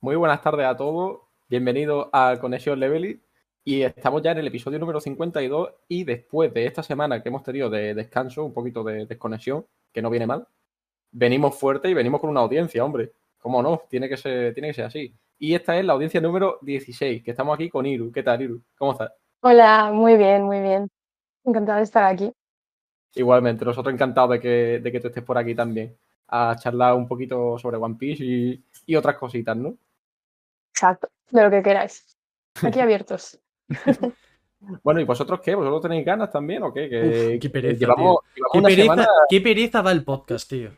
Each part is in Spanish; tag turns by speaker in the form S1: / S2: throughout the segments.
S1: Muy buenas tardes a todos. Bienvenidos a Conexión Levely. Y estamos ya en el episodio número 52. Y después de esta semana que hemos tenido de descanso, un poquito de desconexión, que no viene mal, venimos fuerte y venimos con una audiencia, hombre. ¿Cómo no? Tiene que ser, tiene que ser así. Y esta es la audiencia número 16, que estamos aquí con Iru. ¿Qué tal, Iru? ¿Cómo estás?
S2: Hola, muy bien, muy bien. Encantada de estar aquí.
S1: Igualmente, nosotros encantados de que, de que tú estés por aquí también, a charlar un poquito sobre One Piece y, y otras cositas, ¿no?
S2: Exacto, de lo que queráis. Aquí abiertos.
S1: bueno, ¿y vosotros qué? ¿Vosotros tenéis ganas también o qué? Que,
S3: Uf, qué pereza, llevamos, llevamos qué, una pereza semana... qué pereza da el podcast, tío.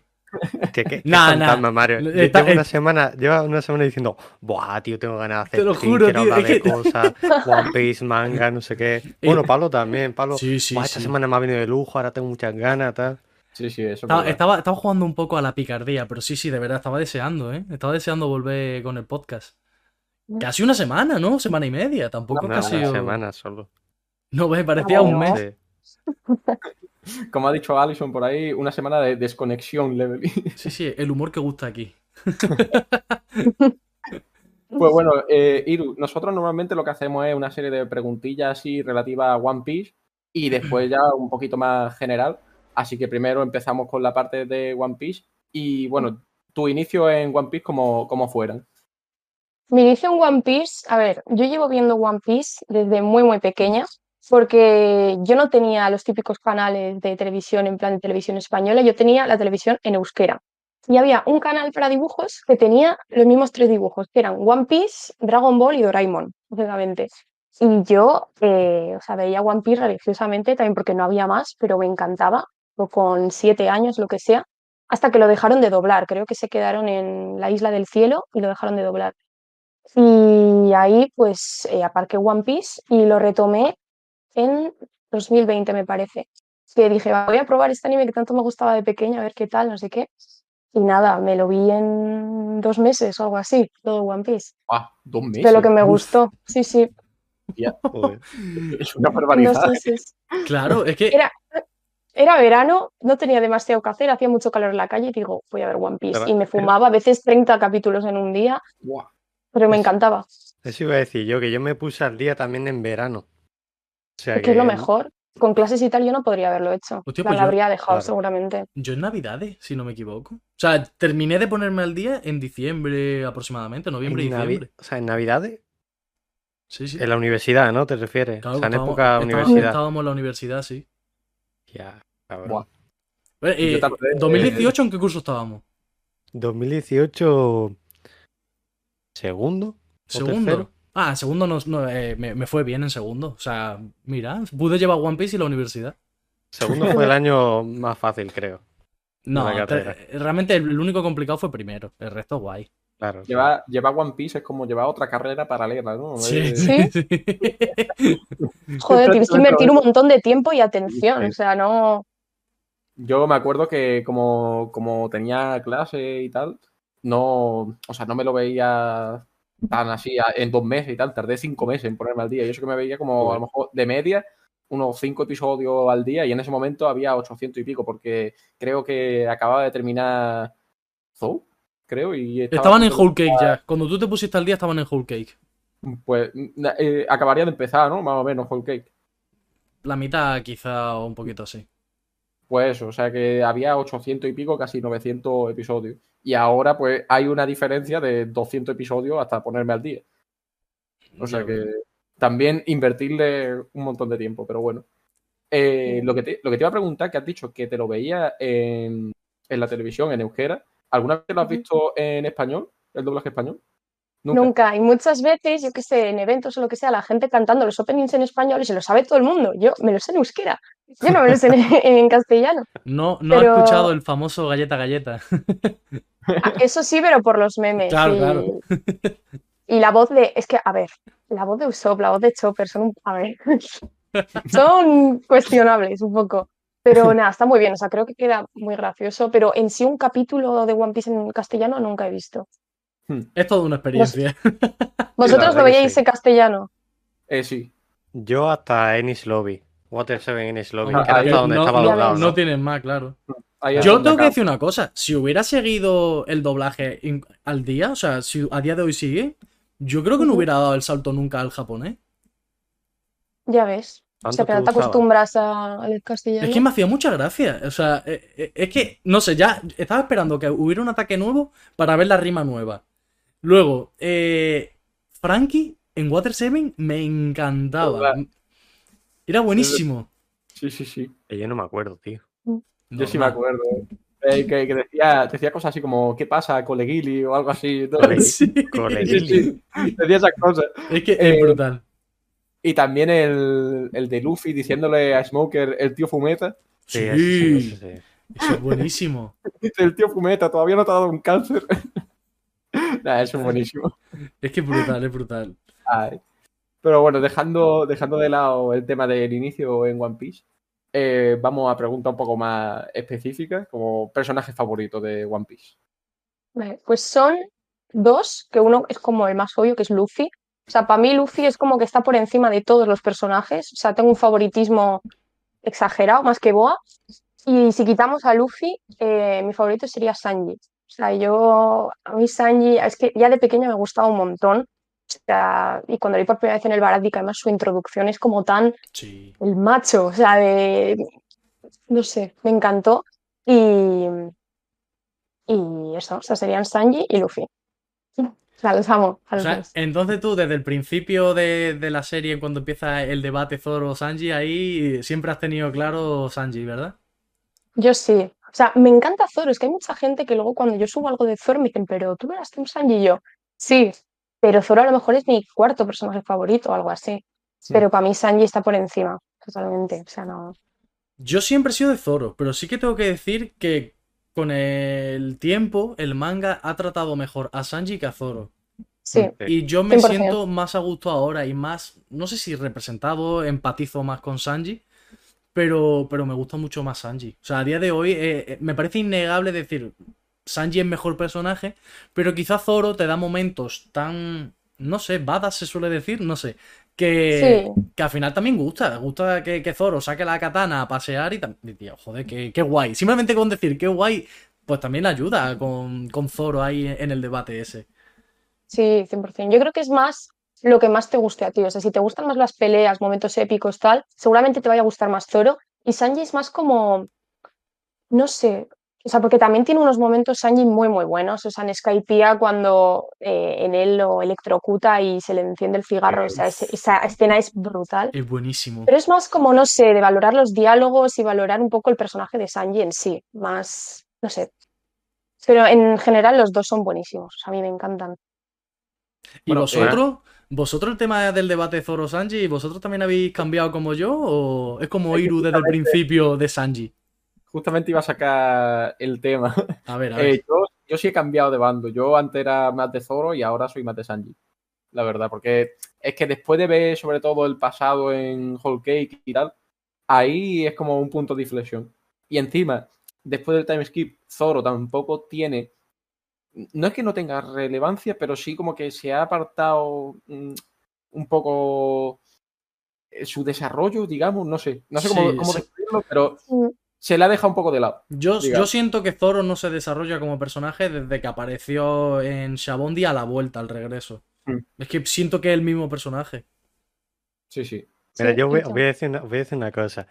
S4: Que, que, nah, qué fantasma, nah. Mario. Yo Está, llevo, una semana, llevo una semana diciendo, buah, tío, tengo ganas de hacer
S3: te lo juro,
S4: quiero
S3: tío, Eh,
S4: hablar de cosas, One Piece, manga, no sé qué. Bueno, Pablo también, Pablo.
S3: Sí, sí,
S4: buah,
S3: sí.
S4: esta semana me ha venido de lujo, ahora tengo muchas ganas, tal.
S1: Sí, sí, eso.
S3: Estaba, estaba, estaba, jugando un poco a la picardía, pero sí, sí, de verdad, estaba deseando, ¿eh? Estaba deseando volver con el podcast. Casi una semana, ¿no? Semana y media, tampoco
S4: una,
S3: casi.
S4: Una semana solo.
S3: No, me parecía un mes.
S1: Como ha dicho Alison por ahí, una semana de desconexión level.
S3: Sí, sí, el humor que gusta aquí.
S1: pues bueno, eh, Iru, nosotros normalmente lo que hacemos es una serie de preguntillas así relativas a One Piece y después ya un poquito más general. Así que primero empezamos con la parte de One Piece y bueno, tu inicio en One Piece como, como fueran.
S2: Mi inicio en One Piece, a ver, yo llevo viendo One Piece desde muy, muy pequeña porque yo no tenía los típicos canales de televisión en plan de televisión española, yo tenía la televisión en euskera. Y había un canal para dibujos que tenía los mismos tres dibujos, que eran One Piece, Dragon Ball y Doraemon, básicamente. Y yo, eh, o sea, veía One Piece religiosamente, también porque no había más, pero me encantaba, o con siete años, lo que sea, hasta que lo dejaron de doblar. Creo que se quedaron en la Isla del Cielo y lo dejaron de doblar. Y ahí, pues, eh, aparqué One Piece y lo retomé en 2020, me parece. Que dije, voy a probar este anime que tanto me gustaba de pequeña, a ver qué tal, no sé qué. Y nada, me lo vi en dos meses o algo así, todo One Piece.
S1: Ah, dos meses.
S2: De lo que me Uf. gustó, sí, sí.
S1: Ya, joder. Es una barbaridad.
S2: ¿eh?
S3: Claro, es que.
S2: Era, era, verano, no tenía demasiado que hacer, hacía mucho calor en la calle y digo, voy a ver One Piece. Pero, y me fumaba pero... a veces 30 capítulos en un día,
S1: wow.
S2: pero me encantaba.
S4: Eso iba a decir yo, que yo me puse al día también en verano.
S2: O sea, es que, es lo mejor. Con clases y tal yo no podría haberlo hecho. Hostia, pues la, yo, habría dejado claro. seguramente.
S3: Yo en Navidades, si no me equivoco. O sea, terminé de ponerme al día en diciembre aproximadamente, noviembre y diciembre. Navi
S4: o sea, en Navidades.
S3: Sí, sí.
S4: En la universidad, ¿no? ¿Te refieres?
S3: Claro,
S4: o sea, en
S3: estábamos,
S4: época
S3: estábamos,
S4: universidad.
S3: Estábamos en la universidad, sí.
S4: Ya, cabrón.
S3: Bueno, eh, también, eh, 2018, ¿en qué curso estábamos?
S4: 2018. Segundo.
S3: Segundo. Tercero? Ah, en segundo no, no eh, me, me, fue bien en segundo. O sea, mira, pude llevar One Piece y la universidad.
S4: Segundo fue el año más fácil, creo.
S3: No, te, realmente el, único complicado fue primero. El resto guay.
S4: Claro.
S1: Llevar, llevar One Piece es como llevar otra carrera paralela, ¿no? Eh,
S3: Sí.
S2: ¿Sí? ¿Sí? Joder, tienes que invertir un montón de tiempo y atención. O sea, no.
S1: Yo me acuerdo que como, como tenía clase y tal, no. O sea, no me lo veía tan así en dos meses y tal. Tardé cinco meses en ponerme al día. Y eso que me veía como a lo mejor de media unos cinco episodios al día y en ese momento había 800 y pico porque creo que acababa de terminar Zou, creo. y
S3: estaba Estaban en Whole Cake ya. Cuando tú te pusiste al día estaban en Whole Cake.
S1: Pues eh, acabaría de empezar, ¿no? Más o menos Whole Cake.
S3: La mitad quizá o un poquito así.
S1: Pues eso, o sea que había 800 y pico, casi 900 episodios. Y ahora pues hay una diferencia de 200 episodios hasta ponerme al día. O sea que también invertirle un montón de tiempo, pero bueno. Eh, lo, que te, lo que te iba a preguntar, que has dicho que te lo veía en, en la televisión, en Euskera. ¿Alguna vez lo has visto en español, el doblaje español?
S2: Nunca. Nunca. Y muchas veces, yo que sé, en eventos o lo que sea, la gente cantando los openings en español y se lo sabe todo el mundo. Yo me lo sé en euskera. Yo no me lo sé en, en castellano.
S3: No, no pero... he escuchado el famoso galleta galleta.
S2: Ah, Eso sí, pero por los memes.
S3: Claro, y... claro.
S2: Y la voz de. Es que, a ver, la voz de Usopp, la voz de Chopper son un. A ver. Son cuestionables un poco. Pero nada, está muy bien. O sea, creo que queda muy gracioso. Pero en sí, un capítulo de One Piece en castellano nunca he visto.
S3: Es toda una experiencia.
S2: ¿Vosotros lo veíais sí. en castellano?
S1: Eh, sí.
S4: Yo hasta Ennis Lobby. Water 7 Ennis Lobby. Ah, que era hasta donde no, estaba doblado.
S3: No, no tienen más, claro.
S1: Ahí es
S3: Yo
S1: donde
S3: tengo que
S1: acaba.
S3: decir una cosa. Si hubiera seguido el doblaje in- al día, o sea, si a día de hoy sigue, yo creo que no
S2: Ujú.
S3: hubiera dado el salto nunca al japonés.
S2: Ya ves. O
S4: Tanto
S2: sea, pero
S4: te
S2: te
S4: gustaba.
S2: acostumbras a- al castellano.
S3: Es que me hacía mucha gracia. O sea, eh, eh, es que, no sé, ya estaba esperando que hubiera un ataque nuevo para ver la rima nueva. Luego, eh, Frankie en Water 7 me encantaba.
S1: Verdad.
S3: Era buenísimo.
S1: Sí, sí, sí.
S4: Que Eh, yo no me acuerdo, tío.
S1: Yo sí me
S3: Normal.
S1: acuerdo. ¿eh? Eh, que que decía, decía cosas así como, ¿qué pasa, coleguili? o algo así. ¿no?
S4: Coleguili.
S3: Sí.
S4: Coleguili.
S1: Sí, sí, decía esas cosas.
S3: Es que es
S1: Eh,
S3: brutal.
S1: Y también el, el de Luffy diciéndole a Smoker, el tío Fumeta.
S3: Sí,
S4: sí, sí, sí, sí.
S3: eso es buenísimo.
S1: Dice, el tío Fumeta, todavía no te ha dado un cáncer. nah, eso es buenísimo.
S3: Es que es brutal, es brutal.
S1: Ay. Pero bueno, dejando, dejando de lado el tema del inicio en One Piece, eh, vamos a preguntas un poco más específicas, como personaje favorito de One Piece.
S2: Vale, pues son dos, que uno es como el más obvio, que es Luffy. O sea, para mí Luffy es como que está por encima de todos los personajes. O sea, tengo un favoritismo exagerado, más que Boa. Y si quitamos a Luffy, eh, mi favorito sería Sanji. O sea, yo, a mí Sanji, es que ya de pequeña me gustaba un montón. O sea, y cuando lo vi por primera vez en el Baradic, además su introducción es como tan
S3: Sí.
S2: el macho, o sea, de... No sé, me encantó. Y... Y eso, o sea, serían Sanji y Luffy. O sea, los amo. A
S3: O
S2: los
S3: sea,
S2: dos.
S3: entonces tú, desde el principio de, de la serie, cuando empieza el debate Zoro-Sanji, ahí siempre has tenido claro Sanji, ¿verdad?
S2: Yo sí. O sea, me encanta Zoro. Es que hay mucha gente que luego cuando yo subo algo de Zoro me dicen, pero tú verás un Sanji y yo. Sí, pero Zoro a lo mejor es mi cuarto personaje favorito o algo así. Pero para mí Sanji está por encima, totalmente. O sea, no.
S3: Yo siempre he sido de Zoro, pero sí que tengo que decir que con el tiempo el manga ha tratado mejor a Sanji que a Zoro.
S2: Sí,
S4: Sí.
S3: Y yo me
S2: 100%.
S3: siento más a gusto ahora y más, no sé si representado, empatizo más con Sanji, pero, pero me gusta mucho más Sanji. O sea, a día de hoy eh, eh, me parece innegable decir, Sanji es mejor personaje, pero quizá Zoro te da momentos tan, no sé, badas se suele decir, no sé, que,
S2: Sí.
S3: que al final también gusta, gusta que, que Zoro saque la katana a pasear y también, tío, joder, qué, qué guay. Simplemente con decir qué guay, pues también ayuda con, con Zoro ahí en el debate ese.
S2: Sí, 100%. Yo creo que es más lo que más te guste a ti. O sea, si te gustan más las peleas, momentos épicos, tal, seguramente te vaya a gustar más Zoro. Y Sanji es más como, no sé, o sea, porque también tiene unos momentos Sanji muy, muy buenos. O sea, en Skypiea cuando eh, en él lo electrocuta y se le enciende el cigarro, o sea, ese- esa escena es brutal.
S3: Es buenísimo.
S2: Pero es más como, no sé, de valorar los diálogos y valorar un poco el personaje de Sanji en sí, más, no sé. Pero en general los dos son buenísimos, o sea, a mí me encantan.
S3: ¿Y
S1: Bueno, eh.
S3: vosotros? ¿Vosotros el tema del debate Zoro Sanji? ¿Vosotros también habéis cambiado como yo? ¿O es como
S1: Es que
S3: Iru desde el principio de Sanji?
S1: Justamente iba a sacar el tema.
S3: A ver, a ver.
S1: Eh, yo, yo sí he cambiado de bando. Yo antes era más de Zoro y ahora soy más de Sanji. La verdad, porque es que después de ver sobre todo el pasado en Whole Cake y tal, ahí es como un punto de inflexión. Y encima, después del time skip, Zoro tampoco tiene. No es que no tenga relevancia, pero sí como que se ha apartado mm, un poco eh, su desarrollo, digamos, no sé. No sé cómo,
S3: Sí,
S1: cómo
S3: sí.
S1: decirlo, pero
S2: Mm.
S1: se le ha dejado un poco de lado.
S3: Yo,
S1: diga.
S3: yo siento que Zoro no se desarrolla como personaje desde que apareció en Shabondi a la vuelta, al regreso.
S1: Mm.
S3: Es que siento que es el mismo personaje.
S1: Sí, sí.
S4: Mira,
S2: Sí,
S4: yo voy,
S2: mucho.
S4: voy a decir una, voy a decir una cosa.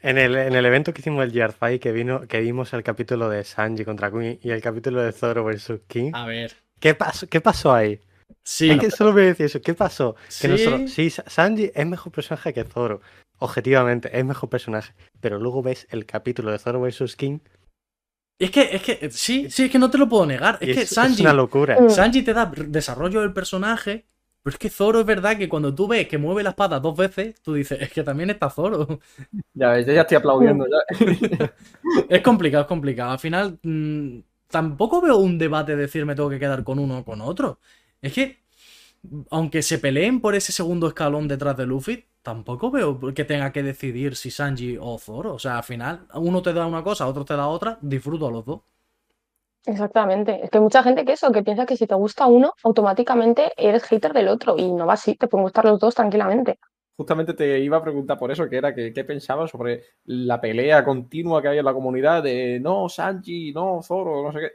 S4: En el, en el evento que hicimos el Gear Fight, que, vino, que vimos el capítulo de Sanji contra Queen y el capítulo de Zoro versus King,
S3: A ver.
S4: ¿qué pasó, qué pasó ahí?
S3: Ah. Sí,
S4: es que solo voy a decir eso. ¿Qué pasó? Que no solo-
S3: Sí.
S4: sí, Sa- Sanji es mejor personaje que Zoro. Objetivamente, es mejor personaje. Pero luego ves el capítulo de Zoro versus King
S3: es que, es que, eh, sí, sí, es que no te lo puedo negar.
S4: y
S3: Es que
S4: es, es
S3: Sanji,
S4: una locura.
S2: Mm.
S3: Sanji te da desarrollo del personaje, pero es que Zoro es verdad que cuando tú ves que mueve la espada dos veces, tú dices, es que también está Zoro.
S1: Ya ves, yo ya estoy aplaudiendo. ya.
S3: Es complicado, es complicado. Al final, mm, tampoco veo un debate de decir me tengo que quedar con uno o con otro. Es que, aunque se peleen por ese segundo escalón detrás de Luffy, tampoco veo que tenga que decidir si Sanji o Zoro. O sea, al final, uno te da una cosa, otro te da otra, disfruto a los dos.
S2: Exactamente. Es que hay mucha gente que eso, que piensa que si te gusta uno, automáticamente eres hater del otro. Y no va así, te pueden gustar los dos tranquilamente.
S1: justamente te iba a preguntar por eso, que era que qué pensabas sobre la pelea continua que hay en la comunidad de no, Sanji, no, Zoro, no sé qué.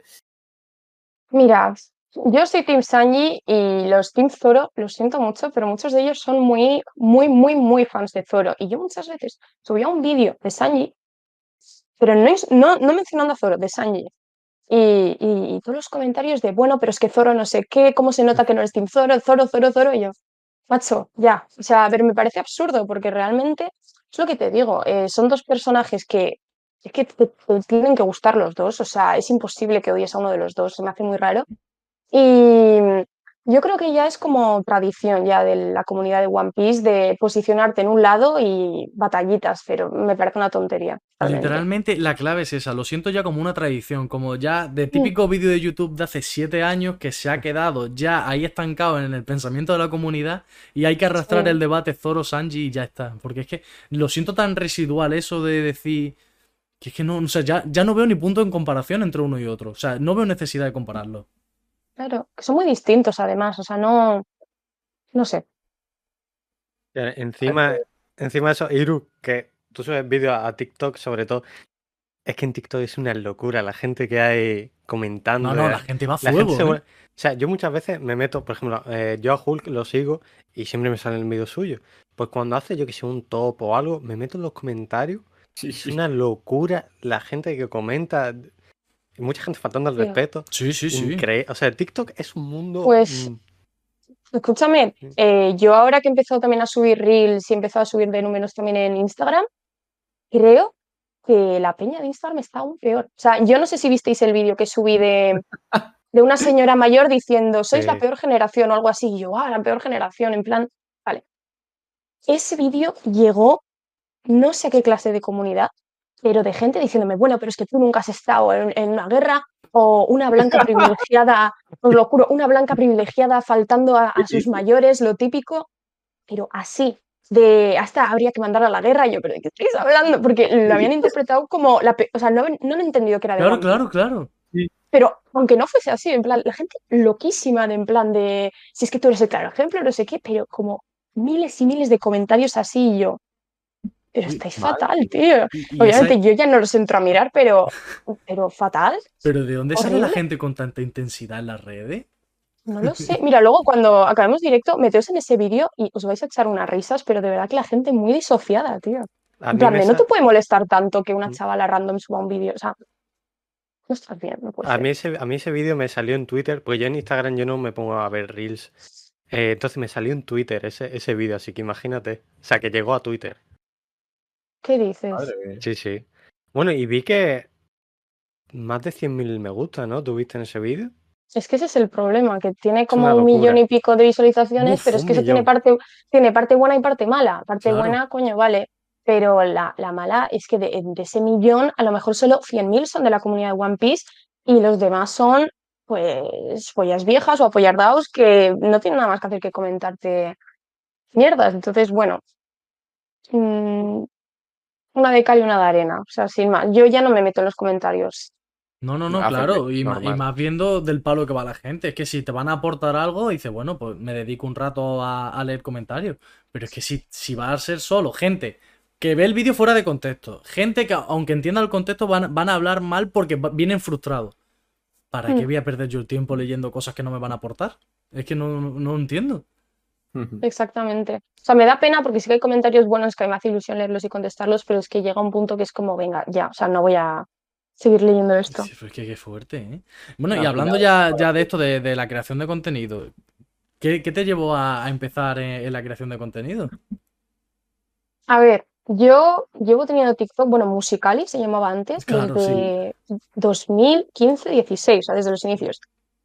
S2: Mira, yo soy Team Sanji y los Team Zoro, lo siento mucho, pero muchos de ellos son muy, muy, muy, muy fans de Zoro. Y yo muchas veces subía un vídeo de Sanji, pero no, es- no, no mencionando a Zoro, de Sanji. Y, y- y todos los comentarios de, bueno, pero es que Zoro no sé qué, cómo se nota que no eres Team Zoro, Zoro, Zoro, Zoro. Y yo, macho, ya. O sea, a ver, me parece absurdo porque realmente es lo que te digo, eh, son dos personajes que es que te, te tienen que gustar los dos. O sea, es imposible que odies a uno de los dos, se me hace muy raro. Y yo creo que ya es como tradición ya de la comunidad de One Piece de posicionarte en un lado y batallitas, pero me parece una tontería. realmente.
S3: Literalmente la clave es esa, lo siento ya como una tradición, como ya de típico vídeo de YouTube de hace 7 años que se ha quedado ya ahí estancado en el pensamiento de la comunidad y hay que arrastrar
S2: Sí.
S3: el debate Zoro-Sanji y ya está, porque es que lo siento tan residual eso de decir que es que no, o sea, ya, ya no veo ni punto en comparación entre uno y otro, o sea, no veo necesidad de compararlo.
S2: Claro, que son muy distintos además, o sea, no, no sé.
S4: Ya, Encima, encima de eso, Iru, que tú subes vídeos a TikTok sobre todo. Es que en TikTok es una locura la gente que hay comentando.
S3: No, no,
S4: eh,
S3: la gente va a
S4: la gente se
S3: fuego.
S4: vuelve-
S3: ¿eh?
S4: O sea, yo muchas veces me meto, por ejemplo, eh, yo a Hulk lo sigo y siempre me sale el vídeo suyo. Pues cuando hace yo que sé un top o algo, me meto en los comentarios.
S1: Sí,
S4: Es una locura la gente que comenta. y mucha gente faltando al
S2: Sí.
S4: respeto.
S3: Sí, sí, sí.
S4: Incre- O sea, TikTok es un mundo.
S2: Pues,
S4: mm,
S2: Escúchame,
S4: Sí.
S2: eh, yo ahora que he empezado también a subir reels y he empezado a subir de números también en Instagram, creo que la peña de Instagram está aún peor. O sea, yo no sé si visteis el vídeo que subí de, de una señora mayor diciendo, sois la
S4: Sí.
S2: peor generación o algo así. Y yo, ah, la peor generación, en plan, vale. Ese vídeo llegó, no sé a qué clase de comunidad, pero de gente diciéndome, bueno, pero es que tú nunca has estado en, en una guerra o una blanca privilegiada, os lo juro, una blanca privilegiada faltando a, a sus mayores, lo típico, pero así. De hasta habría que mandar a la guerra, Y yo, pero ¿de qué estáis hablando? Porque lo habían interpretado como la. pe- O sea, no, no lo he entendido que era de
S3: Claro,
S2: One Piece.
S3: claro, claro.
S2: Pero aunque no fuese así, en plan, la gente loquísima, de en plan de, si es que tú eres el claro ejemplo, no sé qué, pero como miles y miles de comentarios así y yo. Pero
S3: Uy,
S2: estáis
S1: madre
S2: fatal, tío.
S3: Y- y esa-
S2: Obviamente yo ya no los entro a mirar, pero, pero fatal,
S3: Pero ¿de dónde sale la
S2: horrible.
S3: gente con tanta intensidad en las redes?
S2: no lo sé. Mira, luego cuando acabemos directo, meteos en ese vídeo y os vais a echar unas risas, pero de verdad que la gente muy disociada, tío.
S4: a
S2: En
S4: mí
S2: plan,
S4: me
S2: de, no
S4: sa-
S2: te puede molestar tanto que una
S4: Mm.
S2: chavala random suba un vídeo, o sea, no estás bien, no puede
S4: A
S2: ser.
S4: mí ese, a mí ese vídeo me salió en Twitter, porque yo en Instagram yo no me pongo a ver reels. Eh, entonces me salió en Twitter ese, ese vídeo, así que imagínate. O sea, que llegó a Twitter.
S2: ¿Qué dices?
S1: Madre mía.
S4: Sí, sí. Bueno, y vi que más de 100.000 me gusta, ¿no? ¿Tuviste en ese vídeo?
S2: Es que ese es el problema, que tiene como
S4: una
S2: un millón
S4: locura.
S2: y pico de visualizaciones,
S4: Uf,
S2: pero es
S4: un
S2: que eso tiene
S4: millón.
S2: parte, tiene parte buena y parte mala. Parte
S3: Claro.
S2: buena, coño, vale. Pero la, la mala es que de, de ese millón, a lo mejor solo 100.000 son de la comunidad de One Piece y los demás son, pues, pollas viejas o apoyardaos que no tienen nada más que hacer que comentarte mierdas. Entonces, bueno, mm, una de cal y una de arena. O sea, sin más. Yo ya no me meto en los comentarios.
S3: No, no, no,
S1: Hace
S3: claro.
S1: que-
S3: Y, ma- y
S1: normal.
S3: más viendo del palo que va la gente. Es que si te van a aportar algo, dices, bueno, pues me dedico un rato a, a leer comentarios. Pero es que si, si va a ser solo gente que ve el vídeo fuera de contexto, gente que aunque entienda el contexto van, van a hablar mal porque va- vienen frustrados. ¿Para qué
S2: Mm.
S3: voy a perder yo el tiempo leyendo cosas que no me van a aportar? Es que no, no entiendo.
S2: Eh, Exactamente. O sea, me da pena porque sí que hay comentarios buenos que me hace ilusión leerlos y contestarlos, pero es que llega un punto que es como, venga, ya, o sea, no voy a seguir leyendo esto.
S3: Sí, pero es que qué fuerte, ¿eh? Bueno, y
S1: Al eh,
S3: hablando ya, ya de esto, de, de la creación de contenido, ¿qué, qué te llevó a, a empezar eh, en, en la creación de contenido?
S2: A ver, yo llevo teniendo TikTok, bueno, Musical.ly se llamaba antes,
S3: Claro, sí.
S2: desde 2015-16, o sea, desde los inicios.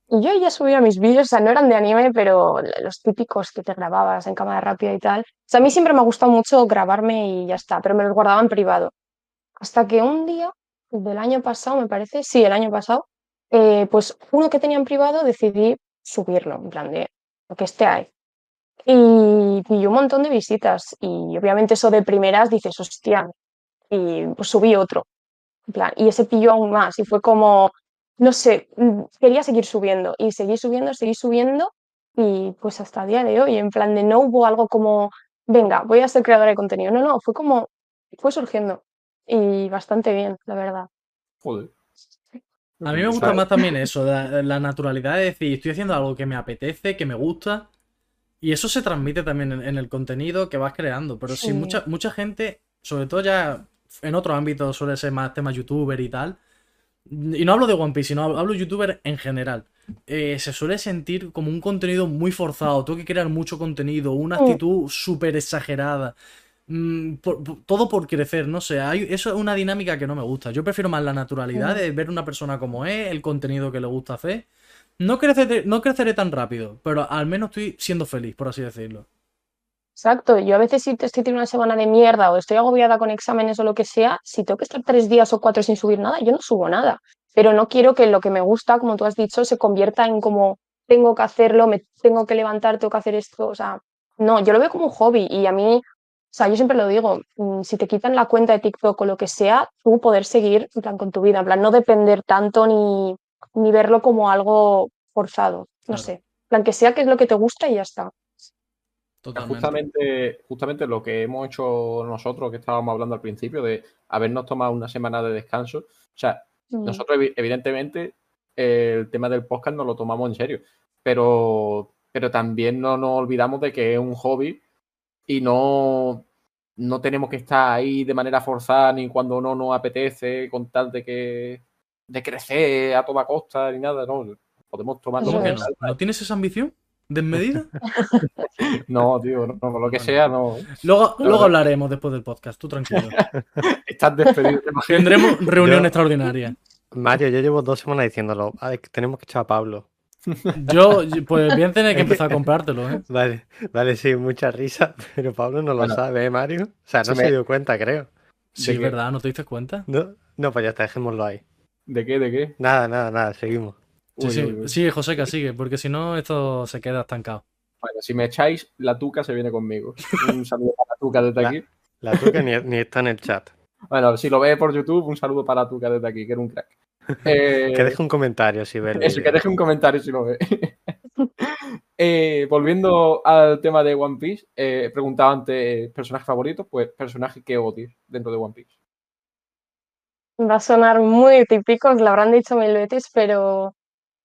S2: Y yo ya subía mis vídeos, o sea, no eran de anime, pero l- los típicos que te grababas en cámara rápida y tal. O sea, a mí siempre me ha gustado mucho grabarme y ya está, pero me los guardaba en privado. Hasta que un día del año pasado, me parece, sí, el año pasado, eh, pues uno que tenía en privado decidí subirlo, en plan de lo que esté ahí. Y pilló un montón de visitas y obviamente eso de primeras dices, hostia, y pues subí otro. En plan, y ese pilló aún más y fue como, no sé, mm, quería seguir subiendo y seguí subiendo, seguí subiendo y pues hasta el día de hoy, en plan de no hubo algo como venga, voy a ser creadora de contenido. No, no, fue como, fue surgiendo. Y bastante bien, la verdad.
S1: Joder.
S3: A mí me gusta más también eso, la, la naturalidad de decir, estoy haciendo algo que me apetece, que me gusta. Y eso se transmite también en, en el contenido que vas creando. Pero sí,
S2: Sí.
S3: mucha, mucha gente, sobre todo ya en otros ámbitos suele ser más tema youtuber y tal. Y no hablo de One Piece, sino hablo youtuber en general. eh, se suele sentir como un contenido muy forzado. Tengo que crear mucho contenido, una
S2: Mm.
S3: actitud súper exagerada. mm, por- por- todo por crecer, no sé. hay- eso es una dinámica que no me gusta. Yo prefiero más la naturalidad
S2: Ujú.
S3: de ver una persona como es, el contenido que le gusta hacer. No creceré, no creceré tan rápido, pero al menos estoy siendo feliz, por así decirlo.
S2: Exacto, yo a veces si te- estoy teniendo una semana de mierda o estoy agobiada con exámenes o lo que sea, si tengo que estar tres días o cuatro sin subir nada, yo no subo nada. Pero no quiero que lo que me gusta, como tú has dicho, se convierta en como tengo que hacerlo, me tengo que levantar, tengo que hacer esto. O sea, no, yo lo veo como un hobby y a mí, o sea, yo siempre lo digo, mm, si te quitan la cuenta de TikTok o lo que sea, tú poder seguir en plan, con tu vida, en plan, no depender tanto ni, ni verlo como algo forzado. No
S3: Claro.
S2: sé, en plan, que sea que es lo que te gusta y ya está.
S3: Totalmente.
S1: Justamente, justamente lo que hemos hecho nosotros, que estábamos hablando al principio, de habernos tomado una semana de descanso. O sea,
S2: Mm.
S1: nosotros evi- evidentemente eh, el tema del podcast nos lo tomamos en serio, pero, pero también no nos olvidamos de que es un hobby y no, no tenemos que estar ahí de manera forzada ni cuando no nos apetece con tal de que de crecer a toda costa ni nada, no. Podemos tomarlo
S3: ¿Cómo
S1: con
S3: que no?
S2: Eso
S1: calma.
S3: ¿No tienes esa ambición desmedida?
S1: No, tío, no, no, lo que
S3: Bueno.
S1: sea, no.
S3: Luego,
S1: Claro.
S3: luego hablaremos después del podcast, tú tranquilo.
S1: Estás despedido. te imagino.
S3: Tendremos reunión
S4: Yo-
S3: extraordinaria.
S4: Mario, yo llevo dos semanas diciéndolo. Ay, que tenemos que echar a Pablo.
S3: Yo, pues bien tener que empezar a comprártelo, ¿eh?
S4: Vale, vale, sí, mucha risa, pero Pablo no lo
S1: Bueno.
S4: sabe, ¿eh, Mario? O sea, no
S1: Se
S4: se
S1: me-
S4: dio cuenta, creo.
S3: Sí,
S1: ¿De qué?
S3: ¿verdad? ¿No te diste cuenta?
S4: No, no, pues ya está, dejémoslo ahí.
S1: ¿De qué? ¿De qué?
S4: Nada, nada, nada, seguimos.
S3: Sí,
S1: Uy,
S3: sí,
S1: uy, uy.
S3: sigue, Joseca, sigue, porque si no, esto se queda estancado.
S1: Bueno, si me echáis, la tuca se viene conmigo. Un saludo para la tuca desde
S4: La-
S1: aquí.
S4: La tuca ni, ni está en el chat.
S1: Bueno, si lo ves por YouTube, un saludo para Tuca desde aquí, que era un crack. Eh,
S4: Que deje un comentario si ve el
S1: eso, que
S4: vídeo.
S1: deje un comentario si lo ve. Eh, volviendo al tema de One Piece, eh, he preguntado antes personajes favoritos, pues personajes que odies dentro de One Piece.
S2: Va a sonar muy típico, lo habrán dicho mil veces, pero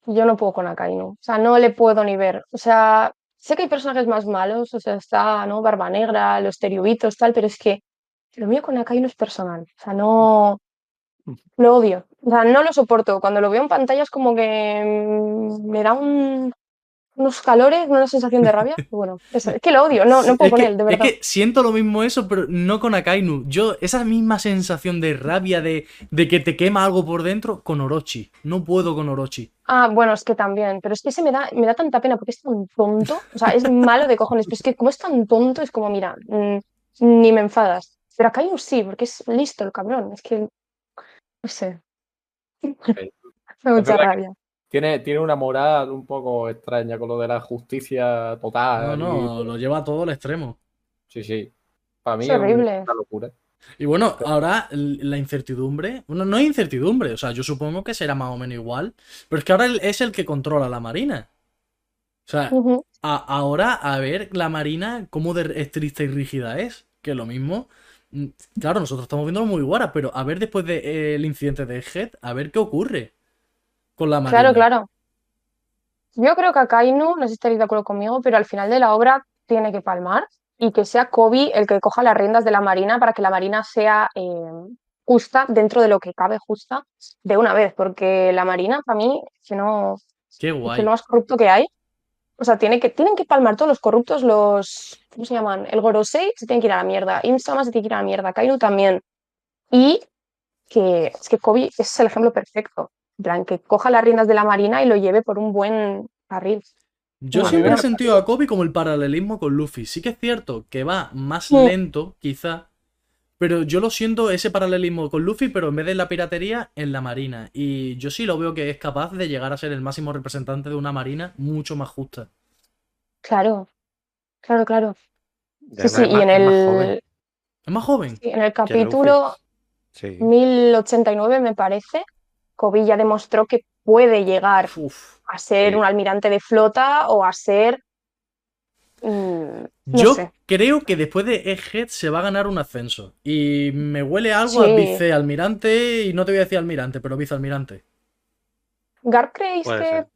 S2: yo no puedo con Akainu. O sea, no le puedo ni ver. O sea, sé que hay personajes más malos, o sea, está, ¿no? Barba Negra, los Teriubitos, tal, pero es que lo mío con Akainu es personal. O sea, no. Lo odio. O sea, no lo soporto. Cuando lo veo en pantalla es como que mm, me da un- unos calores, una sensación de rabia. Y Bueno, eso, es que lo odio, no, no puedo
S3: es
S2: con
S3: que,
S2: él, de
S3: es
S2: verdad.
S3: que siento lo mismo eso, pero no con Akainu. Yo, esa misma sensación de rabia, de, de que te quema algo por dentro, con Orochi. No puedo con Orochi.
S2: Ah, bueno, es que también, pero es que se me da, me da tanta pena porque es tan tonto, o sea, es malo de cojones, pero es que como es tan tonto, es como, mira, mm, ni me enfadas. Pero acá hay un sí, porque es listo el cabrón, es que, no sé. Me da
S1: Es
S2: mucha
S1: verdad que-
S2: rabia.
S1: Tiene, tiene una moral un poco extraña con lo de la justicia
S3: No,
S1: total. Ah, y-
S3: no, lo lleva todo al extremo.
S1: Sí, sí. Para mí
S2: Es
S1: es un-
S2: horrible.
S1: una locura.
S3: Y bueno, ahora l- la incertidumbre. Bueno, no hay incertidumbre, o sea, yo supongo que será más o menos igual. Pero es que ahora él es el que controla la marina. O sea,
S2: Ujú.
S3: a- ahora a ver la marina cómo de estricta y rígida es. Que lo mismo. mm, Claro, nosotros estamos viéndolo muy guara, pero a ver después del incidente de Head, a ver qué ocurre con la marina.
S2: Claro, claro. Yo creo que Akainu, no sé si estaréis de acuerdo conmigo, pero al final de la obra tiene que palmar y que sea Kobe el que coja las riendas de la Marina para que la Marina sea eh, justa dentro de lo que cabe justa de una vez, porque la Marina para mí es que no,
S3: Qué
S2: es
S3: guay.
S2: que lo más corrupto que hay. O sea, tiene que, tienen que palmar todos los corruptos, los. ¿Cómo se llaman? El Gorosei se tiene que ir a la mierda. Imsama se tiene que ir a la mierda. Kainu también. Y que es que Kobe es el ejemplo perfecto. En plan, que coja las riendas de la marina y lo lleve por un buen carril.
S3: Yo
S2: Bueno,
S3: siempre he
S2: pero-
S3: sentido a Kobe como el paralelismo con Luffy. Sí que es cierto que va más
S2: Sí.
S3: lento, quizá, pero yo lo siento ese paralelismo con Luffy, pero en vez de en la piratería, en la marina. Y yo sí lo veo que es capaz de llegar a ser el máximo representante de una marina mucho más justa.
S2: Claro. Claro, claro. Sí,
S4: Y además
S2: sí.
S4: es
S2: Y
S4: más-
S2: en
S4: es más joven
S2: el,
S3: Es más joven.
S2: sí, en el
S4: que Luffy.
S2: capítulo
S4: Sí.
S2: 1089, me parece, Kobe ya demostró que puede llegar
S3: Uf.
S2: a ser
S4: Sí.
S2: un almirante de flota o a ser. mm, No
S3: Yo
S2: sé.
S3: creo que después de Egghead se va a ganar un ascenso. Y me huele algo a
S2: Sí.
S3: vicealmirante, y no te voy a decir almirante, pero vicealmirante.
S2: ¿Garp creéis
S4: Puede
S2: que.?
S4: ser.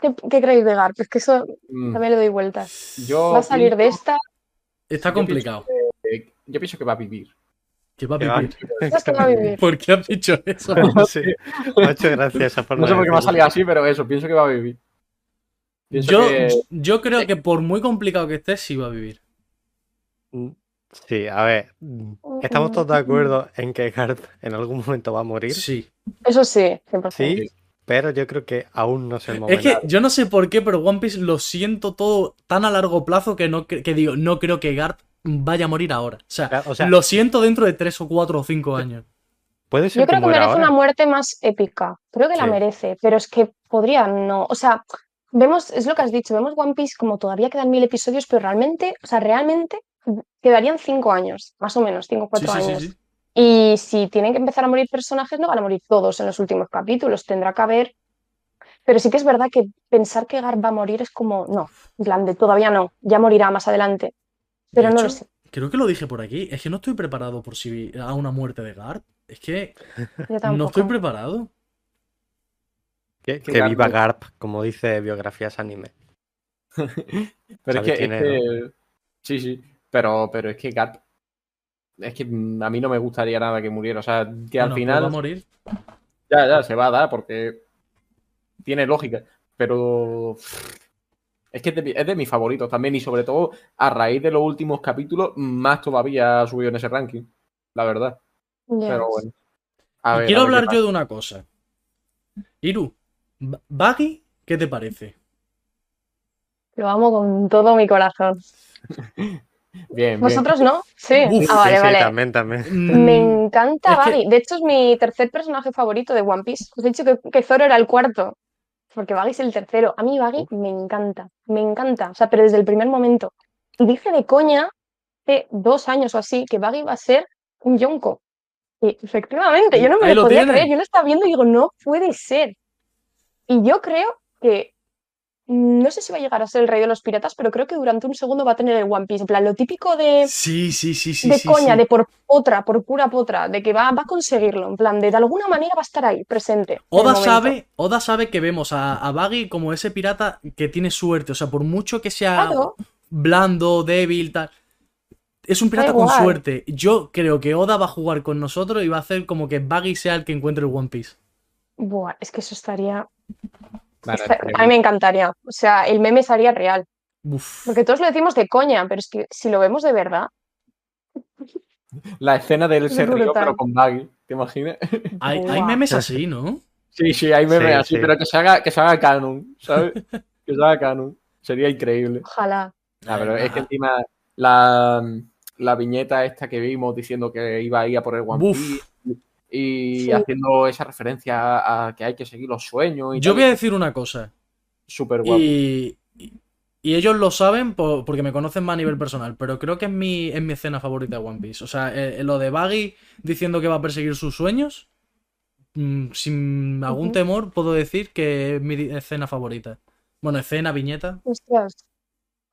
S2: ¿Qué, qué creéis de Garp? Es que eso
S1: Mm,
S2: también le doy vueltas.
S1: Yo
S2: ¿Va a salir de
S1: pienso-
S2: esta?
S3: Está
S1: Yo
S3: complicado.
S1: eh, yo pienso que va a vivir.
S3: Que va a
S4: Que va.
S3: vivir.
S2: No es que va a vivir.
S3: ¿Por qué has dicho eso?
S4: Sí. Muchas gracias. esa forma
S1: No sé
S4: de
S1: por qué va a
S4: decirlo.
S1: salir así, pero eso, pienso que va a vivir. Pienso
S3: Yo,
S1: que-
S3: yo creo que por muy complicado que esté, sí va a vivir.
S4: Mm, Sí, a ver. mm, Estamos todos de acuerdo en que Garp en algún momento va a morir.
S3: Sí.
S2: Mm, Eso sí, 100%.
S4: Sí, pero yo creo que aún no es el
S3: Es
S4: momento.
S3: que yo no sé por qué, pero One Piece lo siento todo tan a largo plazo que no cre- que digo, no creo que Garp vaya a morir ahora. O sea,
S4: Claro, o sea,
S3: lo siento dentro de tres o cuatro o cinco años.
S4: puede ser
S2: Yo creo que
S4: muera
S2: merece
S4: ahora.
S2: una muerte más épica. Creo que la
S4: Sí.
S2: merece, pero es que podría no. O sea, vemos, es lo que has dicho, vemos One Piece como todavía quedan mil episodios, pero realmente, o sea, realmente quedarían cinco años, más o menos, cinco o
S3: Sí,
S2: cuatro
S3: sí,
S2: años.
S3: sí, sí.
S2: Y si tienen que empezar a morir personajes, no van a morir todos en los últimos capítulos, tendrá que haber. Pero sí que es verdad que pensar que Gar va a morir es como, no, en plan de todavía no, ya morirá más adelante. Pero
S3: De
S2: no lo
S3: hecho,
S2: sé,
S3: Creo que lo dije por aquí. Es que no estoy preparado por si a una muerte de Garp. Es que
S2: yo
S3: no
S2: tampoco.
S3: estoy preparado.
S4: Que,
S1: Que
S4: que
S1: Garp
S4: viva
S1: no-
S4: Garp, como dice biografías anime.
S2: Ah,
S1: Pero es
S4: Sabe
S1: que, es
S4: quién
S1: que- sí, sí, pero, pero es que Garp, es que mm, a mí no me gustaría nada que muriera, o sea, que al
S3: Bueno, pues va a
S1: final
S3: morir.
S1: ya, ya se va a dar porque tiene lógica, pero es que es de, mi- es de mis favoritos también y sobre todo a raíz de los últimos capítulos más todavía ha subido en ese ranking, la verdad,
S2: Ya.
S1: pero bueno.
S3: Y
S1: A ver,
S3: quiero
S1: a ver qué
S3: hablar
S1: pasa.
S3: yo de una cosa. Iru, Ba- Baggy, ¿qué te parece?
S2: Lo amo con todo mi corazón.
S1: Bien, bien.
S2: ¿Vosotros no? Sí.
S3: Uf,
S2: ah, vale,
S4: sí, sí,
S2: vale.
S4: también, también.
S2: Me
S3: Mm,
S2: encanta
S3: es que-
S2: Baggy. De hecho, es mi tercer personaje favorito de One Piece. Os he dicho que, que Zoro era el cuarto. Porque Baggy es el tercero. A mí Baggy me encanta. Me encanta. O sea, pero desde el primer momento. Y dije de coña hace dos años o así que Baggy va a ser un Yonko. Y efectivamente, yo no me
S3: Ahí
S2: lo
S3: lo
S2: podía
S3: tienes.
S2: creer. Yo lo estaba viendo y digo, no puede ser. Y yo creo que. mm, No sé si va a llegar a ser el rey de los piratas, pero creo que durante un segundo va a tener el One Piece. En plan, lo típico de
S3: Sí, sí, sí, sí.
S2: de
S3: sí,
S2: coña,
S3: sí.
S2: de por otra, por pura potra, de que va, va a conseguirlo, en plan, de, de alguna manera va a estar ahí, presente. en el
S3: Oda
S2: momento.
S3: sabe, Oda sabe que vemos a, a Baggy como ese pirata que tiene suerte. O sea, por mucho que sea
S2: Claro,
S3: blando, débil, tal. Es un pirata
S2: Da
S3: con
S2: igual.
S3: suerte. Yo creo que Oda va a jugar con nosotros y va a hacer como que Baggy sea el que encuentre el One Piece.
S2: Buah, es que eso estaría.
S1: Vale,
S2: esta- a mí me encantaría. O sea, el meme sería real.
S3: Uf.
S2: Porque todos lo decimos de coña, pero es que si lo vemos de verdad.
S1: La escena del
S2: Es
S1: serrío
S2: brutal.
S1: pero con Baggy, ¿te imaginas?
S3: Hay, hay
S2: Buah.
S3: memes así, ¿no?
S1: Sí, sí, ahí me
S4: Sí,
S1: ve así,
S4: sí.
S1: pero que se haga, que se haga canon, ¿sabes? que se haga canon. Sería increíble.
S2: Ojalá.
S1: Ah, pero es que
S3: Ajá.
S1: encima la, la viñeta esta que vimos diciendo que iba a ir a por el One
S3: Buf.
S1: Piece y
S2: Sí.
S1: haciendo esa referencia a, a que hay que seguir los sueños y
S3: Yo voy
S1: tal,
S3: a decir una cosa.
S1: súper guapo.
S3: Y, y ellos lo saben po- porque me conocen más a nivel personal, pero creo que es mi, es mi escena favorita de One Piece. O sea, eh, lo de Baggy diciendo que va a perseguir sus sueños, mm, sin algún
S2: Ujú.
S3: temor puedo decir que es mi di- escena favorita. Bueno, escena, viñeta.
S2: Hostias.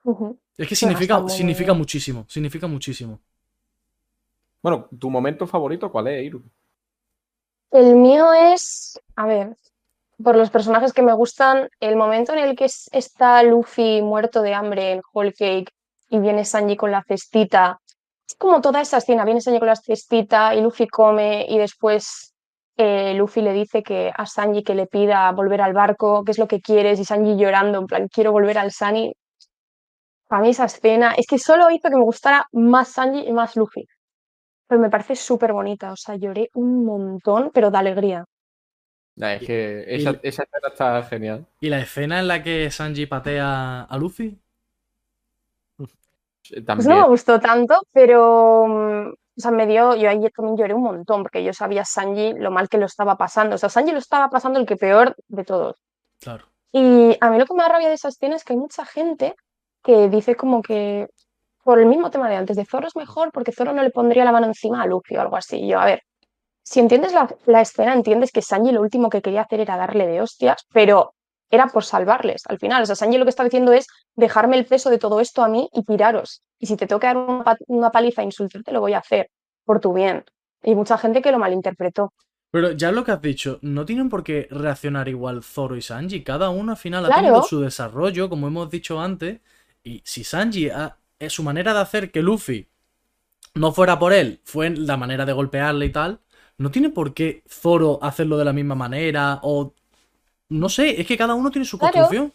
S2: Ujú.
S3: Es que
S2: Bueno, está
S3: significa,
S2: muy
S3: significa
S2: bien.
S3: muchísimo, significa muchísimo.
S1: Bueno, ¿tu momento favorito cuál es, Iru?
S2: El mío es. A ver. Por los personajes que me gustan, el momento en el que es- está Luffy muerto de hambre en Whole Cake y viene Sanji con la cestita. Es como toda esa escena. Viene Sanji con la cestita y Luffy come y después eh, Luffy le dice que a Sanji que le pida volver al barco, qué es lo que quieres, y Sanji llorando, en plan, quiero volver al Sunny. Para mí esa escena es que solo hizo que me gustara más Sanji y más Luffy. Pero Pues me parece súper bonita, o sea, lloré un montón, pero de alegría.
S1: Nah, es que esa,
S3: y-
S1: esa escena está genial.
S3: ¿Y la escena en la que Sanji patea a Luffy?
S1: También.
S2: Pues no me gustó tanto, pero mm, o sea, me dio, yo ayer también lloré un montón, porque yo sabía Sanji lo mal que lo estaba pasando. O sea, Sanji lo estaba pasando el que peor de todos.
S3: Claro.
S2: Y a mí lo que me da rabia de esas escena es que hay mucha gente que dice como que, por el mismo tema de antes, de Zoro es mejor porque Zoro no le pondría la mano encima a Luffy o algo así. Y Yo, a ver, si entiendes la, la escena, entiendes que Sanji lo último que quería hacer era darle de hostias, pero era por salvarles al final. O sea, Sanji lo que está diciendo es dejarme el peso de todo esto a mí y tiraros. Y si te toca dar una, pa- una paliza e insultarte, lo voy a hacer por tu bien. Y mucha gente que lo malinterpretó.
S3: Pero ya lo que has dicho, no tienen por qué reaccionar igual Zoro y Sanji. Cada uno al final ha
S2: Claro.
S3: tenido su desarrollo, como hemos dicho antes. Y si Sanji, ha- eh, su manera de hacer que Luffy no fuera por él, fue la manera de golpearle y tal, no tiene por qué Zoro hacerlo de la misma manera o... No sé, es que cada uno tiene su
S2: Claro.
S3: construcción.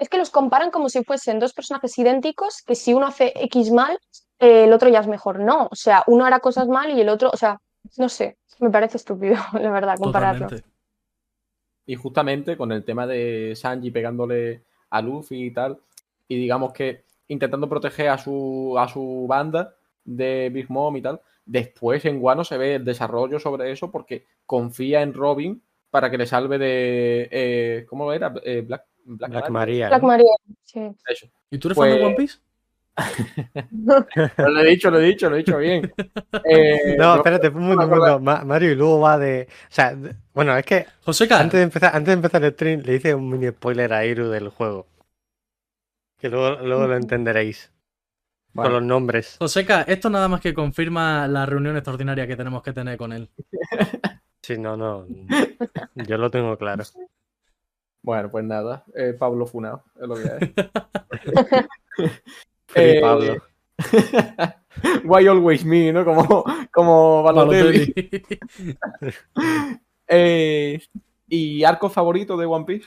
S2: Es que los comparan como si fuesen dos personajes idénticos, que si uno hace X mal, eh, el otro ya es mejor. No, o sea, uno hará cosas mal y el otro, o sea, no sé, me parece estúpido, la verdad, compararlo.
S3: Totalmente.
S1: Y justamente con el tema de Sanji pegándole a Luffy y tal, y digamos que intentando proteger a su, a su banda de Big Mom y tal, después en Guano se ve el desarrollo sobre eso porque confía en Robin para que le salve de... eh, ¿Cómo era? Eh, Black, Black
S4: Black
S1: Maria.
S4: Maria.
S2: Black
S4: ¿no?
S2: Maria, sí.
S3: ¿Y tú eres fan
S1: Pues-
S3: de One Piece?
S1: Lo he dicho, lo he dicho, lo he dicho bien. Eh,
S4: No,
S1: yo-
S4: espérate, un momento, un momento. Ma- Mario y luego va de. O sea, de- bueno, es que
S3: Joseca,
S4: antes de empezar, antes de empezar el stream le hice un mini spoiler a Iru del juego. Que luego, luego lo entenderéis.
S1: Bueno.
S4: Con los nombres.
S3: Joseca, esto nada más que confirma la reunión extraordinaria que tenemos que tener con él.
S4: Sí, no, no. Yo lo tengo claro.
S1: Bueno, pues nada, eh, Pablo Funao, es lo que es.
S4: Free
S1: Eh,
S4: Pablo.
S1: Why always me, ¿no? Como, como Balotelli.
S3: Balotelli.
S1: Eh, ¿Y arco favorito de One Piece?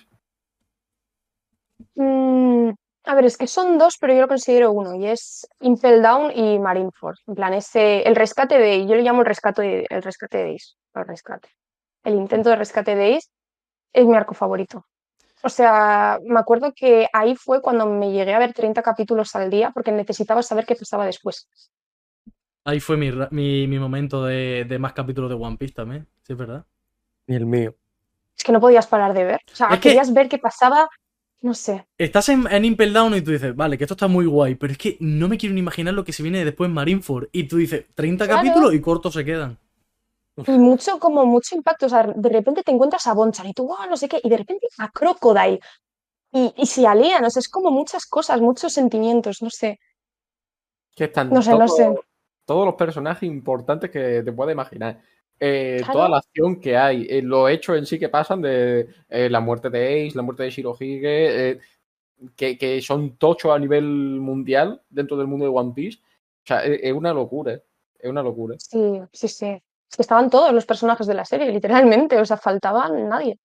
S2: Mm, a ver, es que son dos, pero yo lo considero uno, y es Impel Down y Marineford. En plan, ese, el rescate de Ace, yo le llamo el rescate de, el rescate de Ace, o el rescate. El intento de rescate de Ace es mi arco favorito. O sea, me acuerdo que ahí fue cuando me llegué a ver 30 capítulos al día porque necesitaba saber qué pasaba después.
S3: Ahí fue mi, ra- mi, mi momento de, de más capítulos de One Piece también, sí, es verdad.
S4: Y el mío.
S2: Es que no podías parar de ver. O sea,
S3: Es que-
S2: querías ver qué pasaba, no sé.
S3: Estás en, en Impel Down y tú dices, vale, que esto está muy guay, pero es que no me quiero ni imaginar lo que se viene después en Marineford. Y tú dices, 30
S2: Claro.
S3: capítulos y cortos se quedan.
S2: Y mucho, como mucho impacto. O sea, de repente te encuentras a Bonchan y tú, wow, no sé qué, y de repente a Crocodile. Y, y se alían, o sea, es como muchas cosas, muchos sentimientos, no sé.
S1: Que están
S2: No sé, no
S1: todos,
S2: sé.
S1: todos los personajes importantes que te puedes imaginar. Eh,
S2: Claro.
S1: Toda la acción que hay, eh, los hechos en sí que pasan de eh, la muerte de Ace, la muerte de Shirohige, eh, que, que son tochos a nivel mundial dentro del mundo de One Piece. O sea, es, es una locura, eh. es una locura.
S2: Sí, sí, sí. Es que estaban todos los personajes de la serie, literalmente, o sea, faltaba nadie.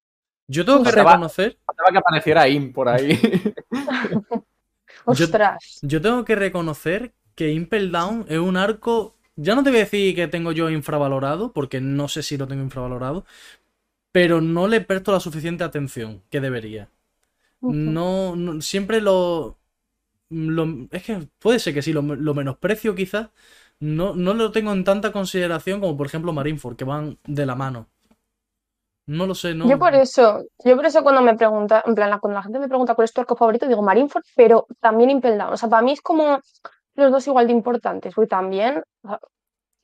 S3: Yo tengo que
S1: O sea, va-
S3: reconocer,
S1: Faltaba que apareciera Im por ahí.
S3: Yo-
S2: Ostras.
S3: yo tengo que reconocer que Impel Down es un arco. Ya no te voy a decir que tengo yo infravalorado, porque no sé si lo tengo infravalorado, pero no le presto la suficiente atención que debería. No, no- siempre lo, lo- Es que puede ser que sí, lo, lo menosprecio quizás. No, no lo tengo en tanta consideración como por ejemplo Marineford, que van de la mano. No lo sé, no.
S2: Yo por eso, yo por eso cuando me pregunta, en plan, la- cuando la gente me pregunta cuál es tu arco favorito, digo Marineford, pero también Impel Down. O sea, para mí es como los dos igual de importantes. Porque también, o sea,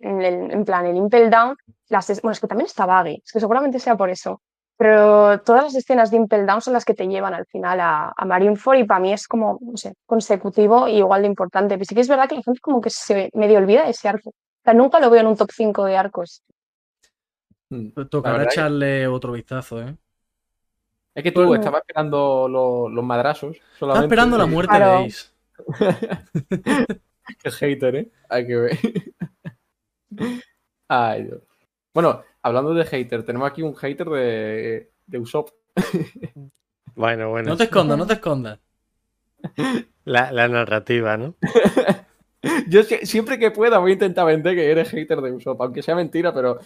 S2: en, el- en plan, el Impel Down, las, es- bueno, es que también está Baggy, es que seguramente sea por eso. Pero todas las escenas de Impel Down son las que te llevan al final a, a Marineford y para mí es como, no sé, consecutivo y igual de importante. Pero sí que es verdad que la gente como que se medio olvida de ese arco. O sea, nunca lo veo en un top 5 de arcos.
S1: Mm. La
S3: Tocará
S1: verdad que-
S3: echarle otro vistazo, ¿eh.
S1: Es que tú
S2: Bueno.
S1: estabas esperando lo- los madrazos.
S3: Estaba
S1: Solamente.
S3: esperando la muerte
S2: Claro.
S3: de Ace.
S1: Qué hater, ¿eh? Hay que ver. Ay, Dios. Bueno, hablando de hater, tenemos aquí un hater de, de Usopp.
S4: Bueno, bueno.
S3: No te escondas, no te escondas.
S4: La, la narrativa, ¿no?
S1: Yo sie- siempre que pueda voy a intentar vender que eres hater de Usopp, aunque sea mentira, pero,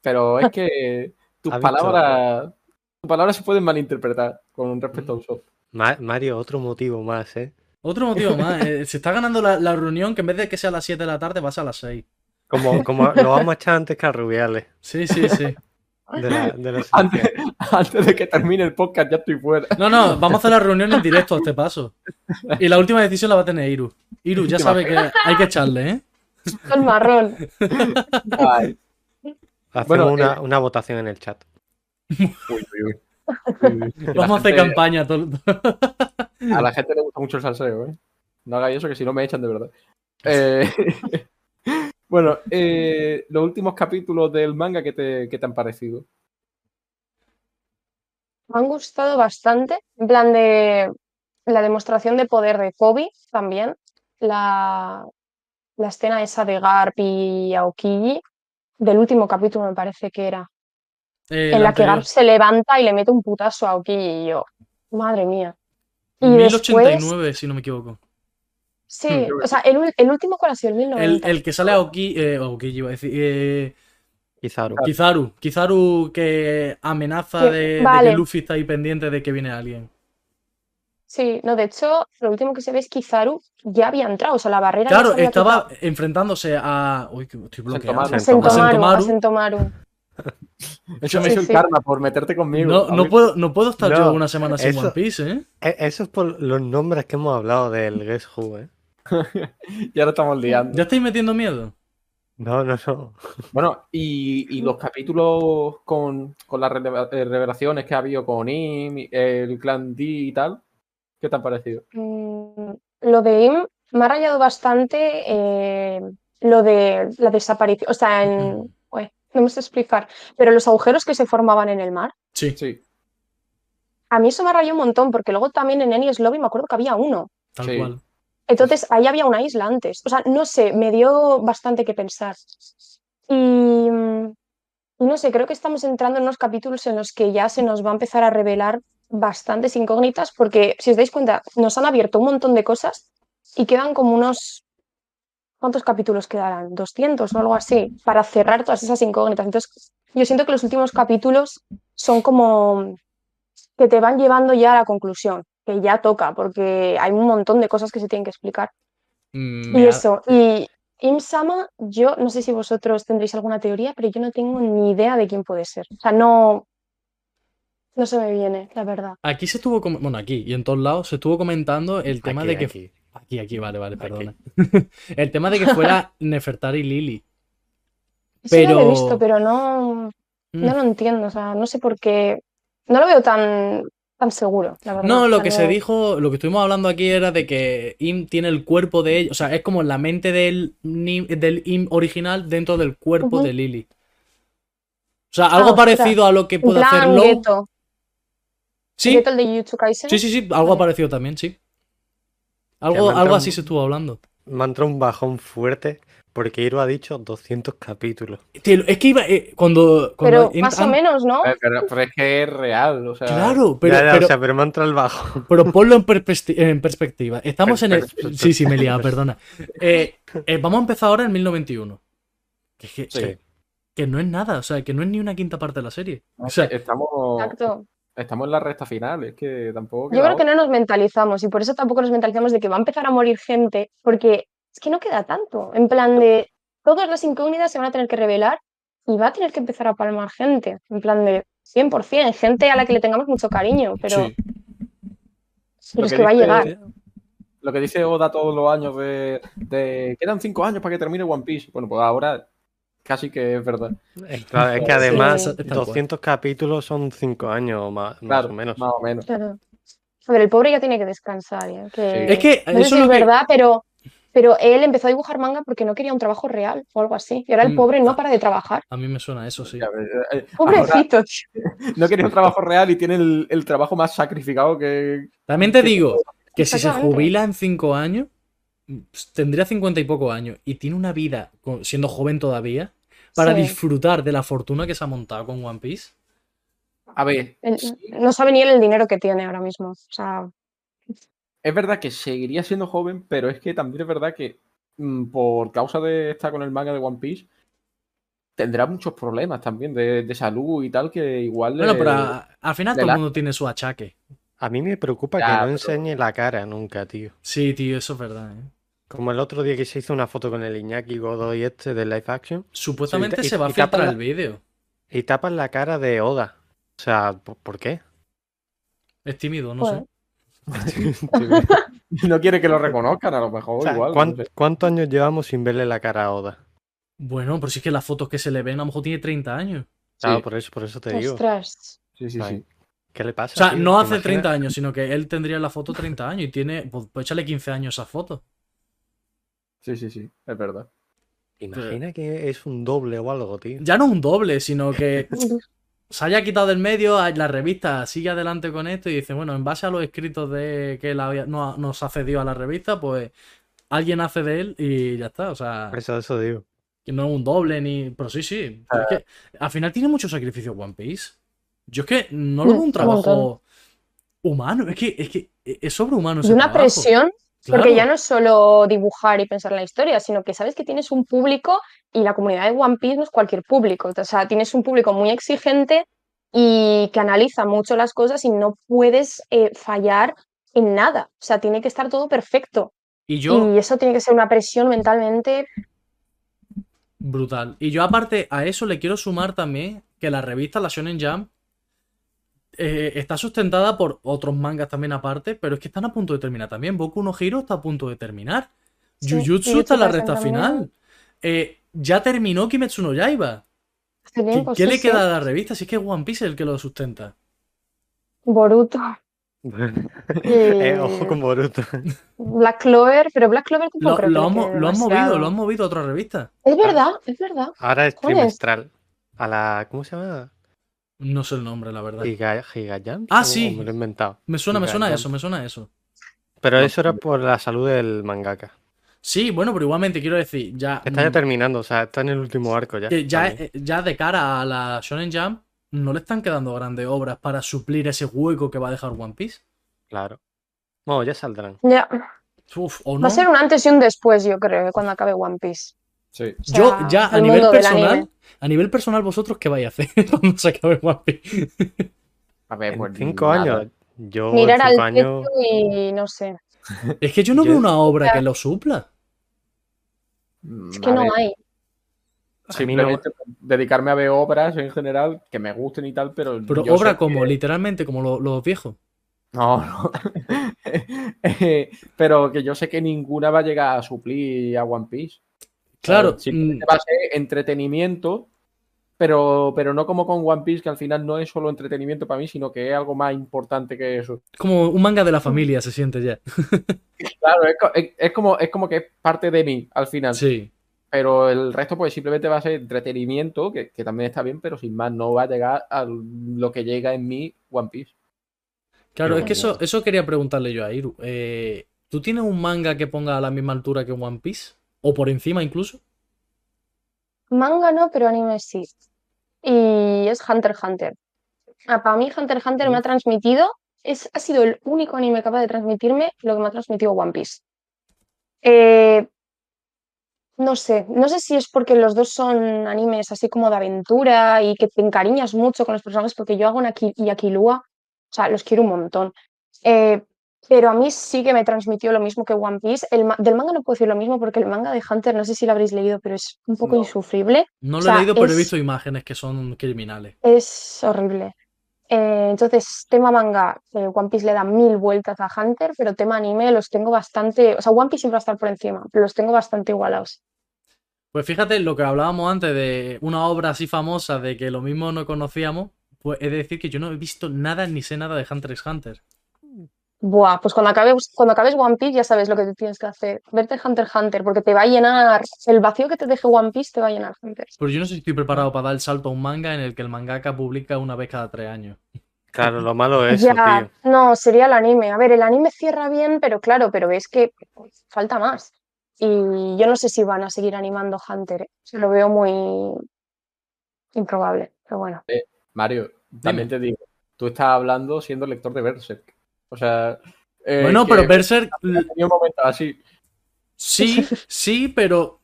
S1: pero es que tus
S4: Ha dicho.
S1: palabras, tus palabras se pueden malinterpretar con respecto a Usopp.
S4: Ma- Mario, otro motivo más, ¿eh?
S3: Otro motivo más. eh, se está ganando la, la reunión que en vez de que sea a las 7 de la tarde, vas a las 6.
S4: Como, como lo vamos a echar antes que a Rubiales.
S3: Sí, sí, sí.
S4: De la, de la
S1: Antes, antes de que termine el podcast ya estoy fuera.
S3: No, no, vamos a hacer la reunión en directo a este paso. Y la última decisión la va a tener Iru. Iru, ya sabe que hay que echarle, ¿eh?
S2: El marrón.
S1: Ay,
S4: Hacemos
S1: Bueno,
S4: una,
S1: eh.
S4: una votación en el chat.
S1: uy, uy, uy. Y- y la
S3: Vamos a hacer
S1: gente-
S3: campaña. todo-
S1: A la gente le gusta mucho el salseo, ¿eh? No hagáis eso, que si no me echan de verdad. Eh, bueno, eh, los últimos capítulos del manga, ¿qué te, qué te han parecido?
S2: Me han gustado bastante. En plan de la demostración de poder de Kobe también. La, la escena esa de Garp y Aokiji. Del último capítulo me parece que era.
S3: Eh,
S2: en
S3: el
S2: la que
S3: anterior.
S2: Garp se levanta y le mete un putazo a Aokiji y yo. Madre mía. Y después.
S3: 1089, si no me equivoco.
S2: Sí,
S1: creo que
S2: o sea, el, ul- el último cuál ha sido el 1090.
S3: Hmm. El, el que sale a Oki, eh, Aoki iba a decir, eh,
S4: Kizaru.
S3: Kizaru. Kizaru que amenaza
S2: Que-
S3: de, de que
S2: vale.
S3: Luffy está ahí pendiente de que viene alguien.
S2: Sí, no, de hecho, lo último que se ve es que Kizaru ya había entrado, o sea, la barrera ya se
S3: Claro,
S2: había
S3: estaba enfrentándose a. Uy, que estoy bloqueado.
S1: Sentomaru.
S2: quitado. A
S4: Sentomaru.
S2: Sentomaru, a
S3: Sentomaru.
S2: Sentomaru.
S1: Eso me
S2: Sí,
S1: hizo el
S2: sí.
S1: karma por meterte conmigo.
S3: No,
S1: A
S3: no
S1: mí-
S3: puedo, no puedo estar yo
S4: No,
S3: una semana sin
S4: eso-
S3: One Piece, ¿eh?
S4: E- Eso es por los nombres que hemos hablado del Guess Who, ¿eh?
S1: Y ahora estamos liando.
S3: ¿Ya estáis metiendo miedo?
S4: No, no, no.
S1: Bueno, y, y los capítulos con, con las releva- eh, revelaciones que ha habido con Im, el clan D y tal, ¿qué te han parecido?
S2: Mm, Lo de Im me ha rayado bastante eh, lo de la desaparición, o sea, en... Ué, no me sé explicar, pero los agujeros que se formaban en el mar,
S3: Sí,
S1: Sí,
S2: a mí eso me rayó un montón, porque luego también en Enies Lobby me acuerdo que había uno.
S3: tal
S1: Sí.
S3: cual.
S2: Entonces, ahí había una isla antes. O sea, no sé, me dio bastante que pensar. Y, mm, y no sé, creo que estamos entrando en unos capítulos en los que ya se nos va a empezar a revelar bastantes incógnitas, porque si os dais cuenta, nos han abierto un montón de cosas y quedan como unos... ¿Cuántos capítulos quedarán? 200 o algo así, para cerrar todas esas incógnitas. Entonces, yo siento que los últimos capítulos son como que te van llevando ya a la conclusión, que ya toca, porque hay un montón de cosas que se tienen que explicar.
S3: Mm,
S2: Y
S3: me ha-
S2: eso, y Imsama, yo no sé si vosotros tendréis alguna teoría, pero yo no tengo ni idea de quién puede ser. O sea, no, no se me viene, la verdad.
S3: Aquí se estuvo, com- bueno, aquí y en todos lados se estuvo comentando el tema
S4: Aquí,
S3: de que
S4: aquí.
S3: Aquí, aquí, vale, vale,
S4: Aquí.
S3: perdona. El tema de que fuera Nefertari Lily.
S2: Eso ya lo
S3: Pero-
S2: he visto, pero no,
S3: Mm.
S2: no lo entiendo. O sea, no sé por qué. No lo veo tan, tan seguro, la verdad.
S3: No,
S2: O
S3: lo
S2: sea,
S3: que se
S2: no-
S3: dijo, lo que estuvimos hablando aquí era de que Im tiene el cuerpo de ella, o sea, es como la mente del, Nim- del Im original dentro del cuerpo
S2: Ujú.
S3: de Lily. O sea, algo
S2: ostras.
S3: parecido a lo que
S2: En
S3: puede hacer
S2: plan
S3: Law.
S2: Geto,
S3: Sí,
S2: Geto el de Jujutsu Kaisen.
S3: sí, sí, sí, algo
S2: Vale.
S3: parecido también, sí. Algo,
S4: Diamante
S3: algo
S4: un-
S3: así se estuvo hablando.
S4: Me ha entrado un bajón fuerte porque Iro ha dicho 200 capítulos.
S3: Te lo- Es que iba, eh, cuando, cuando
S2: Pero
S3: Im-
S2: más o
S3: an-
S2: menos, ¿no?
S1: Eh, pero, pero es que es real, o sea...
S3: Claro, pero,
S4: Ya, ya,
S3: pero-
S4: o sea, pero me ha entrado el bajón.
S3: Pero ponlo en, perpesti- en perspectiva. Estamos en el.
S1: Perspectiva.
S3: Sí, sí, me he liado, perdona. Eh, eh, vamos a empezar ahora en 1091. Que, que-
S1: Sí.
S3: que- que no es nada, o sea, que no es ni una quinta parte de la serie. O sea,
S1: Eh, Estamos,
S2: Exacto.
S1: estamos en la recta final, es que tampoco...
S2: Yo
S1: queda
S2: creo que no nos mentalizamos y por eso tampoco nos mentalizamos de que va a empezar a morir gente, porque es que no queda tanto. En plan de todas las incógnitas se van a tener que revelar y va a tener que empezar a palmar gente. En plan de 100%, gente a la que le tengamos mucho cariño, pero,
S3: sí.
S2: pero
S1: Lo
S2: es
S1: que
S2: que va a
S1: dice-
S2: llegar.
S1: lo que dice Oda todos los años de, de quedan cinco años para que termine One Piece. Bueno, pues ahora casi que es verdad.
S4: Es, claro, es que
S2: Sí.
S4: además
S2: Sí.
S3: Es tal cual.
S4: 200 capítulos son 5 años o más, más
S1: Claro,
S4: o menos.
S1: más o menos.
S2: Claro. A ver, el pobre ya tiene que descansar. ya, que-
S3: Es que
S2: no sé
S3: eso
S2: si
S3: es
S2: es
S3: lo que-
S2: verdad, pero, pero él empezó a dibujar manga porque no quería un trabajo real o algo así. Y ahora el
S3: Mm.
S2: pobre no para de trabajar.
S3: A mí me suena eso, sí.
S1: Ya ves, eh, eh, ahora
S2: Pobrecito.
S1: no quería un trabajo real y tiene el, el trabajo más sacrificado que.
S3: También te digo que si se
S2: Exactamente.
S3: jubila en 5 años, pues, tendría 50 y poco años y tiene una vida, con- siendo joven todavía, para
S2: Sí.
S3: disfrutar de la fortuna que se ha montado con One Piece.
S1: A ver,
S2: Él-
S1: sí,
S2: No sabe ni él el dinero que tiene ahora mismo. O sea,
S1: es verdad que seguiría siendo joven, pero es que también es verdad que mm, por causa de estar con el manga de One Piece tendrá muchos problemas también de, de salud y tal que igual
S3: Bueno,
S1: le-
S3: pero a- al final
S1: le
S3: todo el
S1: Eh, la-
S3: mundo tiene su achaque.
S4: A mí me preocupa
S1: Ya,
S4: que no
S1: pero-
S4: enseñe la cara nunca, tío.
S3: Sí, tío, eso es verdad, ¿eh?
S4: Como el otro día que se hizo una foto con el Iñaki Godoy este de Live Action
S3: Supuestamente
S4: Sí, y-
S3: se va a
S4: y tapan
S3: filtrar
S4: la-
S3: el vídeo.
S4: y tapan la cara de Oda. O sea, ¿por, por qué?
S3: Es tímido, no
S2: Joder.
S3: sé.
S1: no quiere que lo reconozcan a lo mejor
S4: O sea,
S1: igual. pues, no
S4: ¿cuán-
S1: sé.
S4: ¿Cuántos años llevamos sin verle la cara a Oda?
S3: Bueno, pero si es que las fotos que se le ven, a lo mejor tiene 30 años.
S4: Claro,
S1: Sí.
S4: por eso, por eso te digo.
S2: ostras.
S1: Sí, sí,
S4: Ay.
S1: sí.
S4: ¿Qué le pasa?
S3: O sea,
S4: tío?
S3: no
S4: ¿Te
S3: hace
S4: imaginas?
S3: 30 años, sino que él tendría la foto 30 años y tiene. Pues, pues échale 15 años a esa foto.
S1: Sí, sí, sí, es verdad.
S4: ¿Te Imagina que es un doble o algo, tío.
S3: Ya no un doble, sino que se haya quitado del medio, a- la revista sigue adelante con esto y dice, bueno, en base a los escritos de que él había- no- nos accedió a la revista, pues alguien hace de él y ya está. O sea,
S4: Eso, eso digo.
S3: que no es un doble ni. Pero sí, sí. Es que al final tiene mucho sacrificio One Piece. Yo es que no lo veo un
S2: Mm, Un
S3: trabajo humano. Es que es, que es sobrehumano.
S2: Y
S3: ese
S2: una
S3: trabajo.
S2: presión
S3: pues, Claro.
S2: Porque ya no es solo dibujar y pensar en la historia, sino que sabes que tienes un público y la comunidad de One Piece no es cualquier público. O sea, tienes un público muy exigente y que analiza mucho las cosas y no puedes eh, fallar en nada. O sea, tiene que estar todo perfecto.
S3: Y yo.
S2: Y eso tiene que ser una presión mentalmente.
S3: Brutal. Y yo aparte a eso le quiero sumar también que la revista, la Shonen Jump, eh, está sustentada por otros mangas también aparte, pero es que están a punto de terminar también. Boku no Hero está a punto de terminar.
S2: Sí,
S3: Jujutsu
S2: Jujutsu
S3: está en la
S2: Kaisen
S3: recta
S2: también.
S3: final. Eh, ya terminó Kimetsu no Yaiba.
S2: hace
S3: ¿Qué,
S2: tiempo,
S3: qué
S2: pues, sí,
S3: le
S2: sí.
S3: queda a la revista? Si es que es One Piece el que lo sustenta.
S2: Boruto.
S4: Eh, ojo con Boruto.
S2: Black Clover, pero Black Clover
S3: Lo,
S2: tampoco creo que
S3: lo
S2: le
S3: han, mo-
S2: quede
S3: lo han movido,
S2: demasiado.
S3: lo han movido a otra revista.
S2: Es verdad, es verdad.
S4: Ahora es
S2: ¿Cuál es?
S4: trimestral. A la. ¿Cómo se llama?
S3: No sé el nombre, la verdad.
S4: Giga, Giga Jump,
S3: Ah,
S4: o-
S3: sí.
S4: o Me lo he inventado.
S3: Me suena, me
S4: Giga
S3: suena a
S4: Jump.
S3: eso, me suena a eso.
S4: Pero
S1: No,
S4: eso era
S1: no.
S4: por la salud del mangaka.
S3: Sí, bueno, pero igualmente quiero decir, ya.
S1: Este
S4: Está ya
S3: mm,
S4: terminando, o sea, está en el último arco ya.
S3: que ya,
S4: también.
S3: eh, ya de cara a la Shonen Jump no le están quedando grandes obras para suplir ese hueco que va a dejar One Piece.
S4: Claro. Bueno, ya saldrán.
S2: Ya.
S3: Uf, o
S2: Va
S3: no.
S2: a ser un antes y un después, yo creo, eh, cuando acabe One Piece.
S1: Sí.
S2: o
S3: Yo
S2: sea,
S3: ya a
S2: el
S3: nivel
S2: mundo del
S3: personal,
S2: anime.
S3: a nivel personal vosotros qué vais a hacer cuando se acabe One Piece.
S1: A ver,
S4: En
S1: pues.
S4: cinco
S1: nada.
S4: años. Yo en
S2: Mirar al
S4: cinco
S2: techo
S4: años.
S2: y no sé.
S3: Es que yo no
S4: Yo-
S3: veo una obra que lo supla.
S1: Mm,
S2: Es que
S1: a
S2: no
S1: ver,
S2: hay.
S4: A mí no-
S1: Simplemente dedicarme a ver obras en general que me gusten y tal, pero.
S3: Pero
S1: yo
S3: obra
S1: sé
S3: como,
S1: que-
S3: literalmente, como lo- los viejos.
S1: No, no. Eh, pero que yo sé que ninguna va a llegar a suplir a One Piece.
S3: Claro, mm,
S1: Simplemente va a ser entretenimiento, pero, pero no como con One Piece, que al final no es solo entretenimiento para mí, sino que es algo más importante que eso.
S3: mm, como un manga de la familia se siente ya.
S1: Claro, es, co- es- es como, es como que es parte de mí al final.
S3: Sí.
S1: Pero el resto, pues simplemente va a ser entretenimiento, que, que también está bien, pero sin más, no va a llegar a lo que llega en mí One Piece.
S3: Claro,
S4: Yo-
S3: es que eso, eso quería preguntarle yo a Iru. Eh, ¿Tú tienes un manga que ponga a la misma altura que One Piece? ¿O por encima incluso?
S2: Manga no, pero anime sí. Y es Hunter x Hunter. Ah, para mí Hunter x Hunter me ha transmitido, es, ha sido el único anime capaz de transmitirme lo que me ha transmitido One Piece. Eh, no sé, no sé si es porque los dos son animes así como de aventura y que te encariñas mucho con los personajes, porque yo hago una Ki- y Akilua, o sea, los quiero un montón. Eh, pero a mí sí que me transmitió lo mismo que One Piece. El ma- del manga no puedo decir lo mismo porque el manga de Hunter, no sé si lo habréis leído, pero es un poco
S1: No.
S2: insufrible.
S3: No lo
S2: O
S3: he
S2: sea,
S3: leído, pero he
S2: es-
S3: visto imágenes que son criminales.
S2: Es horrible. Eh, entonces, tema manga, eh, One Piece le da mil vueltas a Hunter, pero tema anime los tengo bastante. O sea, One Piece siempre va a estar por encima, pero los tengo bastante igualados.
S3: Pues fíjate lo que hablábamos antes de una obra así famosa de que lo mismo no conocíamos. Pues he de decir que yo no he visto nada ni sé nada de Hunter x Hunter.
S2: Buah, pues cuando acabes, cuando acabes One Piece ya sabes lo que te tienes que hacer. Verte Hunter x Hunter, porque te va a llenar. El vacío que te deje One Piece te va a llenar Hunter.
S3: Pero yo no sé si estoy preparado para dar el salto a un manga en el que el mangaka publica una vez cada tres años.
S4: Claro, lo malo es eso,
S2: Ya,
S4: tío.
S2: no, sería el anime. A ver, el anime cierra bien, pero claro, pero es que falta más. Y yo no sé si van a seguir animando Hunter. eh. Se lo veo muy improbable, pero bueno.
S1: Mario, también te digo, tú estás hablando siendo lector de Berserk. O sea. eh,
S3: Bueno,
S1: que
S3: pero Berserk
S1: ha tenido momentos así.
S3: sí, sí, pero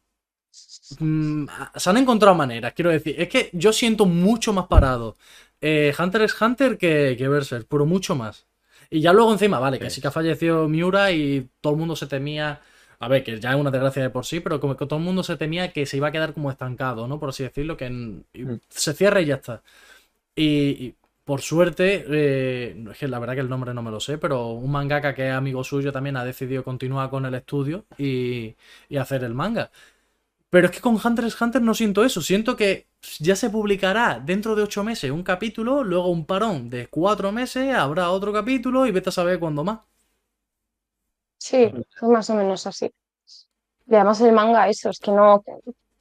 S3: mm, se han encontrado maneras. Quiero decir, es que yo siento mucho más parado eh, Hunter x Hunter que, que Berserk, pero mucho más. Y ya luego encima, vale, que sí que ha fallecido Miura y todo el mundo se temía. A ver, que ya es una desgracia de por sí, pero como que todo el mundo se temía que se iba a quedar como estancado, ¿no? Por así decirlo, que en- y
S1: Mm.
S3: se cierra y ya está. Y, y por suerte, eh, no, es que la verdad que el nombre no me lo sé, pero un mangaka que es amigo suyo también ha decidido continuar con el estudio y, y hacer el manga. Pero es que con Hunter x Hunter no siento eso. Siento que ya se publicará dentro de ocho meses un capítulo, luego un parón de cuatro meses, habrá otro capítulo y vete a saber cuándo más.
S2: Sí, es más o menos así. Y además el manga, eso, es que no,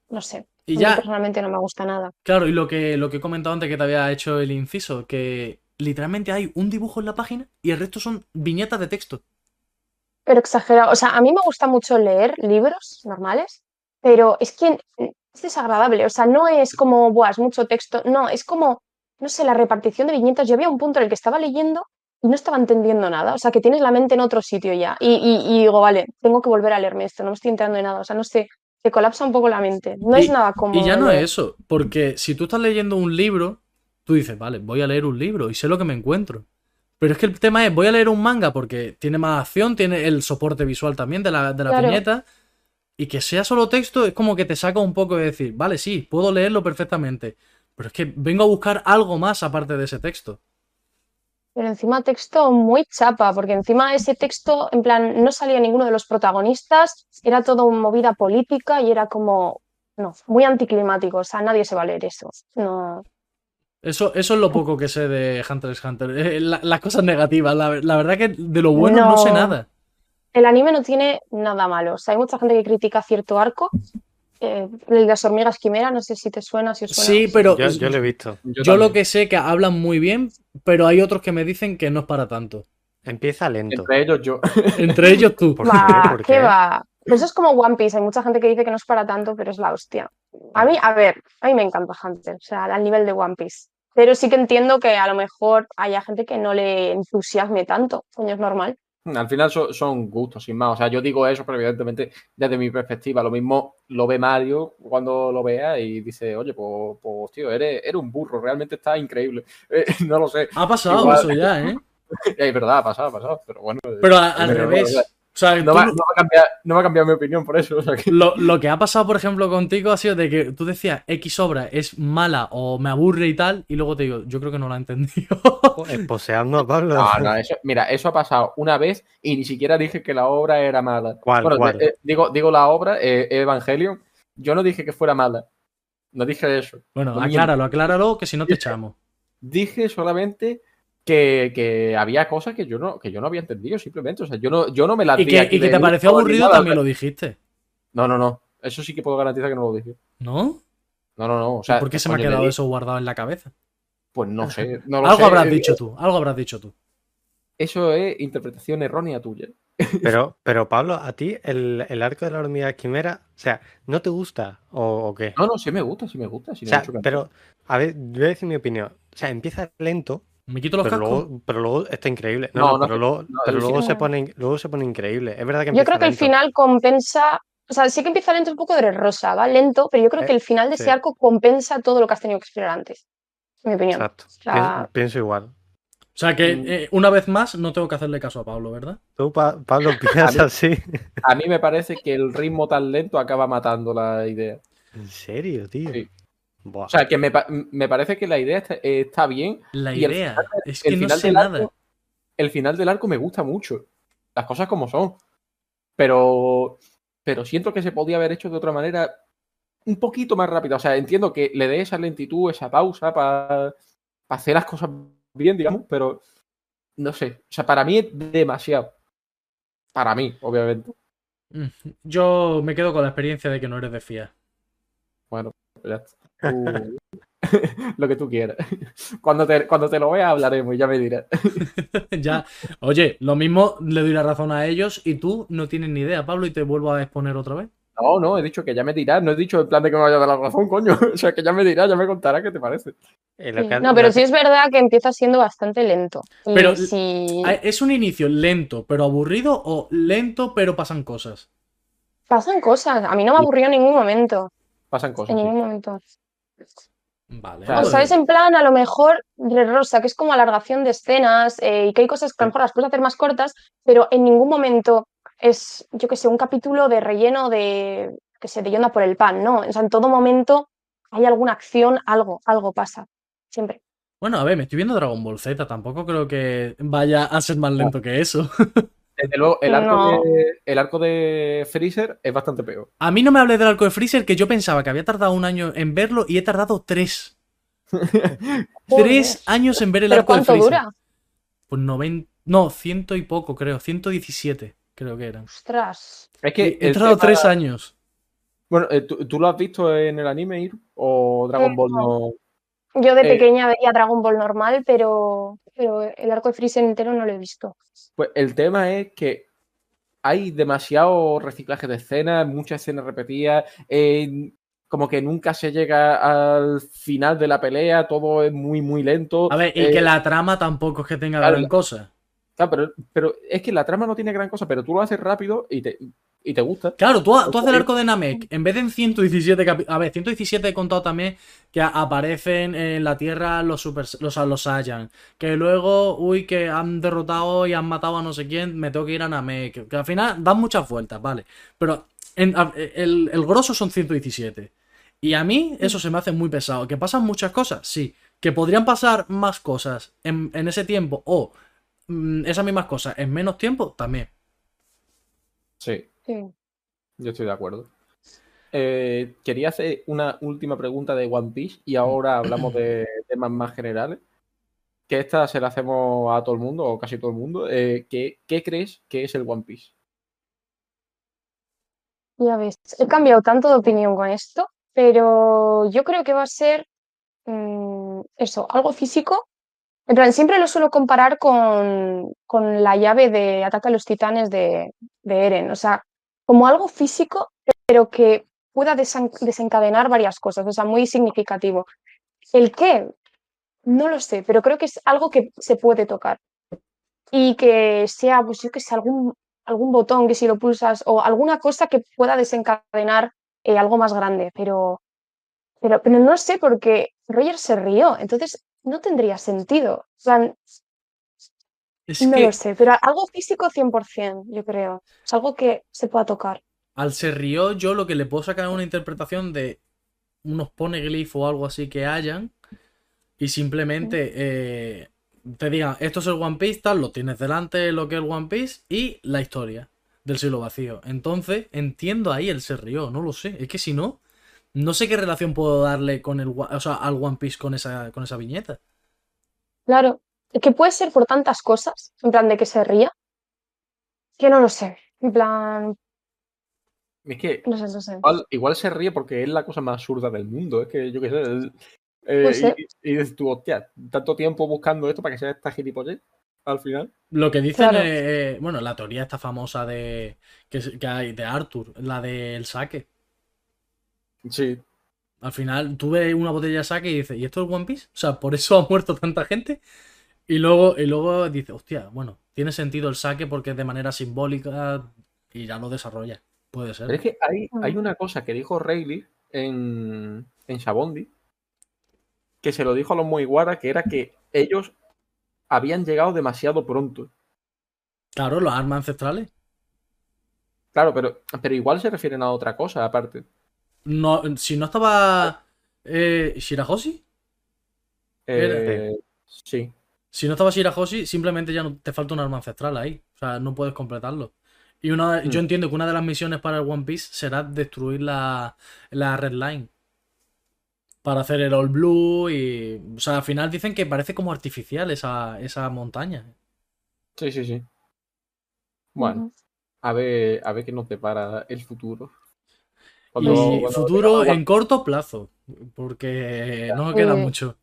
S2: no sé.
S3: Y
S2: A mí
S3: ya-
S2: personalmente no me gusta nada.
S3: Claro, y lo que, lo que he comentado antes que te había hecho el inciso, que literalmente hay un dibujo en la página y el resto son viñetas de texto.
S2: Pero exagerado. O sea, a mí me gusta mucho leer libros normales, pero es que es desagradable. O sea, no es como, buah, es mucho texto. No, es como, no sé, la repartición de viñetas. Yo había un punto en el que estaba leyendo y no estaba entendiendo nada. O sea, que tienes la mente en otro sitio ya. Y, y- y digo, vale, tengo que volver a leerme esto. No me estoy enterando de nada. O sea, no sé, te colapsa un poco la mente. No
S3: Y-
S2: es nada como.
S3: Y ya no
S2: leer.
S3: es eso, porque si tú estás leyendo un libro, tú dices, vale, voy a leer un libro y sé lo que me encuentro. Pero es que el tema es, voy a leer un manga porque tiene más acción, tiene el soporte visual también de la, de la
S2: Claro.
S3: viñeta. Y que sea solo texto es como que te saca un poco de decir, vale, sí, puedo leerlo perfectamente. Pero es que vengo a buscar algo más aparte de ese texto.
S2: Pero encima texto muy chapa, porque encima ese texto, en plan, no salía ninguno de los protagonistas, era todo movida política y era como, no, muy anticlimático, o sea, nadie se va a leer eso. No,
S3: Eso, eso es lo poco que sé de Hunter x Hunter. Eh, la- las cosas negativas. La, la verdad que de lo bueno no sé
S2: No.
S3: nada.
S2: el anime no tiene nada malo, o sea, hay mucha gente que critica cierto arco, eh, el de las hormigas quimera, no sé si te suena, si os suena.
S3: Sí, pero
S4: Yo, yo lo he visto.
S1: Yo,
S3: Yo,
S1: también.
S3: lo que sé que hablan muy bien, pero hay otros que me dicen que no es para tanto.
S4: Empieza lento.
S1: Entre ellos yo.
S3: Entre ellos tú.
S4: Por-
S2: Va,
S4: qué? ¿Por
S2: qué
S4: qué?
S2: va. Pero eso es como One Piece, hay mucha gente que dice que no es para tanto, pero es la hostia. A mí, a ver, a mí me encanta Hunter, o sea, al nivel de One Piece. Pero sí que entiendo que a lo mejor haya gente que no le entusiasme tanto, coño, es normal.
S1: Al final so- son gustos, sin más. O sea, yo digo eso, pero evidentemente desde mi perspectiva, lo mismo lo ve Mario cuando lo vea y dice, oye, pues, pues, tío, eres, eres un burro, realmente está increíble. Eh, no lo sé.
S3: Ha pasado
S1: Igual.
S3: eso ya, ¿eh?
S1: Es verdad, ha pasado, ha pasado, pero bueno. eh,
S3: Pero a- al
S1: Pero,
S3: revés.
S1: o
S3: O sea,
S1: No
S3: tú-
S1: va, no, va a cambiar, no va a cambiar mi opinión por eso. o sea que-
S3: lo, lo que ha pasado, por ejemplo, contigo ha sido de que tú decías X obra es mala o me aburre y tal, y luego te digo, yo creo que no la he entendido.
S4: Joder, Poseando a Pablo.
S1: eh, No, no, eso- mira, eso ha pasado una vez y ni siquiera dije que la obra era mala.
S4: ¿Cuál,
S1: Bueno,
S4: cuál?
S1: eh, digo, digo la obra, eh, Evangelion, yo no dije que fuera mala. No dije eso.
S3: Bueno,
S1: Coño.
S3: acláralo, acláralo, que si no te echamos.
S1: dije solamente que, que había cosas que yo no que yo no había entendido simplemente o sea yo no yo no me las
S3: Y
S1: di
S3: que,
S1: aquí
S3: y que
S1: de
S3: te pareció
S1: ni
S3: aburrido
S1: nada,
S3: también
S1: o
S3: lo dijiste,
S1: sea, no no no eso sí que puedo garantizar que no lo dije
S3: ¿no?
S1: no no no o sea
S3: ¿Por qué se me ha
S1: coño, le
S3: quedado
S1: di-
S3: eso guardado en la cabeza?
S1: pues no sé no lo
S3: Algo
S1: sé.
S3: habrás dicho tú, algo habrás dicho tú.
S1: eso es interpretación errónea tuya
S4: Pero, pero Pablo, a ti el, el arco de la hormiga quimera, o sea, ¿no te gusta o, o qué?
S1: no no sí me gusta sí me gusta sí no he
S4: o sea,
S1: dicho que no.
S4: pero, a ver, voy a decir mi opinión. O sea, empieza lento,
S3: Me quito los
S4: pero
S3: cascos.
S4: luego, pero luego está increíble.
S1: No,
S4: No, no,
S1: no,
S4: pero luego,
S1: no,
S4: pero
S1: el
S4: luego, se
S2: final-
S4: pone, in- luego se pone increíble. Es verdad que
S2: Yo creo
S4: empieza
S2: que el
S4: lento.
S2: final compensa, o sea, sí que empieza lento un poco de rosa, va lento, pero yo creo
S4: Eh,
S2: que el final de
S4: sí.
S2: ese arco compensa todo lo que has tenido que explorar antes, en mi opinión.
S4: Exacto.
S2: sea-
S4: Pienso, pienso igual.
S3: O sea que,
S1: Mm.
S3: eh, una vez más, no tengo que hacerle caso a Pablo, ¿verdad?
S4: Tú, Pa- Pablo, piensas así.
S1: a mí me parece que el ritmo tan lento acaba matando la idea
S4: ¿En serio, tío?
S1: Sí.
S4: Buah.
S1: o sea que me, pa- me parece que la idea está, está bien
S3: La
S1: Y el
S3: idea es que
S1: el
S3: no
S1: final
S3: sé
S1: del
S3: nada.
S1: arco- el final del arco me gusta mucho. Las cosas como son. Pero, pero siento que se podía haber hecho de otra manera un poquito más rápida. O sea, entiendo que le dé esa lentitud, esa pausa para hacer las cosas bien, digamos, pero no sé. O sea, para mí es demasiado. Para mí, obviamente.
S3: Mm, Yo me quedo con la experiencia de que no eres de fiar.
S1: Ya está. Tú- lo que tú quieras. Cuando te, cuando te lo veas hablaremos y ya me dirás.
S3: ya, oye, lo mismo le doy la razón a ellos y tú no tienes ni idea, Pablo, y te vuelvo a exponer otra vez.
S1: No, no, he dicho que ya me dirás. No he dicho en plan de que me vaya a dar la razón, coño. O sea, que ya me dirás, ya me contarás qué te parece.
S4: Eh, lo
S2: Sí.
S4: que ha-
S2: No, pero
S4: lo
S2: sí es verdad que empieza siendo bastante lento. Y
S3: Pero-
S2: si
S3: Ah, ¿Es un inicio lento pero aburrido o lento pero pasan cosas?
S2: pasan cosas, a mí no me aburrió en ningún momento,
S1: Pasan cosas.
S2: en
S1: sí.
S2: ningún momento.
S3: Vale.
S1: Claro.
S2: O sea, es en plan, a lo mejor, de Rosa, que es como alargación de escenas eh, y que hay cosas que a lo mejor las puedes hacer más cortas, pero en ningún momento es, yo qué sé, un capítulo de relleno de, que sé, de Yonda por el pan, ¿no? O sea, en todo momento hay alguna acción, algo, algo pasa, siempre.
S3: Bueno, a ver, me estoy viendo Dragon Ball Z, tampoco creo que vaya a ser más lento que eso.
S1: Desde luego, el arco, no. de, el arco de Freezer es bastante peor.
S3: A mí no me hables del arco de Freezer, que yo pensaba que había tardado un año en verlo y he tardado tres. tres años en ver el
S2: ¿Pero
S3: arco de
S2: cuánto
S3: Freezer.
S2: dura?
S3: Pues 90, no, ciento y poco, creo. 117, creo que eran.
S2: Ostras.
S1: Es que
S3: He
S1: el
S3: tardado
S1: tema-
S3: tres años.
S1: Bueno, eh, ¿tú, tú lo has visto en el anime, Iru? ¿O Dragon Ball no?
S2: Yo de
S1: Eh.
S2: pequeña veía Dragon Ball normal, pero, pero el arco de Freezer entero no lo he visto.
S1: Pues el tema es que hay demasiado reciclaje de escenas, muchas escenas repetidas, eh, como que nunca se llega al final de la pelea, todo es muy, muy lento.
S3: A ver, y
S1: eh,
S3: que la trama tampoco es que tenga
S1: claro,
S3: gran
S1: la-
S3: cosa.
S1: claro, pero, pero es que la trama no tiene gran cosa, pero tú lo haces rápido y te, y te gusta.
S3: Claro, tú, ha- tú haces el
S1: Ojo,
S3: arco de Namek. En vez de en 117 capi- A ver, 117 he contado también que a- aparecen en la Tierra los super los, a- los Saiyan. Que luego, uy, que han derrotado y han matado a no sé quién. Me tengo que ir a Namek. Que, al final dan muchas vueltas, vale. Pero en- a- el, el grosso son 117. Y a mí eso se me hace muy pesado. ¿Que pasan muchas cosas? Sí. ¿Que podrían pasar más cosas en, en ese tiempo? O mm, esas mismas cosas en menos tiempo, también.
S1: Sí,
S2: Sí.
S1: yo estoy de acuerdo. Eh, quería hacer una última pregunta de One Piece y ahora hablamos de temas más generales. Que esta se la hacemos a todo el mundo, o casi todo el mundo. Eh, ¿qué, ¿Qué crees que es el One Piece?
S2: Ya ves, he cambiado tanto de opinión con esto, pero yo creo que va a ser mm, eso, algo físico. En plan, siempre lo suelo comparar con, con la llave de Ataque a los Titanes de, de Eren, o sea, como algo físico, pero que pueda desen- desencadenar varias cosas, o sea, muy significativo. ¿El qué? No lo sé, pero creo que es algo que se puede tocar y que sea, pues yo que sé, algún, algún botón que si lo pulsas o alguna cosa que pueda desencadenar eh, algo más grande, pero, pero, pero no sé porque Roger se rió, entonces no tendría sentido. O sea,
S3: Es
S2: no
S3: que...
S2: lo sé, pero algo físico 100%, yo creo. Es algo que se pueda tocar.
S3: Al Serrió, yo lo que le puedo sacar es una interpretación de unos poneglyphs o algo así que hayan y simplemente eh, te digan, esto es el One Piece, tal, lo tienes delante, lo que es el One Piece y la historia del siglo vacío. Entonces, entiendo ahí el Serrió, no lo sé. Es que si no, no sé qué relación puedo darle con el, Wa- o sea, al One Piece con esa, con esa viñeta.
S2: Claro, que puede ser por tantas cosas, en plan de que se ría, que no lo sé. En plan,
S1: Es que
S2: no sé, no sé.
S1: igual, igual se ríe porque es la cosa más absurda del mundo. Es que yo qué sé. el- eh,
S2: Pues sí.
S1: y, y dices tú, hostia, tanto tiempo buscando esto para que sea esta gilipollez al final.
S3: Lo que dicen,
S2: Claro.
S3: eh, eh, bueno, la teoría esta famosa de que, se- que hay de Arthur, la del saque.
S1: Sí.
S3: Al final, tú ves una botella de sake y dices, ¿y esto es One Piece? O sea, por eso ha muerto tanta gente. Y luego, y luego dices, hostia, bueno, tiene sentido el sake porque es de manera simbólica y ya lo desarrolla. Puede
S1: Pero es
S3: ser.
S1: que hay,
S2: Mm.
S1: hay una cosa que dijo Rayleigh en, en Shabondi que se lo dijo a los Moiguara que era que ellos habían llegado demasiado pronto.
S3: Claro, los armas ancestrales.
S1: Claro, pero, pero igual se refieren a otra cosa aparte.
S3: No, si no estaba eh, Shirahoshi,
S1: Eh, sí.
S3: si no estaba Shirahoshi, simplemente ya no, te falta un arma ancestral ahí. O sea, no puedes completarlo. Y una, yo
S1: Hmm.
S3: entiendo que una de las misiones para el One Piece será destruir la, la Red Line. Para hacer el All Blue y... O sea, al final dicen que parece como artificial esa, esa montaña.
S1: Sí, sí, sí. Bueno.
S2: Ujú.
S1: A ver, a ver qué nos depara el futuro.
S3: Y
S1: Cuando- cuando
S3: Pues, futuro
S1: llegamos a-
S3: en corto plazo. Porque no queda
S2: Eh,
S3: mucho.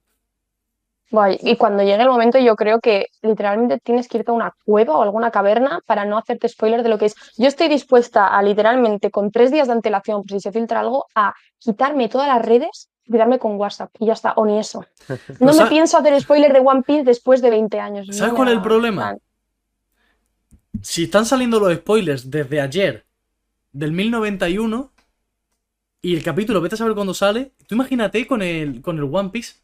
S2: Guay, Y cuando llegue el momento, yo creo que literalmente tienes que irte a una cueva o alguna caverna para no hacerte spoiler de lo que es. Yo estoy dispuesta a literalmente, con tres días de antelación, por si se filtra algo, a quitarme todas las redes y quedarme con WhatsApp. Y ya está, o ni eso. No
S3: Pues
S2: me
S3: sa-
S2: pienso hacer spoiler de One Piece después de 20 años.
S3: ¿Sabes
S2: No
S3: cuál
S2: me
S3: es el
S2: da-
S3: problema? Si están saliendo los spoilers desde ayer, del 1091, y el capítulo, vete a saber cuándo sale. Tú imagínate con el, con el One Piece.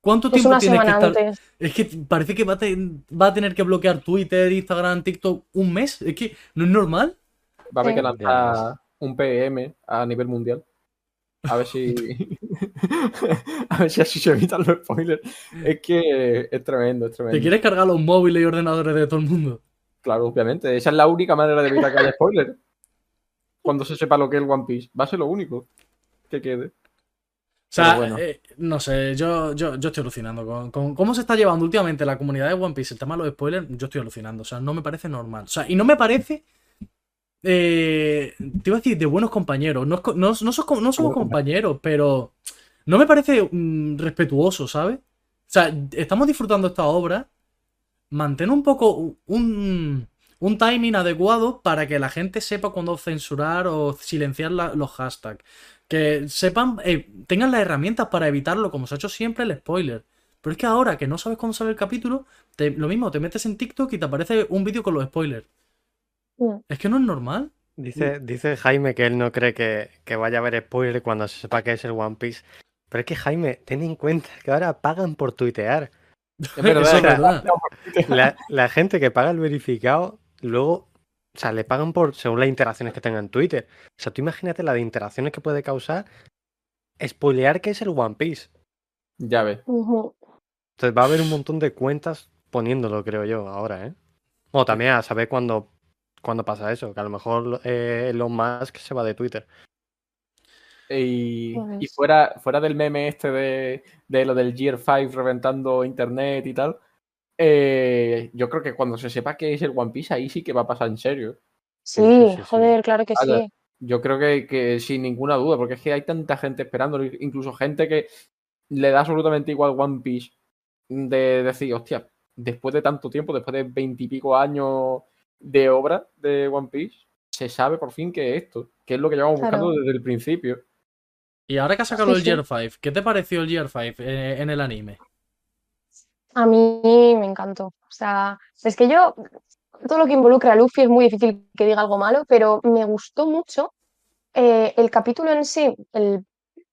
S3: ¿Cuánto
S2: Es
S3: tiempo
S2: una
S3: tienes que
S2: semana
S3: estar?
S2: antes.
S3: Es que parece que va a, ten- va a tener que bloquear Twitter, Instagram, TikTok un mes. Es que no es normal.
S1: Va a haber que
S2: Sí.
S1: lanzar un PM a nivel mundial. A ver si. a ver si así se evitan los spoilers. Es que es tremendo, es
S3: ¿Te
S1: tremendo.
S3: quieres cargar los móviles y ordenadores de todo el mundo?
S1: Claro, obviamente. Esa es la única manera de evitar que haya spoiler. Cuando se sepa lo que es el One Piece. Va a ser lo único que quede.
S3: O sea,
S1: Pero bueno.
S3: eh, no sé, yo, yo, yo estoy alucinando. Con, con cómo se está llevando últimamente la comunidad de One Piece el tema de los spoilers, yo estoy alucinando. O sea, no me parece normal. O sea, y no me parece. eh, te iba a decir de buenos compañeros. No, es co- no- no sos co- no somos compañeros, pero no me parece mm, respetuoso, ¿sabes? O sea, estamos disfrutando esta obra. Mantén un poco un, un timing adecuado para que la gente sepa cuándo censurar o silenciar la- los hashtags. Que sepan, eh, tengan las herramientas para evitarlo, como se ha hecho siempre el spoiler. Pero es que ahora que no sabes cuándo sale el capítulo, te- lo mismo, te metes en TikTok y te aparece un vídeo con los spoilers.
S2: Mm.
S3: Es que no es normal.
S4: Dice, dice Jaime que él no cree que, que vaya a haber spoiler cuando se sepa que es el One Piece. Pero es que Jaime, ten en cuenta que ahora pagan por tuitear.
S1: Es verdad,
S3: Eso es
S1: es verdad.
S3: verdad.
S4: La, la gente que paga el verificado, luego, o sea, le pagan por según las interacciones que tenga en Twitter. O sea, tú imagínate la de interacciones que puede causar spoilear que es el One Piece.
S1: Ya ves.
S2: Ujú.
S4: Entonces va a haber un montón de cuentas poniéndolo, creo yo, ahora, ¿eh? Bueno, también a saber cuándo, cuándo pasa eso, que a lo mejor eh, Elon Musk se va de Twitter.
S1: Y,
S2: Ya
S1: y
S2: ves.
S1: fuera, fuera del meme este de, de lo del Gear 5 reventando internet y tal, eh, yo creo que cuando se sepa que es el One Piece, ahí sí que va a pasar en serio.
S2: Sí,
S4: sí, sí, sí.
S2: joder, claro que
S1: Ala.
S2: sí.
S1: Yo creo que, que sin ninguna duda, porque es que hay tanta gente esperándolo, incluso gente que le da absolutamente igual One Piece, de decir, hostia, después de tanto tiempo, después de veintipico años de obra de One Piece, se sabe por fin que es esto, que es lo que llevamos
S2: Claro.
S1: buscando desde el principio.
S3: Y ahora que ha sacado
S2: Sí,
S3: el
S2: sí.
S3: Year 5, ¿qué te pareció el Year 5 eh, en el anime?
S2: A mí me encantó. O sea, es que yo, todo lo que involucra a Luffy es muy difícil que diga algo malo, pero me gustó mucho eh, el capítulo en sí. El,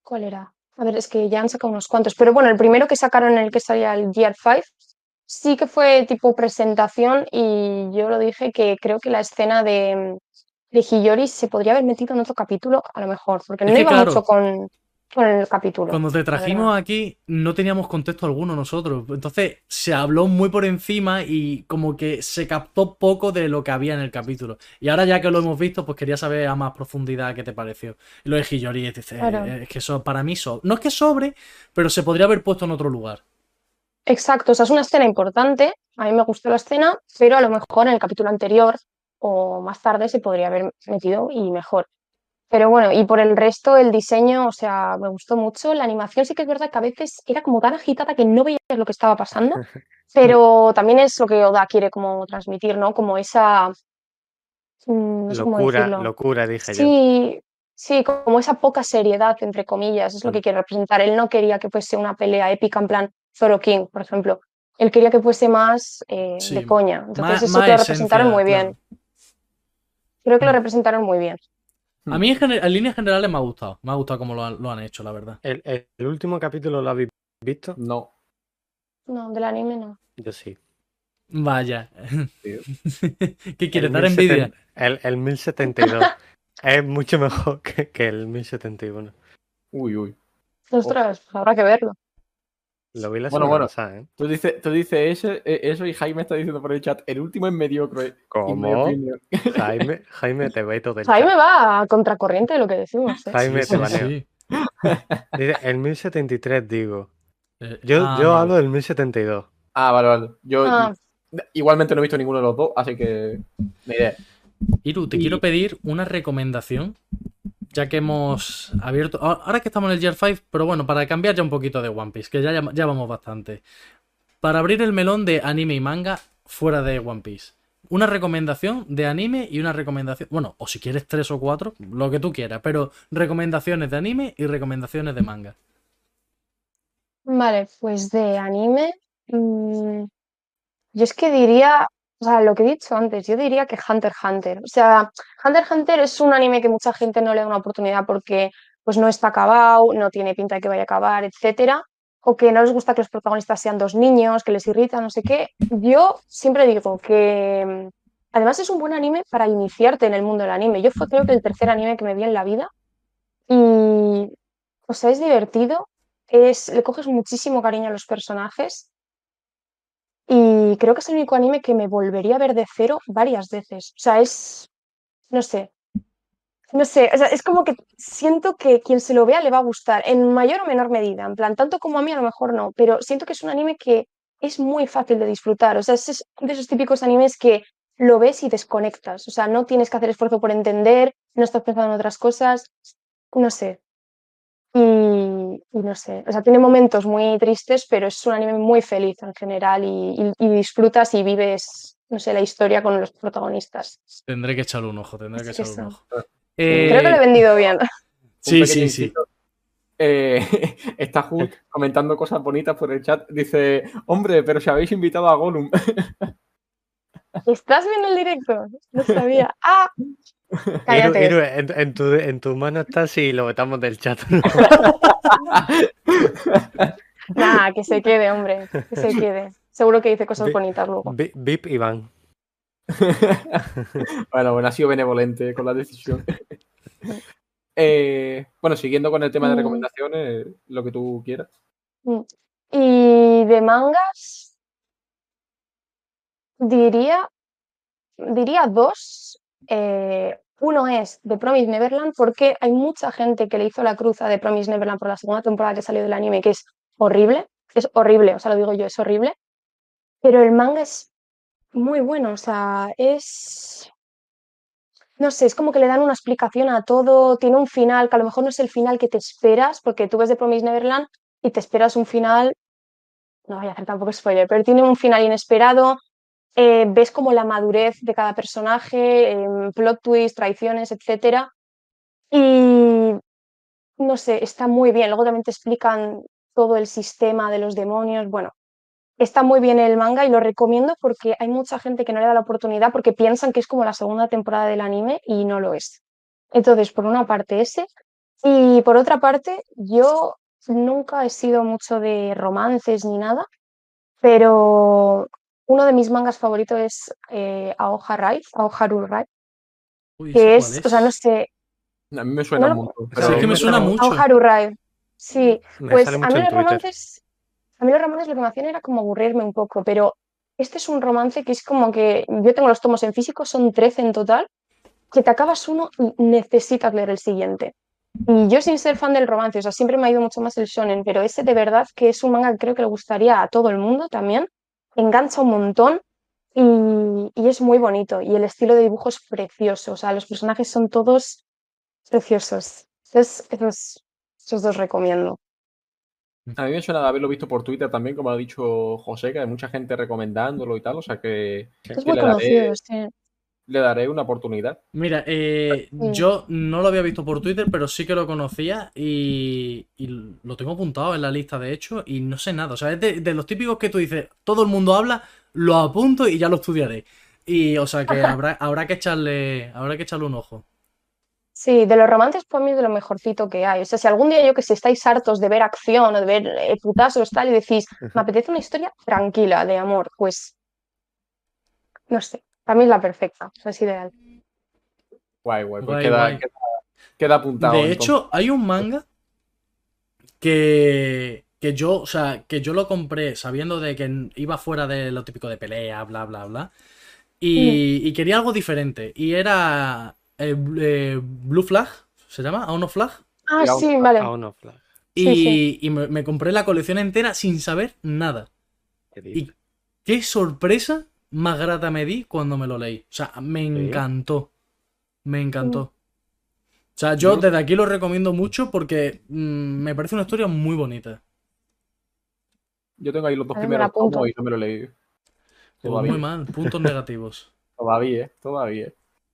S2: ¿Cuál era? A ver, es que ya han sacado unos cuantos, pero bueno, el primero que sacaron en el que salía el Gear 5 sí que fue tipo presentación y yo lo dije que creo que la escena de, mm, de Hiyori se podría haber metido en otro capítulo, a lo mejor, porque
S3: Es
S2: no
S3: que
S2: iba
S3: claro.
S2: mucho con, con el capítulo.
S3: Cuando te trajimos
S2: verdad.
S3: aquí no teníamos contexto alguno nosotros. Entonces se habló muy por encima y como que se captó poco de lo que había en el capítulo. Y ahora ya que lo hemos visto, pues quería saber a más profundidad qué te pareció. Y lo de Hiyori, es, dice,
S2: Claro.
S3: eh, es que eso para mí so- no es que sobre, pero se podría haber puesto en otro lugar.
S2: Exacto, o sea, es una escena importante. A mí me gustó la escena, pero a lo mejor en el capítulo anterior o más tarde se podría haber metido y mejor. Pero bueno, y por el resto, el diseño, o sea, me gustó mucho. La animación sí que es verdad que a veces era como tan agitada que no veías lo que estaba pasando, pero también es lo que Oda quiere como transmitir, ¿no? Como esa... mm, No sé cómo
S4: Locura,
S2: decirlo.
S4: locura, dije yo.
S2: Sí, sí, como esa poca seriedad, entre comillas, es lo que
S4: Mm.
S2: quiere representar. Él no quería que fuese una pelea épica en plan Zoro King, por ejemplo. Él quería que fuese más eh,
S3: Sí,
S2: de coña.
S3: Más-
S2: Entonces eso
S3: más
S2: lo representaron
S3: esencia,
S2: muy bien.
S3: claro.
S2: Creo que lo
S3: Mm.
S2: representaron muy bien.
S1: Mm.
S3: A mí en, gener- en líneas generales me ha gustado. Me ha gustado cómo lo han, lo han hecho, la verdad.
S4: ¿El, el- el último capítulo lo habéis visto?
S1: No.
S2: No, del anime no.
S4: Yo sí.
S3: Vaya.
S1: Tío.
S3: ¿Qué quieres?
S4: El
S3: ¿Dar envidia?
S4: 1070 El, el 1072 es mucho mejor que, que el 1071.
S1: Uy, uy.
S2: Ostras, pues habrá que verlo.
S4: Lo vi la
S1: Bueno,
S4: semana
S1: bueno.
S4: pasada, ¿eh?
S1: Tú dices, tú dices ese- e- eso y Jaime está diciendo por el chat, el último es mediocre. en mi
S4: ¿Cómo?
S1: opinión".
S4: Jaime, Jaime, te veto del
S2: Ahí
S4: chat.
S2: me va a contracorriente de lo que decimos. ¿eh?
S4: Jaime,
S3: Sí, sí,
S4: te baneo.
S3: sí.
S4: Dice, el 1073 digo.
S3: Eh,
S4: Yo,
S3: ah,
S4: yo
S3: vale.
S4: hablo del 1072.
S1: Ah, vale, vale. Yo
S2: Ah,
S1: igualmente no he visto ninguno de los dos, así que ni idea.
S3: Iru, te
S1: Y-
S3: quiero pedir una recomendación, ya que hemos abierto. a- Ahora que estamos en el Year 5, pero bueno, para cambiar ya un poquito de One Piece, que ya, ya vamos bastante. Para abrir el melón de anime y manga fuera de One Piece. Una recomendación de anime y una recomendación. Bueno, o si quieres tres o cuatro, lo que tú quieras, pero recomendaciones de anime y recomendaciones de manga.
S2: Vale, pues de anime. mm, yo es que diría, o sea, lo que he dicho antes, yo diría que Hunter x Hunter. O sea, Hunter x Hunter es un anime que mucha gente no le da una oportunidad porque pues no está acabado, no tiene pinta de que vaya a acabar, etcétera. O que no les gusta que los protagonistas sean dos niños, que les irrita, no sé qué. Yo siempre digo que mm, además es un buen anime para iniciarte en el mundo del anime. Yo fue creo que el tercer anime que me vi en la vida. Y, o sea, es divertido es, le coges muchísimo cariño a los personajes Y creo que es el único anime que me volvería a ver de cero varias veces. O sea, es. No sé. No sé, o sea, es como que siento que quien se lo vea le va a gustar, en mayor o menor medida. En plan, tanto como a mí, a lo mejor no, pero siento que es un anime que es muy fácil de disfrutar. O sea, es, es de esos típicos animes que lo ves y desconectas. O sea, no tienes que hacer esfuerzo por entender, no estás pensando en otras cosas. No sé. Y, y no sé. O sea, tiene momentos muy tristes, pero es un anime muy feliz en general y, y- y disfrutas y vives, no sé, la historia con los protagonistas.
S3: Tendré que echarle un ojo, tendré que
S2: Así Pues que
S3: echarle un
S2: eso.
S3: ojo.
S2: Creo que lo he
S3: Eh,
S2: vendido bien.
S3: sí,
S1: Un
S3: sí,
S1: pequeño
S3: sí.
S1: inciso. Eh, está Hulk comentando cosas bonitas por el chat. Dice, hombre, pero si habéis invitado a Gollum.
S2: ¿Estás viendo el directo? No sabía. ¡Ah! Cállate.
S4: Iru, Iru, en, en tu, en tu mano está si lo vetamos del chat.
S2: Nah, que se quede, hombre. Que se quede. Seguro que dice cosas
S4: Ve-
S2: bonitas luego.
S4: Vi- Vip Iván.
S1: Bueno, bueno, ha sido benevolente con la decisión. Eh, bueno, siguiendo con el tema de
S2: Mm.
S1: recomendaciones, lo que tú quieras.
S2: Y de mangas, diría, diría dos. Eh, uno es The Promise Neverland, porque hay mucha gente que le hizo la cruz a The Promise Neverland por la segunda temporada que salió del anime, que es horrible. Es horrible, o sea, lo digo yo, es horrible. Pero el manga es muy bueno, o sea, es. No sé, es como que le dan una explicación a todo, tiene un final que a lo mejor no es el final que te esperas, porque tú ves The Promise Neverland y te esperas un final, no voy a hacer tampoco spoiler, pero tiene un final inesperado, eh, ves como la madurez de cada personaje, em, plot twist, traiciones, etcétera Y no sé, está muy bien. Luego también te explican todo el sistema de los demonios. Bueno, está muy bien el manga y lo recomiendo porque hay mucha gente que no le da la oportunidad porque piensan que es como la segunda temporada del anime y no lo es. Entonces, por una parte ese. Y por otra parte, yo nunca he sido mucho de romances ni nada, pero uno de mis mangas favoritos es eh, Aoha Rai, Aoharu Rai,
S3: Uy, ¿ese
S2: que
S3: cuál
S2: es, o sea, no sé,
S1: A mí me suena
S2: No, no.
S1: mucho.
S4: Sí, es que me
S3: suena mucho.
S2: Aoharu Rai, sí,
S4: Me
S2: pues a
S4: sale
S2: mí
S4: mucho
S2: los
S4: en Twitter.
S2: romances, a mí los romances lo que me hacían era como aburrirme un poco, pero este es un romance que es como que yo tengo los tomos en físico, son 13 en total, que te acabas uno y necesitas leer el siguiente. Y yo sin ser fan del romance, o sea, siempre me ha ido mucho más el shonen, pero ese de verdad que es un manga que creo que le gustaría a todo el mundo también, engancha un montón y, y es muy bonito y el estilo de dibujo es precioso, o sea, los personajes son todos preciosos. Entonces, esos, esos dos recomiendo.
S1: A mí me suena de haberlo visto por Twitter también, como ha dicho José, que hay mucha gente recomendándolo y tal. O sea que
S2: Es
S1: que le
S2: muy
S1: daré-
S2: conocido, sí.
S1: le daré una oportunidad.
S3: Mira, eh,
S2: Mm.
S3: yo no lo había visto por Twitter, pero sí que lo conocía y, y lo tengo apuntado en la lista, de hecho, y no sé nada. O sea, es de, de los típicos que tú dices, todo el mundo habla, lo apunto y ya lo estudiaré. Y, o sea, que habrá, habrá que echarle, habrá que echarle un ojo.
S2: Sí, de los romances para mí es de lo mejorcito que hay. O sea, si algún día yo que si estáis hartos de ver acción o de ver eh, putazos tal y decís, me apetece una historia tranquila de amor, pues no sé, para mí es la perfecta, o sea, es ideal.
S1: Guay, guay. Pues
S3: Guay,
S1: queda,
S3: guay.
S1: Queda, queda apuntado.
S3: De
S1: entonces.
S3: hecho, hay un manga que, que yo, o sea, que yo lo compré sabiendo de que iba fuera de lo típico de pelea, bla, bla, bla. Y, y quería algo diferente. Y era eh, bl- eh, Blue Flag, ¿se llama? ¿Aono Flag?
S2: Ah,
S1: Digamos,
S2: sí, vale.
S4: Aún no, Flag.
S3: Y,
S2: Sí, sí.
S3: y me, me compré la colección entera sin saber nada.
S4: ¿Qué
S3: Y-
S4: dices?
S3: Qué sorpresa más grata me di cuando me lo leí. O sea, me encantó. Me encantó. O sea, yo
S1: Mm.
S3: desde aquí lo recomiendo mucho porque mm, me parece una historia muy bonita.
S1: Yo tengo ahí los dos
S2: A ver, me
S1: primeros
S2: la apunto.
S1: tomos y no me lo he leído.
S3: Pues
S1: Todavía.
S3: muy mal, puntos negativos.
S1: Todavía, eh, todavía.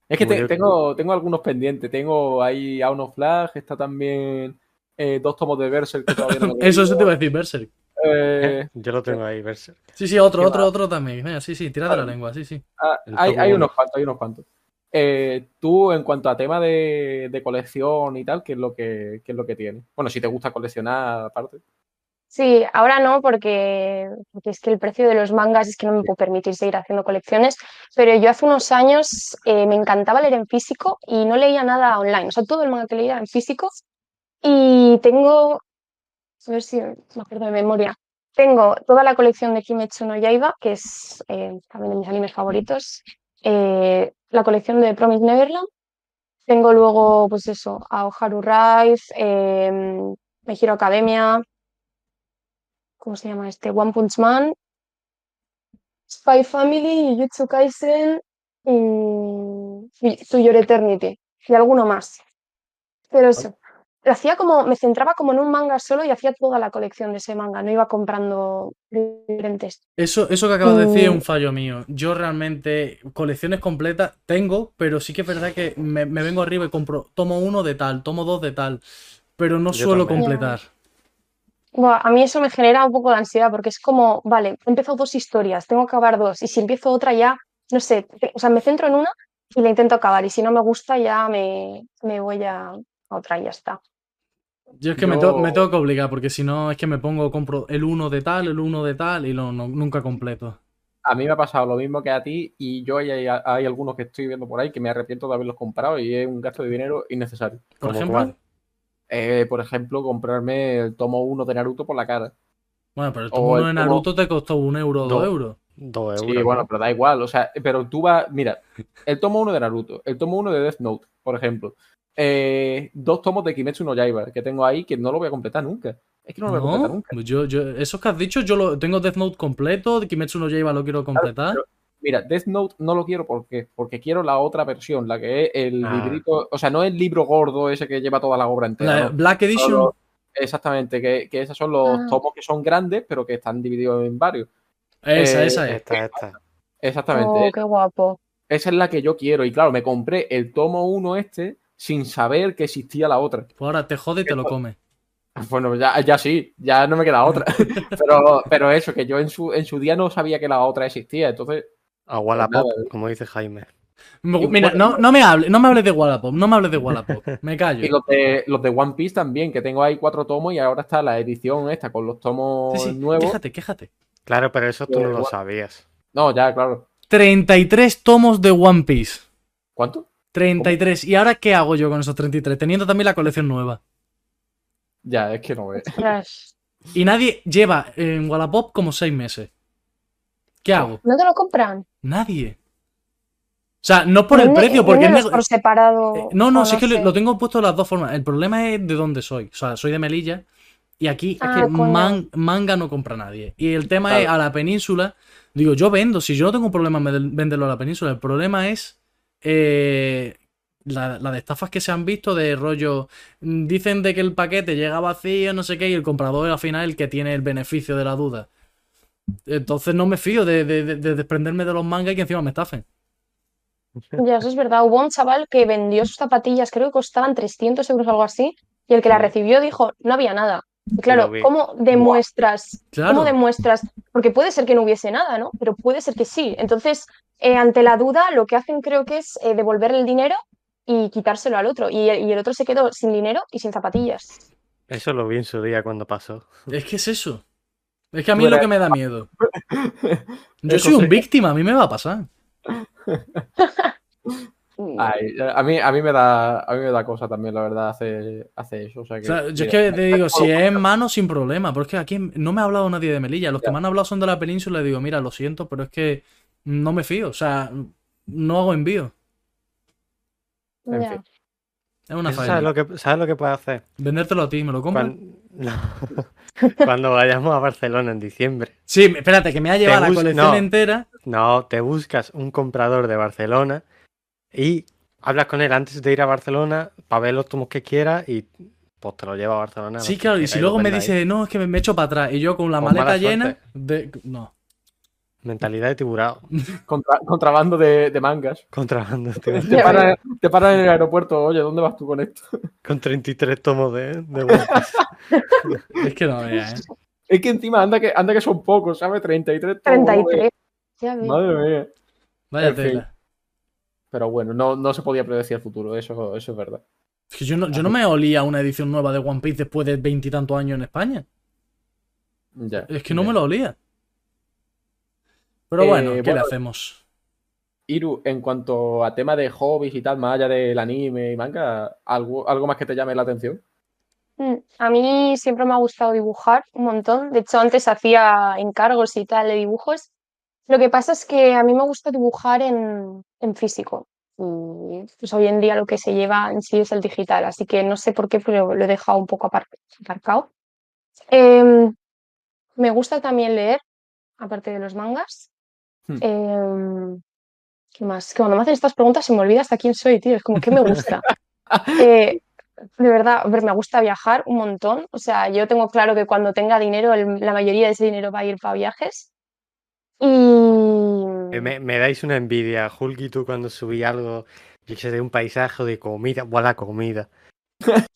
S1: Es que
S4: Como
S1: te-
S4: yo-
S1: tengo, tengo algunos pendientes. Tengo ahí Aun of Flag, está también eh, dos tomos de Berserk que todavía no me he
S3: Eso se
S1: leído.
S3: te iba a decir, Berserk.
S1: Eh,
S4: Yo lo tengo ahí, Berserk.
S3: Sí, sí, otro,
S1: Qué
S3: otro, otro también. Venga, sí, sí, tira de la
S1: Vale.
S3: lengua, sí, sí.
S1: ah,
S4: El
S1: hay,
S4: tomo
S1: hay
S4: uno.
S1: unos cuantos, hay unos cuantos. Eh, tú, en cuanto a tema de, de colección y tal, ¿qué es lo que, qué es lo que tienes? Bueno, si te gusta coleccionar, aparte.
S2: Sí, ahora no, porque, porque es que el precio de los mangas es que no me puedo permitir seguir haciendo colecciones, pero yo hace unos años eh, me encantaba leer en físico y no leía nada online, o sea, todo el manga que leía era en físico y tengo, a ver si me acuerdo de memoria, Tengo toda la colección de Kimetsu no Yaiba, que es eh, también de mis animes favoritos. Eh, la colección de Promise Neverland. Tengo luego, pues eso, a Oharu Rise, eh, Me Hero Academia. ¿Cómo se llama este? One Punch Man. Spy Family, Jujutsu Kaisen y To Your Eternity. Y alguno más. Pero eso. Lo hacía como, me centraba como en un manga solo y hacía toda la colección de ese manga. No iba comprando diferentes.
S3: Eso, eso que acabas de decir es
S2: Mm.
S3: un fallo mío. Yo realmente colecciones completas tengo, pero sí que es verdad que me, me vengo arriba y compro, tomo uno de tal, tomo dos de tal, pero no
S4: Yo
S3: suelo
S4: también.
S3: completar.
S2: Buah, a mí eso me genera un poco de ansiedad porque es como, vale, he empezado dos historias, tengo que acabar dos. Y si empiezo otra ya, no sé, te- o sea, me centro en una y la intento acabar. Y si no me gusta, ya me, me voy a, a otra y ya está.
S3: Yo es que me, to-
S1: Yo-
S3: me tengo que obligar, porque si no es que me pongo, compro el uno de tal, el uno de tal, y lo, no- nunca completo.
S1: A mí me ha pasado lo mismo que a ti y yo hay, hay, hay algunos que estoy viendo por ahí que me arrepiento de haberlos comprado y es un gasto de dinero innecesario.
S3: Por
S4: ¿Cómo
S3: ejemplo.
S4: cuál?
S1: Eh, por ejemplo, comprarme el tomo 1 de Naruto por la cara.
S3: Bueno, pero el
S1: O
S3: tomo
S1: el
S3: uno de
S1: tomo-
S3: Naruto te costó un euro o dos
S4: Dos.
S3: euros.
S4: Dos
S1: Sí,
S4: euros. ¿no?
S1: bueno, pero da igual. O sea, pero tú vas. Mira, el tomo 1 de Naruto, el tomo 1 de Death Note, por ejemplo. eh, dos tomos de Kimetsu no Yaiba que tengo ahí que no lo voy a completar nunca. Es que no lo voy a completar
S3: No,
S1: nunca.
S3: yo, yo, esos que has dicho, yo lo tengo Death Note completo, Kimetsu no Yaiba lo quiero completar.
S1: Mira, Death Note no lo quiero porque, porque quiero la otra versión, la que es el
S4: Ah.
S1: librito. O sea, no el libro gordo ese que lleva toda la obra entera.
S3: La
S1: no.
S3: Black Edition,
S1: Solo- exactamente, que, que esos son los
S2: Ah.
S1: tomos que son grandes, pero que están divididos en varios.
S3: esa,
S1: eh,
S3: esa es.
S4: Esta, esta.
S1: Exactamente.
S2: Oh, qué guapo.
S1: Esa es la que yo quiero. Y claro, me compré el tomo 1 este sin saber que existía la otra.
S3: Pues ahora te jode y te lo comes.
S1: Bueno, ya, ya sí, ya no me queda otra. pero, pero eso, que yo en su, en su día no sabía que la otra existía. Entonces,
S4: A Wallapop,
S1: Pues nada,
S4: como dice Jaime.
S3: Me-
S1: Y
S3: Mira,
S1: bueno.
S3: no, no me hables, no me hables de Wallapop, no me hables de Wallapop, me
S1: y
S3: callo.
S1: los de, los de One Piece también, que tengo ahí cuatro tomos y ahora está la edición esta con los tomos
S3: Sí, sí,
S1: nuevos.
S3: quéjate, quéjate.
S4: Claro, pero eso tú
S1: Eh,
S4: no lo
S1: Wall-
S4: sabías.
S1: No, ya, claro.
S3: 33 tomos de One Piece.
S1: ¿Cuánto?
S3: 33. ¿Y ahora qué hago yo con esos 33? Teniendo también la colección nueva.
S1: Ya, es que no ve.
S2: Ostras,
S3: Y nadie lleva en Wallapop como 6 meses. ¿Qué hago?
S2: ¿No te lo compran?
S3: Nadie. O sea, no es por el
S2: ¿Vende-
S3: precio, porque es
S2: véndelos
S3: nego-
S2: por separado.
S3: Eh, No, no,
S2: o
S3: si es que lo-
S2: sé?
S3: lo tengo puesto de las dos formas. El problema es de dónde soy. O sea, soy de Melilla y aquí
S2: Ah,
S3: es que
S2: coño.
S3: man- manga no compra nadie. Y el tema es
S1: Claro.
S3: a la península. Digo, yo vendo, si yo no tengo problema en vender- venderlo a la península. El problema es eh, la, la de estafas que se han visto de rollo. mm, Dicen de que el paquete llega vacío, no sé qué, y el comprador al final es el que tiene el beneficio de la duda. Entonces no me fío de, de- de- de desprenderme de los mangas y que encima me estafen.
S2: Ya, eso es verdad. Hubo un chaval que vendió sus zapatillas, creo que costaban 300 euros o algo así, y el que las
S4: Sí.
S2: recibió dijo, no había nada. Y claro,
S4: Lo vi.
S2: ¿cómo demuestras?
S3: Claro.
S2: ¿Cómo demuestras? Porque puede ser que no hubiese nada, ¿no? Pero puede ser que sí. Entonces, eh, ante la duda, lo que hacen creo que es eh, devolverle el dinero y quitárselo al otro. Y, el- y el otro se quedó sin dinero y sin zapatillas.
S4: Eso lo vi en su día cuando pasó.
S3: Es que es eso. Es que a mí
S1: Tú
S3: es lo
S1: eres-
S3: que me da miedo. Yo
S1: Es
S3: soy un
S1: José.
S3: víctima, a mí me va a pasar.
S2: Mm,
S3: Ah,
S1: Ay, a, mí, a mí me da a mí me da cosa también, la verdad, hace, hace eso. O sea
S3: O
S1: que,
S3: sea, yo es
S1: mira,
S3: que te digo, si
S1: Bueno,
S3: es en mano, sin problema. Pero es que aquí no me ha hablado nadie de Melilla. Los que
S1: Ya.
S3: me han hablado son de la península y digo, mira, lo siento, pero es que no me fío. O sea, no hago envío.
S1: en
S2: ya.
S1: fin.
S3: Es una
S4: Eso ¿Sabes
S3: faena.
S4: lo que, sabes lo que puede hacer?
S3: Vendértelo a ti, ¿me lo compras?
S4: Cuan- Cuando vayamos a Barcelona en diciembre.
S3: Sí, me- espérate, que me ha llevado la
S4: bus-
S3: colección
S4: no.
S3: entera.
S4: No, te buscas un comprador de Barcelona y hablas con él antes de ir a Barcelona para ver los tomos que quieras y pues te lo lleva a Barcelona.
S3: Sí, claro, y si luego me dice, no, es que me, me echo para atrás y yo con la
S4: Con mala
S3: maleta
S4: suerte.
S3: llena. De... No.
S4: Mentalidad de tiburón,
S1: Contra- contrabando de, de mangas.
S4: contrabando, tío,
S1: Te paran, te paran en el aeropuerto, oye, ¿dónde vas tú con esto?
S4: con 33 tomos de, de One Piece.
S3: Es que no, veas, ¿eh?
S1: Es que encima anda que, anda que son pocos, ¿sabes? 33 tomos,
S2: 33. Ya ves.
S1: eh. Madre mía.
S3: Vaya
S1: En fin.
S3: tela.
S1: Pero bueno, no, no se podía predecir el futuro, eso, eso es verdad.
S3: Es que yo no, yo no me olía una edición nueva de One Piece después de veintitantos años en España.
S1: Ya.
S3: Es que no
S1: Ya.
S3: me lo olía. Pero
S1: Eh,
S3: bueno, ¿qué le
S1: bueno.
S3: hacemos?
S1: Iru, en cuanto a tema de hobbies y tal, más allá del anime y manga, ¿algo, algo más que te llame la atención?
S2: Mm, A mí siempre me ha gustado dibujar un montón. De hecho, antes hacía encargos y tal de dibujos. Lo que pasa es que a mí me gusta dibujar en, en físico. Y pues hoy en día lo que se lleva en sí es el digital. Así que no sé por qué, pero lo he dejado un poco apar- aparcado. Em, me gusta también leer, aparte de los mangas.
S1: Hmm.
S2: Em, ¿Qué más? Que cuando me hacen estas preguntas se me olvida hasta quién soy, tío. Es como, ¿qué me gusta? Eh, de verdad, a ver, me gusta viajar un montón. O sea, yo tengo claro que cuando tenga dinero, el- la mayoría de ese dinero va a ir para viajes. Y...
S4: Eh, Me, me dais una envidia, Hulk y tú cuando subí algo, yo que sé, de un paisaje o de comida, buah, la comida.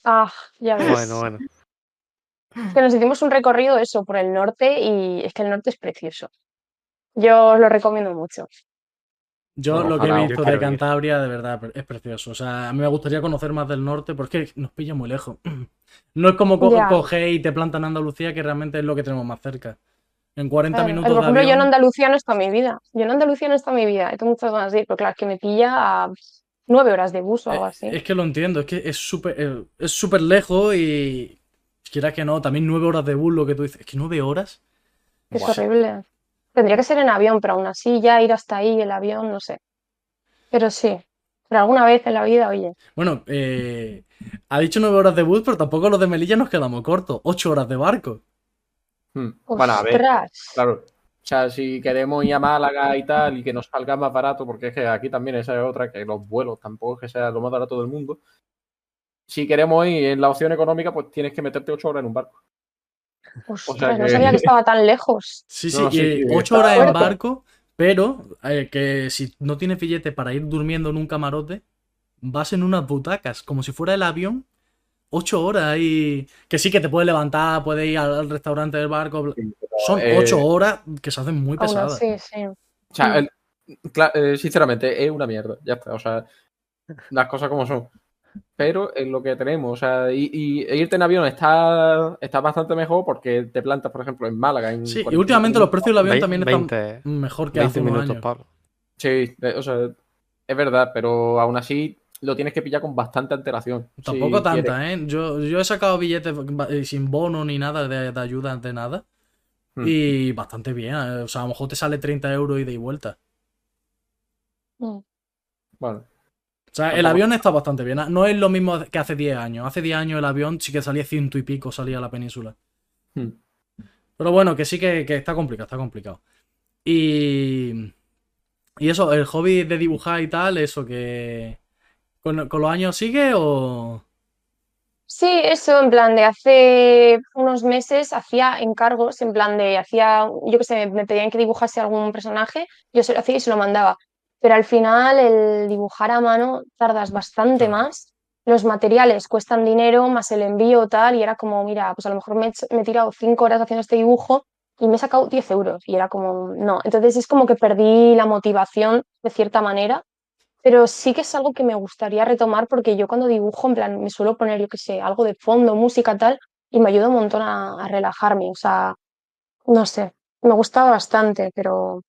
S2: Ah, ya ves.
S4: Bueno, bueno.
S2: que nos hicimos un recorrido eso por el norte y es que el norte es precioso. Yo os lo recomiendo mucho.
S3: Yo
S1: Bueno,
S3: lo que
S1: ojalá,
S3: he
S1: yo
S3: visto
S4: quiero
S3: de
S4: ir.
S3: Cantabria, de verdad, pre- es precioso. O sea, a mí me gustaría conocer más del norte porque es que nos pilla muy lejos. No es como co-
S2: Ya.
S3: coger y te plantan Andalucía, que realmente es lo que tenemos más cerca. En 40
S2: Claro,
S3: minutos
S2: por
S3: de
S2: ejemplo, yo en
S3: avión-
S2: Andalucía no está mi vida. Yo en Andalucía no está mi vida. Tengo muchas ganas de ir, pero claro, es que me pilla a nueve horas de bus o algo
S3: Eh,
S2: así.
S3: Es que lo entiendo, es que es súper eh, es súper lejos y quieras que no, también nueve horas de bus, lo que tú dices. Es que nueve horas.
S2: Es
S3: Buah.
S2: horrible. Tendría que ser en avión, pero aún así ya ir hasta ahí, el avión, no sé. Pero sí, pero alguna vez en la vida, oye.
S3: Bueno, eh, ha dicho nueve horas de bus, pero tampoco los de Melilla nos quedamos cortos. Ocho horas de barco.
S1: Hmm. Bueno, a ver,
S2: Ostras.
S1: claro. O sea, si queremos ir a Málaga y tal y que nos salga más barato, porque es que aquí también esa es otra, que los vuelos tampoco es que sea lo más barato del mundo. Si queremos ir en la opción económica, pues tienes que meterte ocho horas en un barco.
S2: Ostras, no
S1: que-
S2: sabía que estaba tan lejos.
S3: Sí,
S1: No,
S3: sí,
S1: sí,
S3: eh,
S1: sí,
S3: ocho
S1: está
S3: horas en
S1: fuerte.
S3: barco, pero eh, que si no tienes billete para ir durmiendo en un camarote, vas en unas butacas, como si fuera el avión, ocho horas y... Que sí, que te puedes levantar, puedes ir al al restaurante del barco... bla- Son
S1: Eh,
S3: ocho horas que se hacen muy
S2: Aún
S3: pesadas.
S2: así, sí.
S1: O sea,
S3: Mm.
S1: el- cla- eh, sinceramente, es una mierda. Ya está. O sea, las cosas como son. Pero es lo que tenemos. O sea, y, y- e irte en avión está, está bastante mejor porque te plantas, por ejemplo, en Málaga. En
S3: Sí, y
S1: 45
S3: últimamente los precios del avión también están
S4: 20,
S3: mejor que hace unos
S4: minutos,
S3: años.
S4: Pablo.
S1: Sí, eh, o sea, es verdad, pero aún así lo tienes que pillar con bastante alteración.
S3: Tampoco
S1: si quieres.
S3: tanta, ¿eh? Yo, yo he sacado billetes eh, sin bono ni nada de, de ayuda, de nada.
S1: Hmm.
S3: Y bastante bien. eh, O sea, a lo mejor te sale 30 euros ida y vuelta.
S2: Mm.
S3: ¿eh?
S1: Bueno,
S3: O sea, el
S1: Tampoco-
S3: avión está bastante bien. ¿eh? No es lo mismo que hace 10 años. Hace 10 años el avión sí que salía ciento y pico, salía a la península.
S1: Hmm.
S3: Pero bueno, que sí que, que está complicado, está complicado. Y. Y eso, el hobby de dibujar y tal, eso que. ¿Con, con los años sigue o.?
S2: Sí, eso, en plan de hace unos meses hacía encargos, en plan de hacía, yo qué sé, me pedían que dibujase algún personaje, yo se lo hacía y se lo mandaba. Pero al final el dibujar a mano tardas bastante
S3: Claro.
S2: más, los materiales cuestan dinero, más el envío tal, y era como, mira, pues a lo mejor me he, hecho- me he tirado cinco horas haciendo este dibujo y me he sacado 10 euros, y era como, no. Entonces es como que perdí la motivación de cierta manera. Pero sí que es algo que me gustaría retomar porque yo cuando dibujo, en plan, me suelo poner, yo qué sé, algo de fondo, música, tal, y me ayuda un montón a, a relajarme. O sea, no sé, me gusta bastante, pero,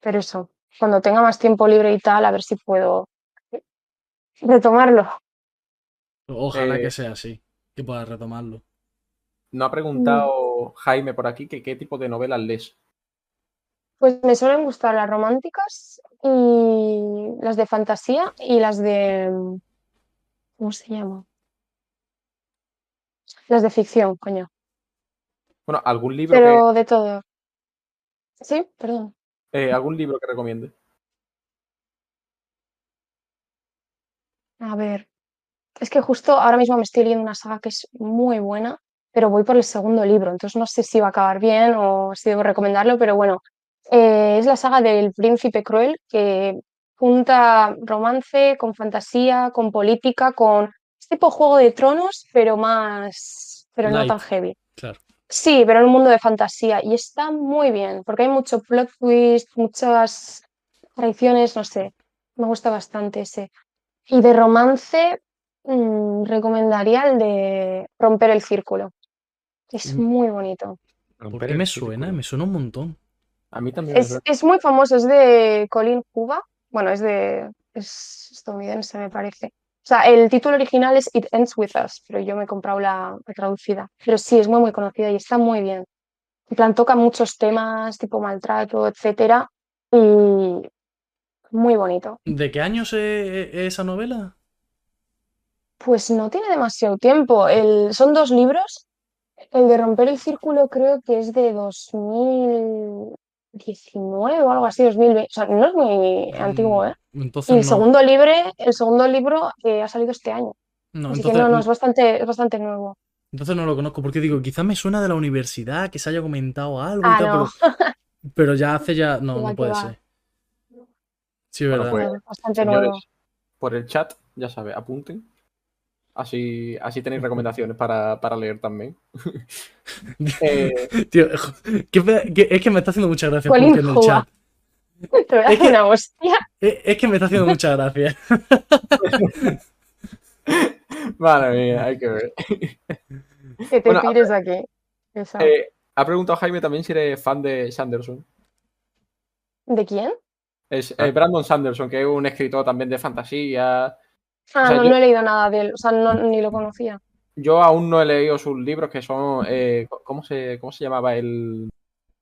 S2: pero eso, cuando tenga más tiempo libre y tal, a ver si puedo retomarlo.
S3: Ojalá
S1: Eh.
S3: que sea así. Que puedas retomarlo.
S1: no ha preguntado Jaime por aquí que qué tipo de novelas lees.
S2: Pues me suelen gustar las románticas y las de fantasía y las de... ¿Cómo se llama? Las de ficción, coño.
S1: Bueno, algún libro
S2: Pero de todo. Sí, perdón.
S1: que eh, algún libro que recomiende.
S2: A ver. Es que justo ahora mismo me estoy leyendo una saga que es muy buena, pero voy por el segundo libro, entonces no sé si va a acabar bien o si debo recomendarlo, pero bueno. Eh, es la saga del Príncipe Cruel que junta romance con fantasía, con política, con... Es tipo Juego de Tronos, pero más... pero no
S3: Light.
S2: tan heavy.
S3: Claro.
S2: Sí, pero en un mundo de fantasía. Y está muy bien, porque hay mucho plot twist, muchas traiciones, no sé. Me gusta bastante ese. Y de romance, mm, recomendaría el de Romper el Círculo. Es
S3: Mm.
S2: muy bonito.
S3: ¿Por qué me suena? Me suena un montón.
S1: A mí también me
S2: Es,
S1: suena.
S2: es muy famoso, es de Colin Hoover. Bueno, es de. es estadounidense, me parece. O sea, el título original es It Ends With Us, pero yo me he comprado la, la traducida. Pero sí, es muy, muy conocida y está muy bien. En plan, toca muchos temas, tipo maltrato, etcétera, y muy bonito.
S3: ¿De qué años es eh, esa novela?
S2: Pues no tiene demasiado tiempo. El, son dos libros. El de Romper el Círculo creo que es de 2019 o algo así, 2020. O sea, no es muy
S1: Mm,
S2: antiguo, ¿eh?
S3: Entonces
S2: Y el
S3: no.
S2: segundo, libre, el segundo libro eh, ha salido este año.
S3: No,
S1: Ah,
S2: así
S3: entonces,
S2: que no, no, es bastante, es bastante nuevo.
S3: entonces no lo conozco, porque digo, quizás me suena de la universidad, que se haya comentado algo y
S2: Ah,
S3: tal,
S2: no.
S3: pero, pero ya hace ya. No,
S2: Mira
S3: no
S2: que
S3: puede
S2: va.
S3: ser. Sí,
S1: Bueno,
S3: verdad.
S1: pues,
S2: Es bastante
S1: Señores,
S2: nuevo.
S1: por el chat, ya sabes, apunten. Así, así tenéis recomendaciones para, para leer también. Eh,
S3: Tío, qué pe- que- es que me está haciendo mucha gracia
S2: Colin
S3: porque en el
S2: Hoover.
S3: chat.
S2: Te voy a dar
S3: es que-
S2: una hostia.
S3: Es, es que me está haciendo mucha gracia.
S1: madre mía, hay que ver.
S2: Que te
S1: Bueno, a
S2: pires aquí. Esa.
S1: Eh, ha preguntado Jaime también si eres fan de Sanderson.
S2: ¿De quién?
S1: Es eh, Brandon Sanderson, que es un escritor también de fantasía.
S2: Ah,
S1: o sea,
S2: no,
S1: yo-
S2: no he leído nada de él. O sea, no, ni lo conocía.
S1: Yo aún no he leído sus libros que son. eh, ¿cómo, se, ¿Cómo se llamaba? El.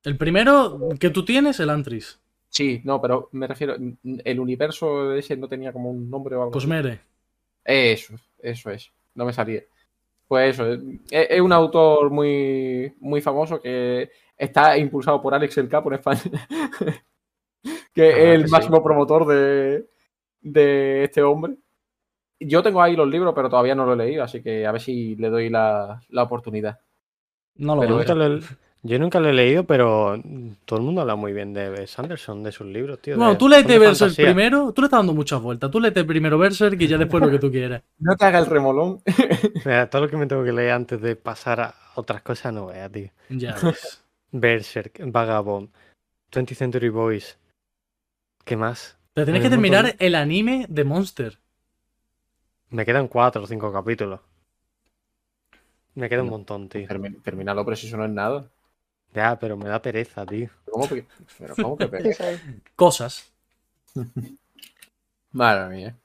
S3: El primero que tú tienes, el Antris.
S1: Sí, no, pero me refiero. El universo ese no tenía como un nombre o algo. así.
S3: Cosmere.
S1: Eso, eso es. No me salía. Pues eso, es, es un autor muy, muy famoso que está impulsado por Alex el Capo en España, que es
S4: Ah,
S1: el
S4: que sí.
S1: máximo promotor de, de este hombre. Yo tengo ahí los libros, pero todavía no lo he leído, así que a ver si le doy la, la oportunidad.
S3: No lo
S1: Pero
S3: veo.
S4: Yo nunca, lo he, yo nunca lo he leído, pero mm, todo el mundo habla muy bien de Sanderson, de sus libros, tío.
S3: Bueno,
S4: de-
S3: tú
S4: son
S3: léete
S4: de
S3: Berserk
S4: fantasía.
S3: primero. Tú le estás dando muchas vueltas. Tú léete primero Berserk y ya después lo que tú quieras.
S1: No te haga el remolón.
S4: Mira, todo lo que me tengo que leer antes de pasar a otras cosas, no vea, tío.
S3: Ya ves.
S4: Berserk, Vagabond, 20th Century Boys. ¿Qué más?
S3: Te tienes que
S4: Hay un montón.
S3: terminar el anime de Monster.
S4: Me quedan cuatro o cinco capítulos. Me queda un
S1: No.
S4: montón, tío.
S1: Termin- Terminarlo, pero si eso no es nada.
S4: Ya, pero me da pereza, tío.
S1: ¿Cómo que, pero cómo que
S2: Sí,
S1: pe-
S2: sí.
S3: Cosas.
S1: Madre mía.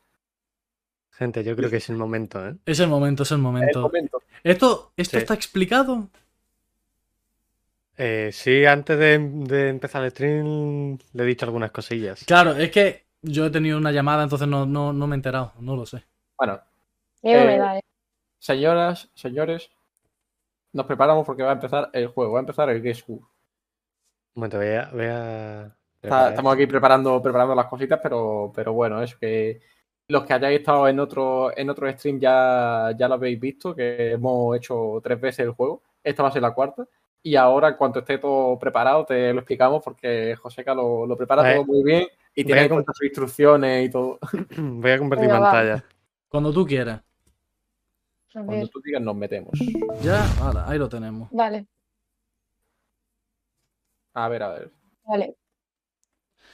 S4: Gente, yo creo que es el momento, ¿eh?
S3: Es el momento, es el
S1: El
S3: momento.
S1: momento.
S3: ¿Esto, esto
S4: Sí.
S3: está explicado?
S4: Eh, sí, antes de, de empezar el stream le he dicho algunas cosillas.
S3: Claro, es que yo he tenido una llamada, entonces no, no, no me he enterado. No lo sé.
S1: Bueno,
S2: Miedo
S1: Eh,
S2: me da, ¿eh?
S1: Señoras, señores, nos preparamos porque va a empezar el juego, va a empezar el Guess Who.
S4: Un momento, voy a. voy a
S1: Está-
S4: preparar
S1: estamos aquí preparando, preparando las cositas, pero, pero bueno, es que los que hayáis estado en otro, en otro stream ya, ya lo habéis visto, que hemos hecho tres veces el juego. Esta va a ser la cuarta. Y ahora, en cuanto esté todo preparado, te lo explicamos porque Joseca lo, lo prepara
S4: Vale.
S1: todo muy bien y tiene
S4: Voy a
S1: en cuenta sus instrucciones y todo.
S4: esto. Voy a compartir
S2: Venga, va.
S4: pantalla.
S3: Cuando tú quieras.
S2: A
S1: Cuando
S2: ver,
S1: tú digas, nos metemos.
S3: Ya, ala, ahí lo tenemos.
S2: Vale,
S1: A ver, a ver.
S2: vale.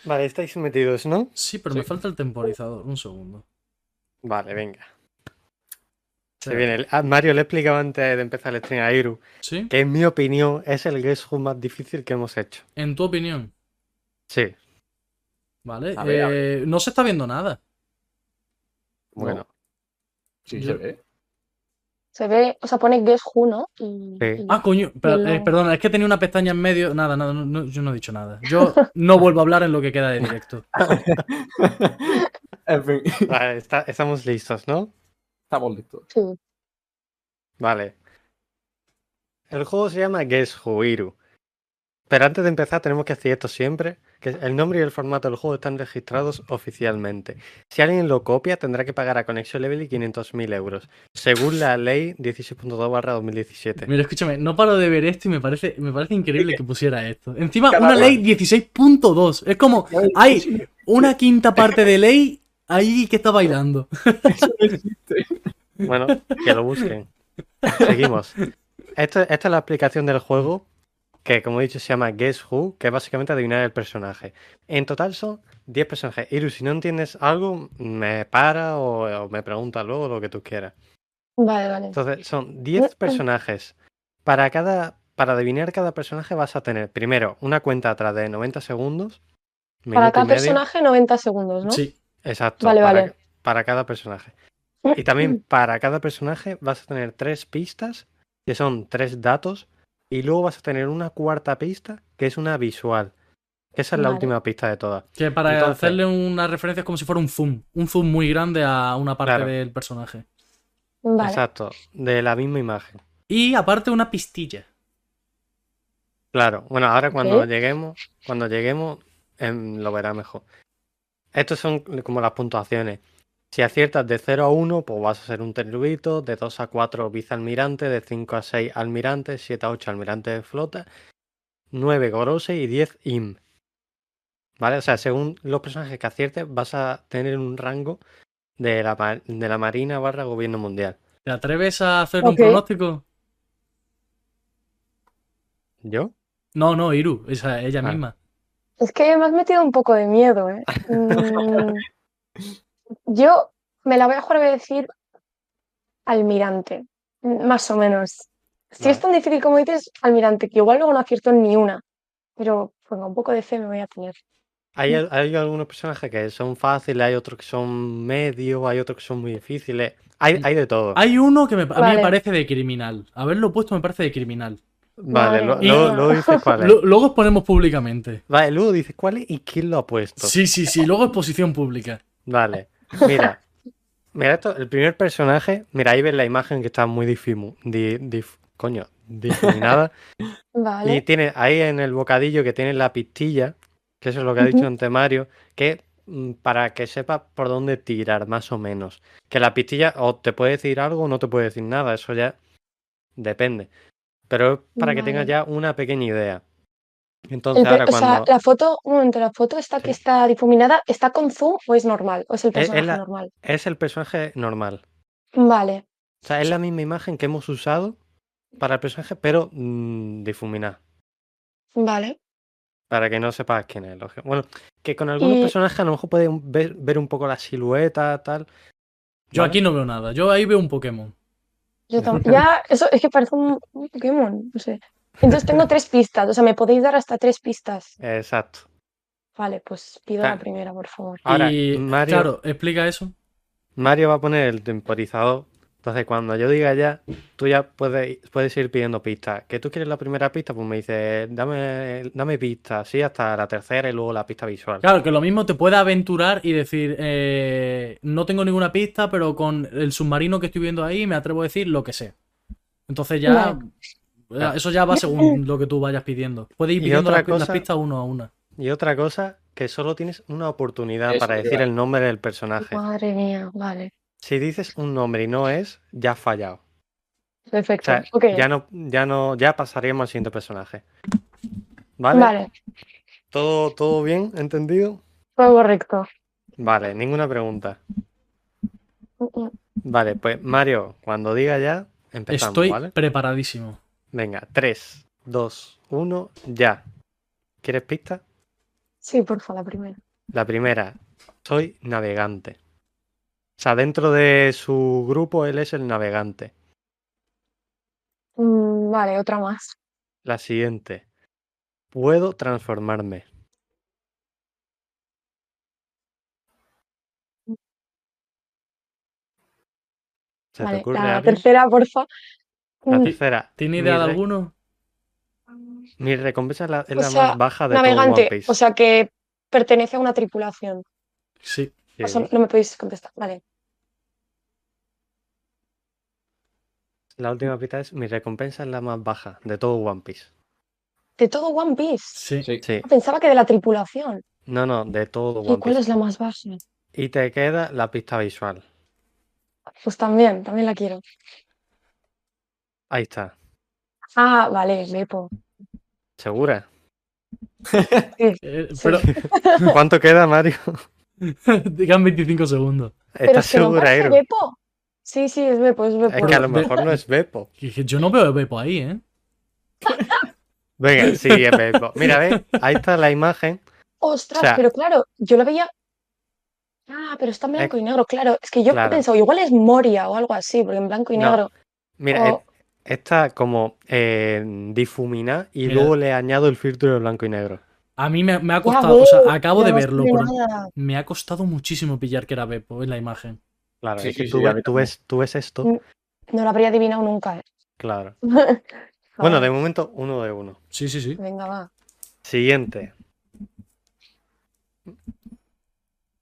S4: Vale, estáis metidos, ¿no?
S3: Sí, pero me
S1: Sí.
S3: falta el temporizador. Un segundo.
S4: Vale, venga. Se viene. el- ah, Mario le explicaba antes de empezar el stream a Iru
S3: ¿Sí?
S4: que, en mi opinión, es el Guess Who más difícil que hemos hecho.
S3: En tu opinión.
S4: Sí,
S3: ¿Vale?
S1: A ver, a
S3: Eh, no se está viendo nada.
S4: bueno.
S1: Sí,
S3: Yo-
S1: se ve.
S2: Se ve, o sea, pone Guess Who, ¿no? Y,
S4: Sí.
S2: y-
S3: Ah, coño, per-
S2: Pero-
S3: eh, perdona, es que tenía una pestaña en medio. Nada, nada, no- no, yo no he dicho nada. Yo no vuelvo a hablar en lo que queda de directo.
S1: en fin,
S4: Vale, está- estamos listos, ¿no?
S1: estamos listos.
S2: sí.
S4: Vale. El juego se llama Guess Who Iru. Pero antes de empezar tenemos que decir esto siempre, que el nombre y el formato del juego están registrados oficialmente. Si alguien lo copia tendrá que pagar a Connection Level 500.000 euros, según la ley 16.2 barra 2017.
S3: Mira, escúchame, no paro de ver esto y me parece, me parece increíble que pusiera esto. Encima,
S1: Cada
S3: una
S1: vez.
S3: ley 16.2. Es como, hay una quinta parte de ley ahí que está bailando.
S4: Bueno, que lo busquen. Seguimos. Esto- esta es la aplicación del juego, que como he dicho se llama Guess Who, que es básicamente adivinar el personaje. En total son 10 personajes. Iru, si no entiendes algo, me para o, o me pregunta luego lo que tú quieras.
S2: Vale, vale.
S4: Entonces, son 10 personajes. Para cada para adivinar cada personaje vas a tener primero una cuenta atrás de 90 segundos.
S2: Para
S4: minuto y
S2: cada
S4: medio.
S2: personaje, 90 segundos, ¿no?
S3: Sí.
S4: Exacto.
S2: Vale,
S4: para,
S2: vale.
S4: para cada personaje. Y también para cada personaje vas a tener tres pistas, que son tres datos, y luego vas a tener una cuarta pista, que es una visual. Esa es la
S2: Vale.
S4: última pista de todas.
S3: Que para
S4: Entonces-
S3: hacerle una referencia es como si fuera un zoom. Un zoom muy grande a una parte
S4: Claro.
S3: del personaje.
S2: Vale.
S4: Exacto, de la misma imagen.
S3: Y aparte una pistilla.
S4: Claro, bueno, ahora cuando
S2: Ok.
S4: lleguemos, cuando lleguemos, em, lo verá mejor. Estos son como las puntuaciones. Si aciertas de 0 a 1, pues vas a ser un terrubito, de 2 a 4 vicealmirante, de 5 a 6 almirante, 7 a 8 almirante de flota, 9 gorose y 10 im. ¿Vale? O sea, según los personajes que aciertes, vas a tener un rango de la, ma- de la Marina barra Gobierno Mundial.
S3: ¿Te atreves a hacer un
S2: Ok.
S3: pronóstico?
S4: ¿Yo?
S3: No, no, Iru, esa, ella
S4: Ah.
S3: misma.
S2: Es que me has metido un poco de miedo, ¿eh? Mm, Yo me la voy a jugar voy a decir almirante, m- más o menos. Si es
S4: Vale.
S2: tan difícil como dices, almirante, que igual luego no acierto ni una. Pero con un poco de fe me voy a tener.
S4: Hay, al- hay algunos personajes que son fáciles, hay otros que son medios, hay otros que son muy difíciles. Hay, hay de todo.
S3: Hay uno que me- a mí me
S2: Vale.
S3: parece de criminal. Haberlo puesto me parece de criminal.
S4: Vale, lo-
S2: Madre
S4: luego-
S2: mía.
S4: luego dices cuál es.
S3: Lo- luego os ponemos públicamente.
S4: Vale, luego dices cuál es y quién lo ha puesto.
S3: Sí, sí, sí, luego exposición pública.
S4: Vale, mira. Mira esto, el primer personaje, mira, ahí ves la imagen que está muy difimu, di- dif- coño, difuminada.
S2: Vale.
S4: Y tiene ahí en el bocadillo que tiene la pistilla, que eso es lo que ha dicho
S2: Ujú.
S4: antes Mario, que mm, para que sepa por dónde tirar, más o menos. Que la pistilla o te puede decir algo o no te puede decir nada, eso ya depende. Pero es para que tengas
S2: Vale.
S4: ya una pequeña idea.
S2: El
S4: Entonces,
S2: per-
S4: ahora
S2: o sea,
S4: cuando.
S2: la foto, un momento, la foto está que
S4: Sí.
S2: está difuminada, ¿está con zoom o es normal? ¿O es el
S4: Es- es
S2: personaje
S4: la-
S2: normal?
S4: Es el personaje normal.
S2: Vale,
S4: O sea, es la misma imagen que hemos usado para el personaje, pero mm, difuminada.
S2: vale.
S4: Para que no sepas quién es. lógico. Bueno, que con algunos
S2: Y-
S4: personajes a lo mejor puedes un- ver, ver un poco la silueta, tal.
S3: Yo
S4: ¿vale?
S3: aquí no veo nada. Yo ahí veo un Pokémon.
S2: Yo tam- ya, eso es que parece un, un Pokémon, no sé. Entonces tengo tres pistas, o sea, me podéis dar hasta tres pistas.
S4: Exacto.
S2: Vale, pues pido la
S4: Ah.
S2: primera, por favor.
S4: Ahora,
S3: y
S4: Mario,
S3: claro, explica eso.
S4: Mario va a poner el temporizador. Entonces, cuando yo diga ya, tú ya puedes, puedes ir pidiendo pistas. ¿Que tú quieres la primera pista? Pues me dices, dame, dame pistas, sí, hasta la tercera y luego la pista visual.
S3: Claro, que lo mismo te puede aventurar y decir, eh, no tengo ninguna pista, pero con el submarino que estoy viendo ahí me atrevo a decir lo que sé. Entonces ya, eh,
S4: Vale.
S3: eso ya va según lo que tú vayas pidiendo. Puedes ir
S4: Y
S3: pidiendo
S4: otra
S3: las, pi- las
S4: cosa-
S3: pistas uno a una.
S4: Y otra cosa, que solo tienes una oportunidad
S1: Eso
S4: para
S1: te
S4: decir
S1: iba.
S4: el nombre del personaje.
S2: Madre mía, vale.
S4: Si dices un nombre y no es, ya has fallado. O
S2: Perfecto.
S4: sea,
S2: ok,
S4: ya no, ya no, ya pasaríamos al siguiente personaje. ¿Vale?
S2: vale.
S4: ¿Todo, ¿Todo bien? ¿Entendido?
S2: todo correcto.
S4: Vale, ninguna pregunta.
S2: Mm, mm.
S4: Vale, pues Mario, cuando diga ya, empezamos,
S3: Estoy
S4: ¿vale?
S3: preparadísimo.
S4: Venga, 3, 2, 1, ya. ¿Quieres pista?
S2: Sí, porfa, la primera.
S4: La primera, soy navegante. O sea, dentro de su grupo él es el navegante.
S2: Mm, vale, otra más.
S4: La siguiente, puedo transformarme.
S2: Mm.
S4: ¿Se
S2: Vale,
S4: te ocurre
S2: la
S4: algo?
S2: tercera, porfa.
S4: La
S2: Mm,
S4: tercera.
S3: ¿Tiene
S4: mi
S3: idea de
S4: re-
S3: alguno?
S4: Mi recompensa es la, es
S2: O
S4: la
S2: sea,
S4: más baja de todo One
S2: Navegante,
S4: Piece.
S2: o sea que pertenece a una tripulación.
S3: Sí.
S4: Sí.
S2: O sea, no me podéis contestar. Vale.
S4: La última pista es mi recompensa es la más baja de todo One Piece.
S2: De todo One Piece.
S3: Sí.
S1: Sí.
S4: Sí.
S2: Pensaba que de la tripulación.
S4: No, no, de todo
S2: ¿Y
S4: One
S2: cuál
S4: Piece.
S2: es la más baja?
S4: Y te queda la pista visual.
S2: Pues también, también la quiero.
S4: Ahí está.
S2: Ah, vale, Mepo.
S4: ¿Segura?
S3: Eh,
S2: Sí.
S3: pero
S4: ¿Cuánto queda, Mario?
S3: digan 25 segundos.
S2: Pero
S4: ¿Estás
S2: es que no
S4: segura,
S2: parece
S4: Ero?
S2: Beppo. Sí, sí, es Beppo, es Beppo.
S4: Es que a lo
S3: Pero-
S4: mejor no es Beppo.
S3: Que- que Yo no veo a Beppo ahí, ¿eh?
S4: Venga, sí, es Beppo. Mira, ve, ahí está la imagen.
S2: Ostras,
S4: o sea-
S2: pero claro, yo lo veía. Ah, pero está en blanco y negro, claro. Es que yo
S4: Eh, Claro.
S2: he pensado, igual es Moria o algo así, porque en blanco y
S4: No.
S2: negro.
S4: Mira,
S2: Oh.
S4: es- está como eh, difuminada y
S3: Mira.
S4: luego le añado el filtro de blanco y negro.
S3: A mí me, me ha
S2: Ya
S3: costado, o
S2: veo,
S3: sea, acabo
S2: ya
S3: de
S2: no
S3: verlo,
S2: sé
S3: pero
S2: nada.
S3: me ha costado muchísimo pillar que era Beppo en la imagen.
S4: Claro,
S1: Sí,
S4: es que
S1: sí,
S4: tú,
S1: sí, a
S4: ves,
S1: mí
S4: tú
S1: también.
S4: ves- tú ves esto.
S2: Mm. No lo habría adivinado nunca. ¿eh?
S4: Claro.
S2: Ah.
S4: Bueno, de momento, uno de uno.
S3: Sí, sí, sí.
S2: Venga, va.
S4: Siguiente.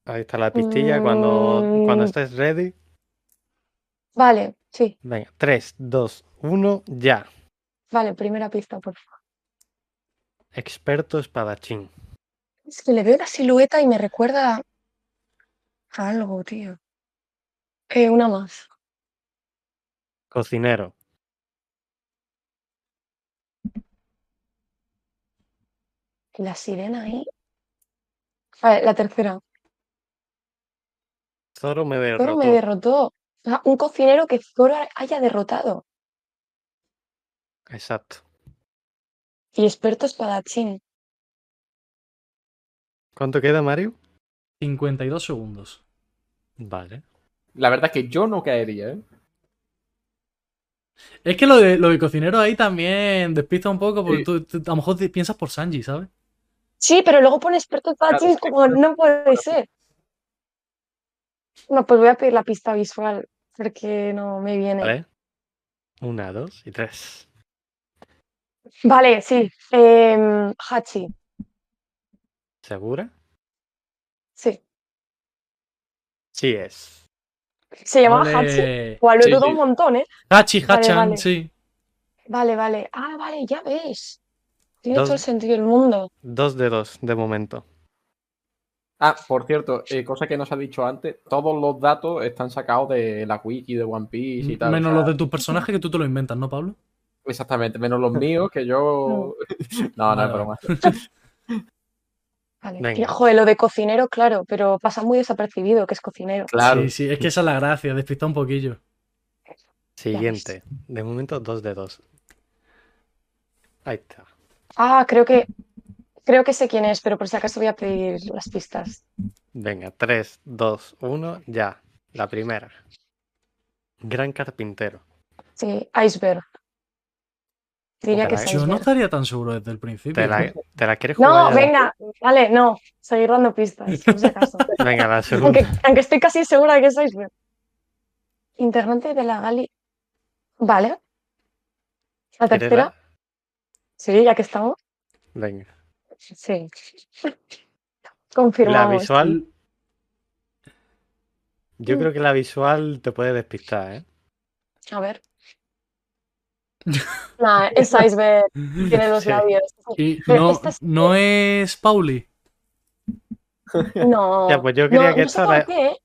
S4: Ahí está la pistilla cuando, cuando
S2: Mm.
S4: estés ready.
S2: Vale, sí.
S4: Venga, 3, 2, 1, ya.
S2: Vale, primera pista, por favor.
S4: Experto espadachín.
S2: Es que le veo la silueta y me recuerda a algo, tío. Eh, una más.
S4: Cocinero.
S2: Y la sirena ahí. Vale, la tercera.
S4: Zoro me
S2: Zoro
S4: derrotó.
S2: me derrotó. O sea, un cocinero que Zoro haya derrotado.
S4: Exacto.
S2: Y experto espadachín.
S4: ¿Cuánto queda, Mario?
S3: 52 segundos.
S4: Vale.
S1: La verdad es que yo no caería, ¿eh?
S3: Es que lo de, lo de cocinero ahí también despista un poco porque
S1: Sí.
S3: tú, tú a lo mejor te piensas por Sanji, ¿sabes?
S2: Sí, pero luego pone experto espadachín
S1: es que
S2: como
S1: creo
S2: no puede ser. No, pues voy a pedir la pista visual porque no me viene.
S4: Vale. Una, dos y tres.
S2: Vale, sí. Em, Hachi,
S4: ¿Segura?
S2: sí.
S4: Sí es.
S2: ¿Se llamaba Hachi?
S3: Ole.
S2: Igual lo he
S1: Sí,
S2: dudado
S1: sí.
S2: un montón, ¿eh?
S3: Hachi, Hachan,
S2: Vale, vale.
S3: sí.
S2: Vale, vale. Ah, vale, ya ves. Tiene
S4: Dos-
S2: todo el sentido del mundo.
S4: Dos de dos, de momento.
S1: Ah, por cierto, eh, cosa que no se ha dicho antes, todos los datos están sacados de la wiki de One Piece y tal.
S3: Menos
S1: o sea,
S3: los de tus personajes que tú te lo inventas, ¿no, Pablo?
S1: Exactamente, menos los míos, que yo... No, no,
S3: Vale,
S1: es broma.
S2: Vale.
S4: Venga.
S2: Tío, joder, lo de cocinero, claro, pero pasa muy desapercibido que es cocinero.
S1: Claro.
S3: Sí, sí, es que esa es la gracia, despista un poquillo.
S4: Siguiente. De momento, dos de dos. Ahí está.
S2: Ah, creo que creo que sé quién es, pero por si acaso voy a pedir las pistas.
S4: Venga, tres, dos, uno, ya. La primera. Gran carpintero.
S2: Sí, Iceberg. Diría que es
S4: Caray.
S3: Yo no
S2: Iceberg.
S3: estaría tan seguro desde el principio.
S4: ¿Te la, te la quieres
S2: No,
S4: jugar?
S2: venga, vale, no. Seguir dando pistas, por si acaso.
S4: Venga, la segunda.
S2: Aunque, aunque estoy casi segura de que es Iceberg. Internante de la Gali. Vale. La
S4: ¿Quieres
S2: tercera. Sí, ya que estamos.
S4: la- Venga.
S2: Sí.
S4: La
S2: Confirmamos.
S4: visual, yo
S2: Mm.
S4: creo que la visual te puede despistar, ¿eh?
S2: A ver. Nah, es Iceberg. Tiene los
S4: Sí.
S2: labios.
S3: Y
S2: Pero
S3: no,
S2: esta es-
S3: no es Pauli.
S2: No.
S4: Ya, pues yo creía
S2: no,
S4: que
S2: no sé
S4: esta
S2: por
S4: la-
S2: qué, ¿eh?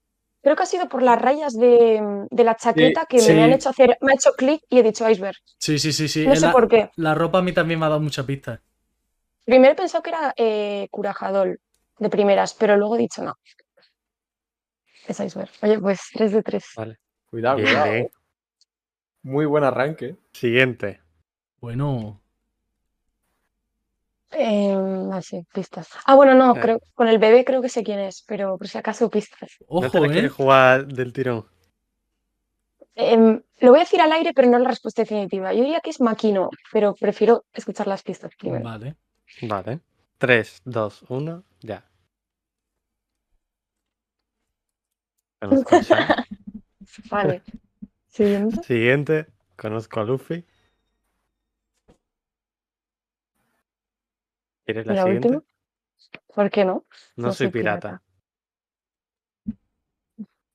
S2: Creo que ha sido por las rayas de, de la chaqueta que
S3: sí.
S2: me han hecho hacer. Me ha hecho clic y he dicho Iceberg.
S3: Sí, sí, sí, sí.
S2: No
S3: es
S2: sé
S3: la,
S2: por qué.
S3: la ropa a mí también me ha dado mucha pista.
S2: Primero he pensado que era eh, Curajadol de primeras, pero luego he dicho no. Es Iceberg. Oye, pues 3 de 3.
S1: Cuidado,
S4: Bien,
S1: cuidado.
S4: bien.
S1: Muy buen arranque.
S4: Siguiente.
S3: Bueno,
S2: Em, así, pistas. Ah, bueno, no,
S4: Eh.
S2: creo, con el bebé creo que sé quién es, pero por si acaso pistas.
S4: no te
S3: ojo,
S4: la
S3: ¿eh?
S4: quieres jugar del tirón.
S2: Em, lo voy a decir al aire, pero no la respuesta definitiva. Yo diría que es Maquino, pero prefiero escuchar las pistas primero.
S3: Vale.
S4: Vale. 3, 2, 1, ya. Conozco a Shanks.
S2: Vale. Siguiente.
S4: Siguiente. Conozco a Luffy. ¿Quieres la,
S2: ¿Y la
S4: siguiente?
S2: última? ¿Por qué no?
S4: No, soy pirata.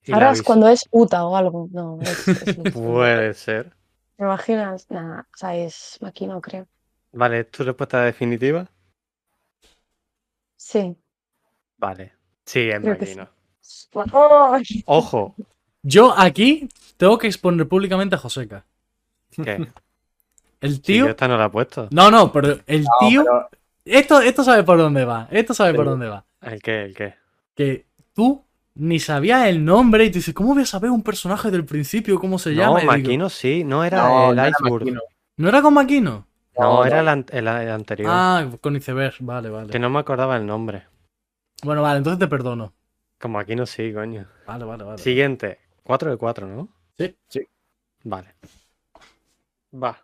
S4: Y la
S2: Ahora es
S4: vis-
S2: cuando es Uta o algo. No, es- es- es-
S4: Puede ser.
S2: ¿Te imaginas? Nada, o sea, es Maquino, creo.
S4: Vale, ¿es tu respuesta definitiva?
S2: Sí.
S4: Vale. Sí, es
S2: Creo que sí.
S4: Magino.
S2: ¡Oh!
S4: Ojo,
S3: Yo aquí tengo que exponer públicamente a Joseca.
S4: que
S3: El
S4: si yo
S3: tío.
S4: esta no la he puesto.
S3: No, no, pero el tío.
S1: pero-
S3: Esto, esto sabe por dónde va. Esto sabe por
S1: Sí.
S3: dónde va.
S4: ¿El qué? ¿El qué?
S3: Que tú ni sabías el nombre y tú dices, ¿cómo voy a saber un personaje del principio? ¿Cómo se
S4: No,
S3: llama? Y digo,
S4: Makino sí, no era
S1: No,
S4: el
S1: no era
S4: Iceberg.
S1: Makino.
S3: ¿No era con Maquino?
S4: No,
S1: No,
S4: era
S1: no.
S4: el, an- el a- el anterior.
S3: Ah, con Iceberg. Vale, vale.
S4: Que no me acordaba el nombre.
S3: Bueno, vale, entonces te perdono.
S4: Como aquí no sí, coño.
S3: Vale, vale, vale.
S4: Siguiente. 4 de 4, ¿no?
S3: Sí.
S1: Sí.
S4: Vale. Va.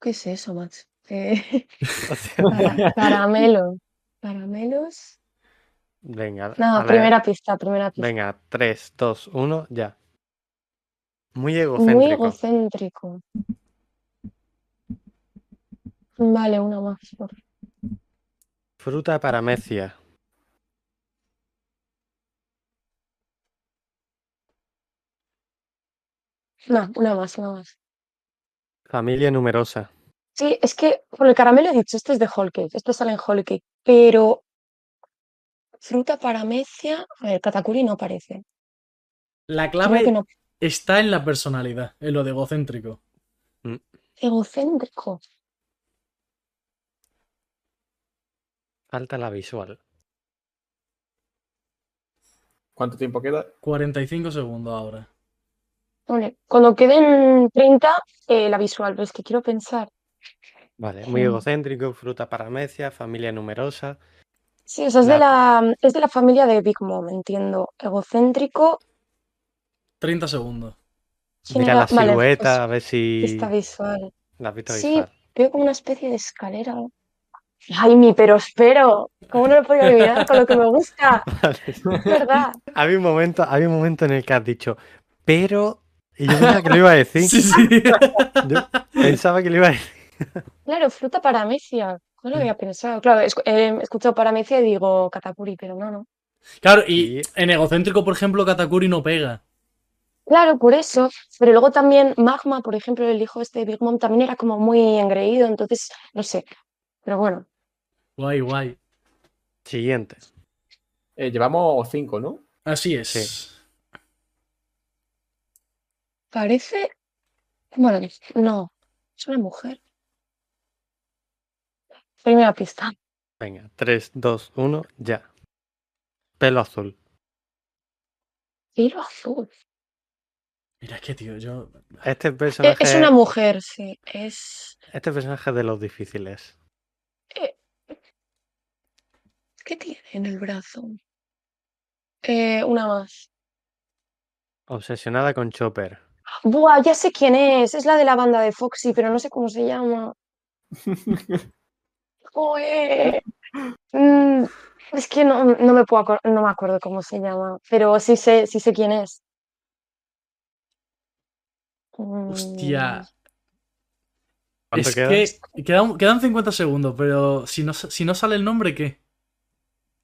S2: ¿Qué es eso, Max? Eh,
S4: O sea,
S2: cara- caramelo. Caramelos.
S4: Venga.
S2: No,
S4: a la-
S2: primera pista, primera pista.
S4: Venga, 3, 2, 1, ya. Muy
S2: Muy
S4: egocéntrico.
S2: egocéntrico. Vale, una más. por favor.
S4: Fruta para Mecia.
S2: No, una más, una más.
S4: Familia numerosa.
S2: Sí, es que por el caramelo he dicho, este es de whole cake, esto sale en whole cake, pero fruta para mecia, a ver, katakuri no parece.
S3: La
S2: Creo
S3: clave
S2: que no.
S3: está en la personalidad, en lo de egocéntrico.
S2: Egocéntrico.
S4: Falta la visual.
S1: ¿Cuánto tiempo queda?
S3: 45 segundos ahora.
S2: Vale, cuando queden 30, eh, la visual, pero es que quiero pensar.
S4: Vale, muy
S2: Sí.
S4: egocéntrico, fruta para Mecia, familia numerosa.
S2: Sí, o sea, es de la, es de la familia de Big Mom, entiendo. Egocéntrico,
S3: 30 segundos.
S2: ¿quién
S4: Mira
S2: era?
S4: la
S2: Vale,
S4: silueta, a ver
S2: pues,
S4: si
S2: pista visual.
S4: la has visto
S2: Sí.
S4: visual.
S2: Veo como una especie de escalera. Jaime, pero espero. ¿Cómo no lo podía olvidar con lo que me gusta? Es verdad.
S4: Había un momento, había un momento en el que has dicho, pero. Y yo pensaba que lo iba a decir.
S3: sí.
S4: Yo pensaba que lo iba a decir.
S2: Claro, fruta paramecia. No lo había pensado. Claro, es, eh, he escuchado paramecia y digo katakuri, pero no, no.
S3: Claro, y
S4: Y-
S3: en egocéntrico, por ejemplo, Katakuri no pega.
S2: Claro, por eso. Pero luego también Magma, por ejemplo, el hijo este de Big Mom también era como muy engreído, entonces, no sé. Pero bueno,
S3: Guay, guay.
S4: Siguiente.
S1: Eh, llevamos cinco, ¿no?
S3: Así es.
S4: Sí.
S2: parece. Bueno, no. Es una mujer. Primera pista.
S4: Venga, 3, 2, 1, ya. Pelo azul.
S2: Hilo azul.
S3: Mira, es que, tío, yo.
S4: Este
S2: Eh,
S4: personaje,
S2: Es una mujer, sí. Es.
S4: este personaje es de los difíciles.
S2: ¿Qué tiene en el brazo? Eh, una más.
S4: Obsesionada con Chopper.
S2: Buah, ya sé quién es. Es la de la banda de Foxy, pero no sé cómo se llama. Joe. Mm, es que no, no me puedo acor- no me acuerdo cómo se llama, pero sí sé, sí sé quién es. Mm,
S3: Hostia.
S4: ¿Cuánto
S3: es
S4: queda?
S3: que quedan, quedan 50 segundos, pero si no, sa- si no sale el nombre, ¿qué?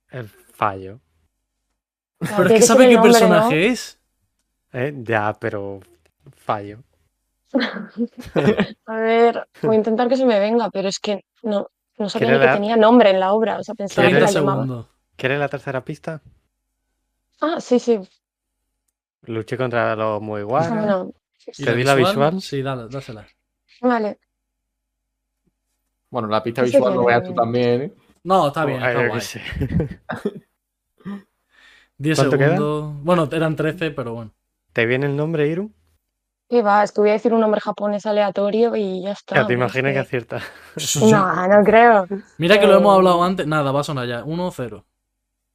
S4: El fallo.
S2: claro,
S3: Pero es
S2: Mm, tiene
S3: que
S2: ser
S3: sabe
S2: el
S3: qué
S2: nombre, ¿no?
S3: personaje es.
S4: Eh, Ya, pero fallo.
S2: A ver, voy a intentar que se me venga, pero es que no, no sabía
S4: Quiero
S2: ni que
S4: dar-
S2: tenía nombre en la obra. O sea, pensaba que
S3: 30
S2: la
S4: ¿Quieres-
S2: llamaba.
S3: segundos.
S4: ¿Quieres la tercera pista?
S2: Ah, sí, sí.
S4: Luché contra los muy guay.
S2: Bueno,
S3: ¿Y
S4: ¿Te di la visual?
S3: Sí, dale, dásela.
S2: vale.
S1: Bueno, la pista
S2: Ese
S1: visual lo
S2: tiene-
S1: veas tú también. ¿eh?
S3: No, está bien,
S4: Oh, yo
S3: está
S4: qué
S3: guay.
S4: sé.
S3: 10
S4: ¿Cuánto queda?
S3: segundos. Bueno, eran 13, pero bueno.
S4: ¿Te viene el nombre, Iru?
S2: ¿Qué va? Es que voy a decir un nombre japonés aleatorio y ya está.
S4: Ya te
S2: pero es
S4: imaginas que
S2: que-
S4: acierta.
S2: No, no creo.
S3: Mira que lo hemos
S2: Eh,
S3: hablado antes. Nada, va a sonar ya. 1-0.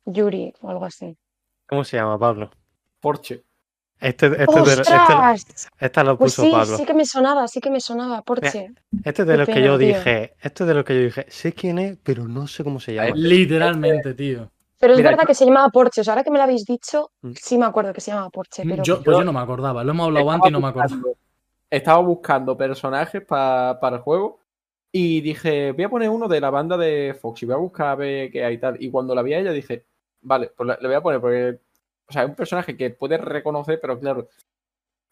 S2: Yuri o algo así.
S4: ¿Cómo se llama, Pablo?
S1: Porsche.
S4: Este, este, te lo- este, lo-
S2: ¡Ostras!
S4: esta lo
S2: Pues
S4: puso
S2: sí,
S4: Pablo.
S2: sí que me sonaba, sí que me sonaba, Porsche.
S4: Este es de
S2: qué
S4: los que
S2: pena,
S4: yo
S2: tío.
S4: dije. Este es de los que yo dije. Sé quién es, pero no sé cómo se llama.
S3: Literalmente, tío.
S2: Pero es
S1: Mira,
S2: verdad que se llamaba Porsche. O sea, ahora que me lo habéis dicho,
S4: Mm.
S2: sí me acuerdo que se llamaba
S1: Mm,
S2: Porsche, pero
S3: Yo, pues yo no me acordaba. Lo hemos hablado antes y no me
S1: Estaba
S3: acordaba.
S1: buscando- Estaba buscando personajes pa- para el juego y dije, voy a poner uno de la banda de Foxy, voy a buscar a ver qué hay y tal. Y cuando la vi a ella dije, vale, pues la- le voy a poner porque, o sea, es un personaje que puedes reconocer, pero claro,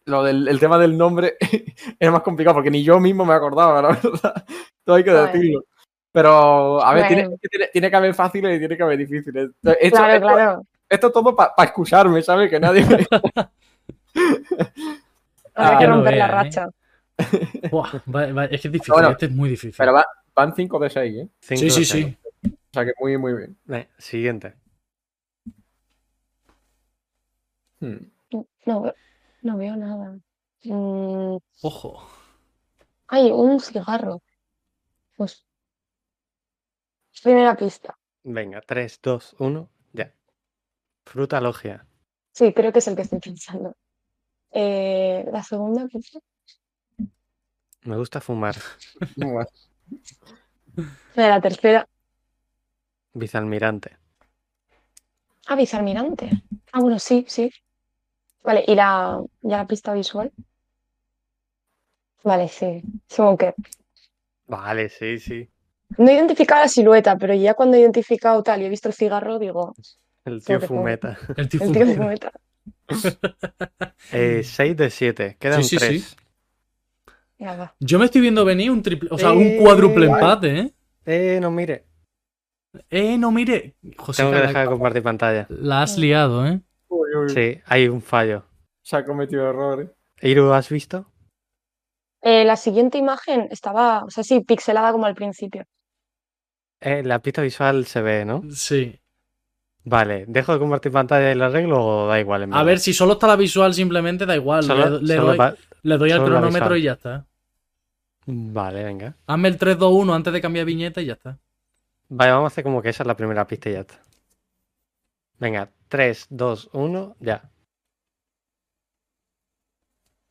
S1: lo del el tema del nombre es más complicado porque ni yo mismo me acordaba, la verdad. Todo hay que
S2: Vale.
S1: decirlo. Pero, a ver, tiene-
S2: Bueno.
S1: tiene, tiene que haber fáciles y tiene que haber difíciles. Esto- esto-
S2: Claro,
S1: esto-
S2: claro.
S1: esto todo para escucharme, ¿sabes? Que nadie me-
S2: Habrá
S1: Ah,
S2: que
S1: que lo
S2: romper la
S3: vea, ¿eh?
S2: racha.
S3: Buah, va- va- es que es difícil.
S1: Bueno,
S3: este es muy difícil.
S1: Pero va- van 5 de 6, ¿eh?
S4: Cinco,
S3: sí, sí,
S4: seis.
S3: sí.
S1: O sea que muy, muy bien.
S4: Eh, siguiente.
S1: Hmm.
S2: No, no veo nada. Mm,
S3: Ojo.
S2: ay, un cigarro. Pues. Primera pista.
S4: Venga, 3, 2, 1, ya. Fruta logia.
S2: Sí, creo que es el que estoy pensando. Eh, la segunda pista.
S4: Me gusta fumar.
S1: Bueno,
S2: La tercera.
S4: Vicealmirante.
S2: Ah, vicealmirante. Ah, bueno, sí, sí. Vale, y la, ya la pista visual. Vale, sí. Supongo que.
S4: Vale, sí, sí.
S2: No he identificado la silueta, pero ya cuando he identificado tal y he visto el cigarro, digo,
S4: El
S2: Sobre
S4: tío
S2: todo.
S4: fumeta.
S3: El
S2: el tío
S3: tifón.
S2: de fumeta.
S4: Eh, 6 de 7. Quedan
S3: Sí, sí, sí.
S4: 3.
S2: Ya va.
S3: Yo me estoy viendo venir un triple, o sea, un
S4: Eh,
S3: cuádruple
S4: guay.
S3: empate, ¿eh?
S4: Eh, no, mire.
S3: Eh, no, mire. José,
S4: Tengo que
S3: la,
S4: dejar de compartir pantalla.
S3: la has liado, ¿eh?
S1: Uy, uy,
S4: Sí, hay un fallo.
S1: Se ha cometido errores.
S4: Iru, ¿has visto?
S2: Eh, la siguiente imagen estaba, o sea, sí, pixelada como al principio.
S4: Eh, la pista visual se ve, ¿no?
S3: Sí.
S4: Vale, ¿dejo de compartir pantalla y lo arreglo o da igual? En
S3: A ver, si solo está la visual, simplemente da igual.
S4: Solo-
S3: le, le
S4: solo
S3: doy,
S4: pa-
S3: le doy al
S4: solo la
S3: cronómetro
S4: visual.
S3: y ya está.
S4: Vale, venga.
S3: Hazme el 3-2-1 antes de cambiar viñeta y ya está.
S4: Vale, vamos a hacer como que esa es la primera pista y ya está. Venga, 3, 2, 1, ya.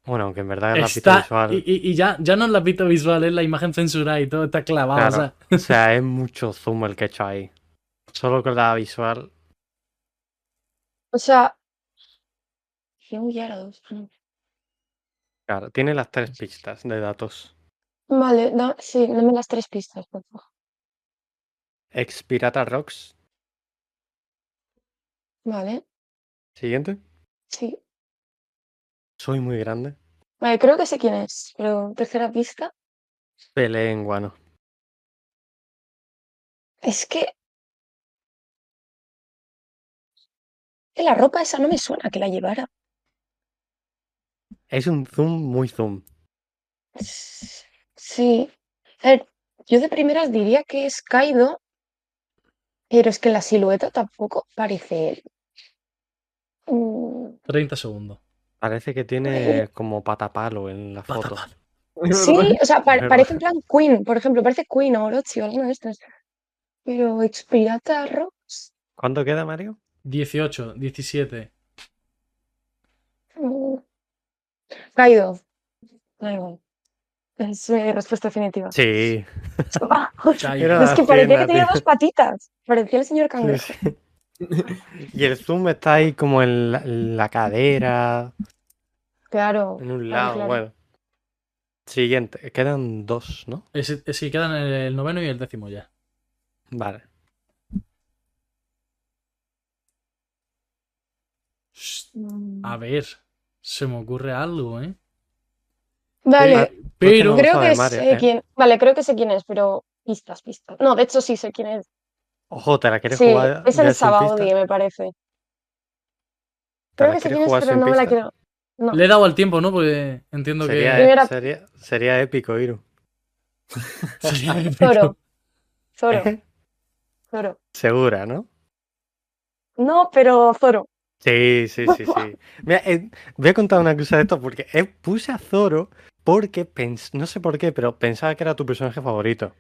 S4: Bueno, aunque en verdad es la pista
S3: Está-
S4: visual.
S3: Y, y- y ya, ya no es la pista visual, es la imagen censurada y todo está clavado.
S4: Claro.
S3: O sea,
S4: O sea, es mucho zoom el que he hecho ahí. Solo con la visual.
S2: O sea. Yo ya era dos. ah, no.
S4: Claro, tiene las tres pistas de datos.
S2: Vale, da- sí, dame las tres pistas, por favor.
S4: Ex Pirata Rocks.
S2: Vale,
S4: Siguiente.
S2: sí.
S4: Soy muy grande.
S2: Vale, creo que sé quién es, pero tercera pista.
S4: Pele en guano.
S2: Es que. que La ropa esa no me suena que la llevara.
S4: Es un zoom muy zoom.
S2: S- Sí. A ver, yo de primeras diría que es Kaido, pero es que la silueta tampoco parece él. Mm,
S3: 30 segundos.
S4: Parece que tiene como patapalo en la foto.
S3: Oh. Patapalo.
S2: Sí, o sea, pa-
S4: Es verdad.
S2: parece en plan Queen, por ejemplo, parece Queen o Orochi o alguno de estos. Pero Expirata Rocks.
S4: ¿Cuánto queda, Mario?
S3: 18, 17.
S2: mm, Kaido. Da igual. Es mi respuesta definitiva.
S4: Sí.
S3: Chai.
S4: Era-
S2: Es que parecía
S4: Ah, pierna,
S2: que tenía
S4: tío.
S2: dos patitas. Parecía el señor cangrejo.
S4: Y el zoom está ahí como en la, en la cadera,
S2: Claro.
S4: en un
S2: claro,
S4: lado.
S2: claro.
S4: Bueno. Siguiente. Quedan dos, ¿no?
S3: Ese- ese que quedan el, el noveno y el décimo ya.
S4: Vale.
S3: Shh,
S2: Mm.
S4: Ah,
S3: A ver, se me ocurre algo, ¿eh?
S2: Vale,
S3: Pero,
S4: Pues que no-
S2: creo
S4: sabe
S2: que
S4: Mario,
S2: sé
S4: ¿eh?
S2: quién. Vale, creo que sé quién es, pero pistas, pistas. No, de hecho sí sé quién es.
S4: Ojo, te la quieres
S2: Sí, es
S4: jugar. ya
S2: el
S4: sin pista?
S2: Sabaody, me parece.
S4: ¿Te
S2: Creo
S4: la
S2: que sé
S4: quieres
S2: quién es,
S4: jugar
S2: pero
S4: sin
S2: no me la
S4: pista?
S2: quiero. No.
S3: le he dado al tiempo, ¿no? Porque entiendo
S4: Sería, e-
S3: que...
S2: Primera-
S4: sería, sería épico, Iru.
S3: sería épico.
S2: Zoro. Zoro, Zoro.
S4: Segura, ¿no?
S2: No, pero Zoro.
S4: Sí, sí, sí, sí. Mira, eh, voy a contar una cosa de esto porque eh, puse a Zoro porque pens- no sé por qué, pero pensaba que era tu personaje favorito.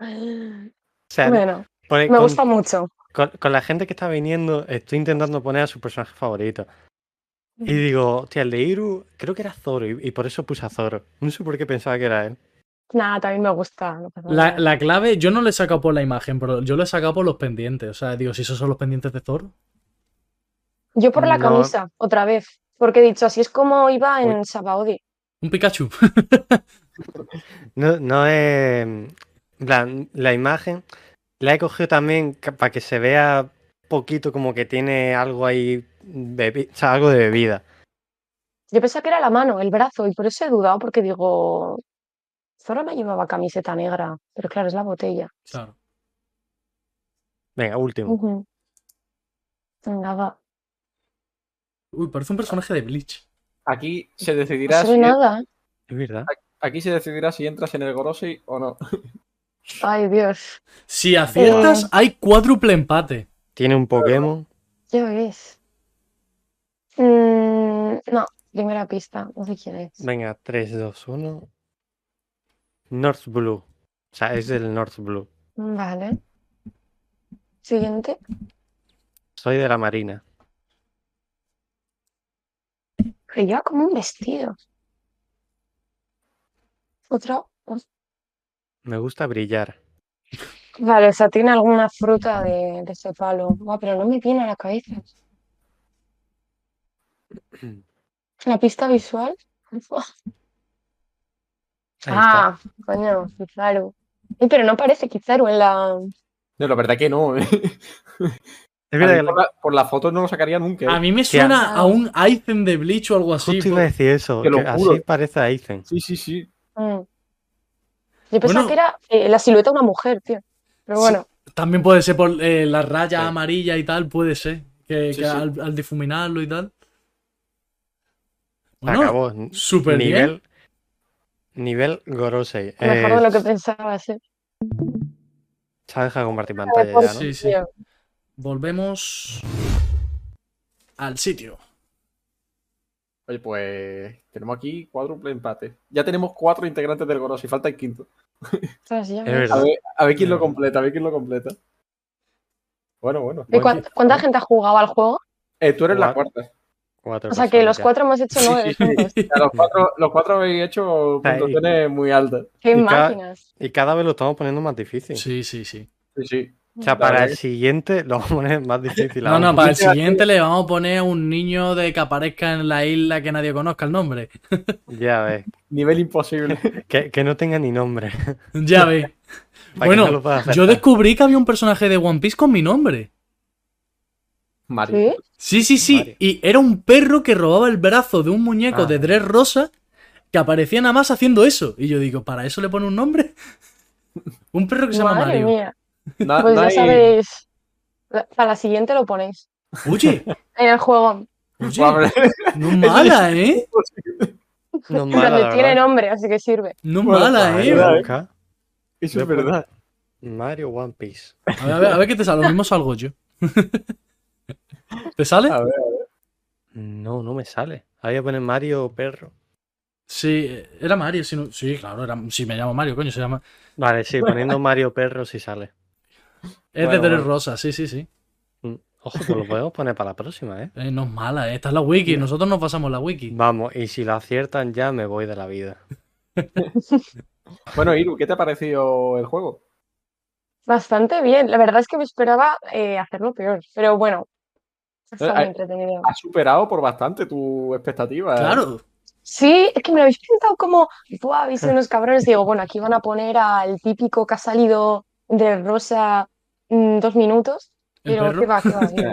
S4: O sea,
S2: Bueno,
S4: pone-
S2: me
S4: Eh, con,
S2: gusta mucho.
S4: con- con la gente que está viniendo, estoy intentando poner a su personaje favorito. Y digo, hostia, el de Iru creo que era Zoro y, y por eso puse a Zoro. No sé por qué pensaba que era él.
S2: Nada, también me gusta. no pasa
S3: La,
S2: nada.
S3: la clave, yo no le he sacado por la imagen, pero yo lo he sacado por los pendientes. O sea, digo, si esos son los pendientes de Thor.
S2: Yo por la
S4: no.
S2: camisa, otra vez. Porque he dicho, así es como iba
S4: Uy.
S2: en Sabaody.
S3: Un Pikachu.
S4: No, no es. en plan, la imagen la he cogido también para que se vea poquito como que tiene algo ahí, bebi- o sea, algo de bebida.
S2: Yo pensaba que era la mano, el brazo, y por eso he dudado, porque digo, Zoro no llevaba camiseta negra, pero claro, es la botella.
S3: Claro.
S4: Venga, último.
S2: Ujú. Venga, va.
S3: Uy, parece un personaje de Bleach.
S1: Aquí se
S2: No
S1: decidirá
S2: se ve
S1: si,
S2: nada. ¿eh?
S4: Es verdad.
S1: aquí se decidirá si entras en el Gorosei o no.
S2: Ay, Dios.
S3: Si aciertas,
S2: Eh.
S3: hay cuádruple empate.
S4: Tiene un Pokémon.
S2: Ya ves. Mm, no, primera pista, no sé quién es.
S4: Venga, 3, 2, 1. North Blue. O sea, es del North Blue.
S2: Vale. Siguiente.
S4: Soy de la Marina.
S2: Que lleva como un vestido. Otra.
S4: Me gusta brillar.
S2: Vale, o sea, tiene alguna fruta de, de ese palo. Buah, pero no me viene a la cabeza. La pista visual. Buah.
S4: Ahí está.
S2: Ah, coño, Kizaru. Eh, pero no parece Kizaru en la.
S1: No, la verdad que no. ¿eh?
S4: Es
S1: A
S4: verdad
S1: mí
S4: que
S1: por, la, por la foto no lo sacaría nunca. ¿eh?
S3: A mí me
S4: Hostia.
S3: suena a un Aizen de Bleach o algo así. pues,
S4: justo iba a decir eso.
S1: pues, Te lo
S4: que así
S1: juro.
S4: parece a Aizen.
S1: Sí, sí, sí.
S2: Mm. Yo pensaba
S3: Bueno.
S2: que era eh, la silueta de una mujer, tío. Pero
S3: Sí.
S2: bueno,
S3: También puede ser por eh, las rayas
S4: Sí.
S3: amarillas y tal, puede ser. Que,
S1: Sí, sí.
S3: que Al, al difuminarlo y tal.
S4: Se
S3: Bueno,
S4: acabó. N-
S3: súper bien.
S4: Nivel. Nivel Gorosei.
S2: mejor
S4: Eh,
S2: de lo que pensaba, sí.
S4: Se ha dejado compartir pantalla pues, ya,
S2: por-
S4: ¿no?
S3: Sí, sí.
S2: Tío,
S3: Volvemos al sitio.
S1: Oye, pues tenemos aquí cuádruple empate. Ya tenemos cuatro integrantes del Goros y falta el quinto.
S2: ostras, ya
S4: Es
S2: ves.
S1: A
S4: verdad.
S1: ver, a ver quién lo
S4: Mierda.
S1: completa, a ver quién lo completa. Bueno, bueno.
S2: ¿Y cuán- cuánta gente ha jugado al juego?
S1: Eh, tú eres la
S4: Cuatro.
S1: cuarta.
S4: Cuatro
S2: O sea que
S4: personas
S2: los
S4: ya.
S2: cuatro hemos hecho nueve juntos.
S1: Ya, los, cuatro, los cuatro habéis hecho
S4: Ahí.
S1: puntuaciones muy altas.
S2: ¡Qué
S4: Y cada-
S2: máquinas!
S4: Y cada vez lo estamos poniendo más difícil.
S3: Sí, sí, sí.
S1: Sí, sí.
S4: O sea,
S1: La
S4: para
S1: verdad
S4: el siguiente lo vamos a poner más difícil.
S3: No,
S4: aún.
S3: no, para el
S1: Dice aquí-
S3: siguiente le vamos a poner a un niño de que aparezca en la isla que nadie conozca el nombre.
S4: Ya ves.
S1: Nivel imposible.
S4: Que, que no tenga ni nombre. para
S3: Ya ves.
S4: que
S3: Bueno,
S4: no lo pueda hacer.
S3: Yo descubrí que había un personaje de One Piece con mi nombre.
S1: Mario.
S2: ¿Sí?
S3: Sí, sí, sí.
S4: Mario.
S3: Y era un perro que robaba el brazo de un muñeco
S4: Ah.
S3: de Dress Rosa que aparecía nada más haciendo eso. Y yo digo, ¿para eso le pone un nombre? Un perro que se llama
S2: Madre
S3: Mario.
S2: mía.
S1: Na-
S2: Pues ya
S1: nadie-
S2: sabéis. la- Para la siguiente lo ponéis.
S3: Oye,
S2: En el juego.
S3: oye,
S1: Guau, pero-
S3: no es mala, ¿eh?
S4: No es
S2: En plan,
S4: mala, la
S2: tiene
S4: verdad.
S2: nombre, así que sirve.
S3: No es
S1: Bueno,
S3: mala,
S4: Ahí
S3: ¿eh?
S1: ¿verdad?
S4: lo busca.
S1: Eso es
S4: Yo puedo-
S1: verdad.
S4: Mario One Piece.
S3: A ver, a ver, a ver qué te sale. Lo mismo salgo yo. ¿Te sale?
S1: A ver,
S4: No, no me sale. Ahí voy a poner Mario Perro.
S3: Sí, era Mario. Si no- Sí, claro, era... sí, me llamo Mario, coño, se llama.
S4: Vale, sí, poniendo Mario Perro sí sale.
S3: Es
S1: Bueno,
S3: de Dress
S1: bueno.
S3: Rosa, sí, sí, sí.
S4: Mm, Ojo, pues lo podemos poner para la próxima, ¿eh?
S3: Eh, no es mala, ¿eh? esta es la wiki. Nosotros nos pasamos la wiki.
S4: Vamos, y si lo aciertan ya me voy de la vida.
S1: Bueno, Iru, ¿qué te ha parecido el juego?
S2: Bastante bien. La verdad es que me esperaba eh, hacerlo peor. Pero bueno, está muy
S1: eh,
S2: entretenido.
S1: Has superado por bastante tu expectativa. ¿eh?
S3: Claro,
S2: Sí, es que me lo habéis pintado como, ¡buah! Habéis sido unos cabrones. Digo, bueno, aquí van a poner al típico que ha salido de Rosa mm, dos minutos.
S3: el
S2: Pero qué
S3: perro.
S2: va, qué va, qué va.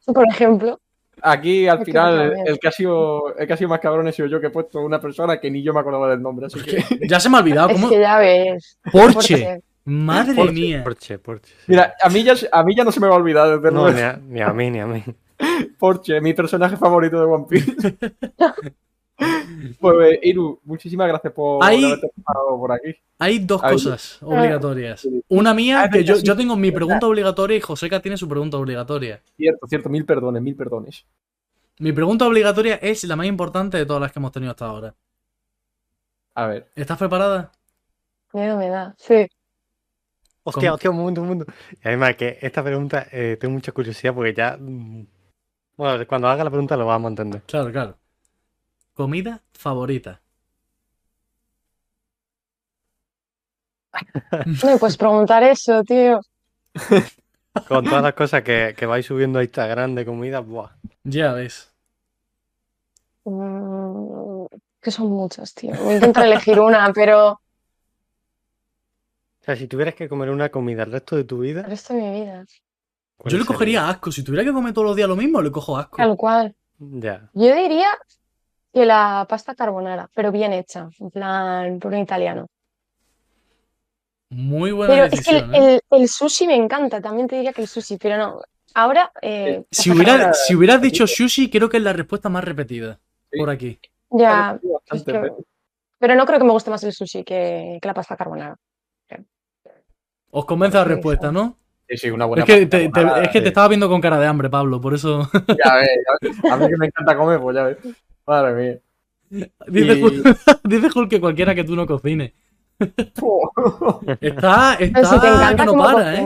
S2: Eso, Por ejemplo,
S1: Aquí al
S2: Es que no
S1: final
S2: sabía.
S1: el que, ha sido, el que ha sido más cabrón he sido yo que he puesto una persona que ni yo me acordaba del nombre, así que...
S3: Ya se me ha olvidado.
S2: es
S3: Ah, ¿Cómo?
S2: que ya ves.
S3: Porche.
S2: Porche.
S3: Madre
S1: Porche,
S3: mía.
S4: Porche, Porche. sí.
S1: Mira, a mí ya, a mí ya no se me va a olvidar desde
S4: No,
S1: luego
S4: ni a, ni a mí, ni a mí.
S1: Porche, mi personaje favorito de One Piece. pues eh, Iru, muchísimas gracias por
S3: Ahí-
S1: haberte pasado por aquí.
S3: Hay dos
S1: Ay,
S3: cosas obligatorias.
S1: sí.
S3: Una mía,
S1: Ah,
S3: que yo,
S1: venga, sí.
S3: yo tengo mi pregunta obligatoria y Joseca tiene su pregunta obligatoria.
S1: Cierto, cierto, mil perdones, mil perdones.
S3: Mi pregunta obligatoria es la más importante de todas las que hemos tenido hasta ahora.
S1: A ver,
S3: ¿Estás preparada?
S2: Miedo me da. Sí.
S4: Hostia,
S3: ¿Cómo?
S4: hostia, un momento, un momento. Y además que esta pregunta eh, tengo mucha curiosidad porque ya... mm, Bueno, cuando haga la pregunta lo vamos a entender.
S3: Claro, claro. Comida favorita.
S2: No, pues preguntar eso, tío.
S4: Con todas las cosas que, que vais subiendo a Instagram de comida, buah.
S3: Ya ves.
S2: Mm, que son muchas, tío. Me intento elegir una, pero
S4: O sea, si tuvieras que comer una comida el resto de tu
S2: el
S4: vida...
S2: resto de mi vida.
S4: ¿cuál
S3: Yo le
S4: sería?
S1: ¿eh?
S3: cogería asco. Si tuviera que comer todos los días lo mismo, le cojo asco.
S2: Tal cual.
S4: Ya.
S2: Yo diría que la pasta carbonara, pero bien hecha, en plan, por un italiano.
S3: Muy buena
S2: Pero es que
S3: decisión.
S2: el,
S3: ¿eh?
S2: el- el sushi me encanta, también te diría que el sushi, pero no. Ahora, eh,
S3: Si,
S2: pasta
S3: hubiera,
S1: carbonara-
S3: si hubieras dicho sushi, creo que es la respuesta más repetida.
S1: Sí.
S3: Por aquí.
S2: carbonara, ya. Ah, es
S1: bastante.
S2: que-
S1: ¿eh?
S2: Pero no creo que me guste más el sushi que, que la pasta carbonara.
S3: Os convence la
S2: Sí,
S3: respuesta,
S2: sí.
S3: ¿no?
S1: Sí, sí, una buena
S3: Es que,
S1: pasta
S3: te, te-
S1: carbonara.
S3: es que te
S4: sí.
S3: estaba viendo con cara de hambre, Pablo, por eso.
S1: Ya ves, ya ves. a mí que me encanta comer, pues ya ves. Madre mía.
S3: Dice,
S1: Y-
S3: Hulk, dice Hulk que cualquiera que tú no cocines. Está,
S2: Pero
S3: está
S2: si te encanta
S3: que no
S2: como
S3: para, ¿eh?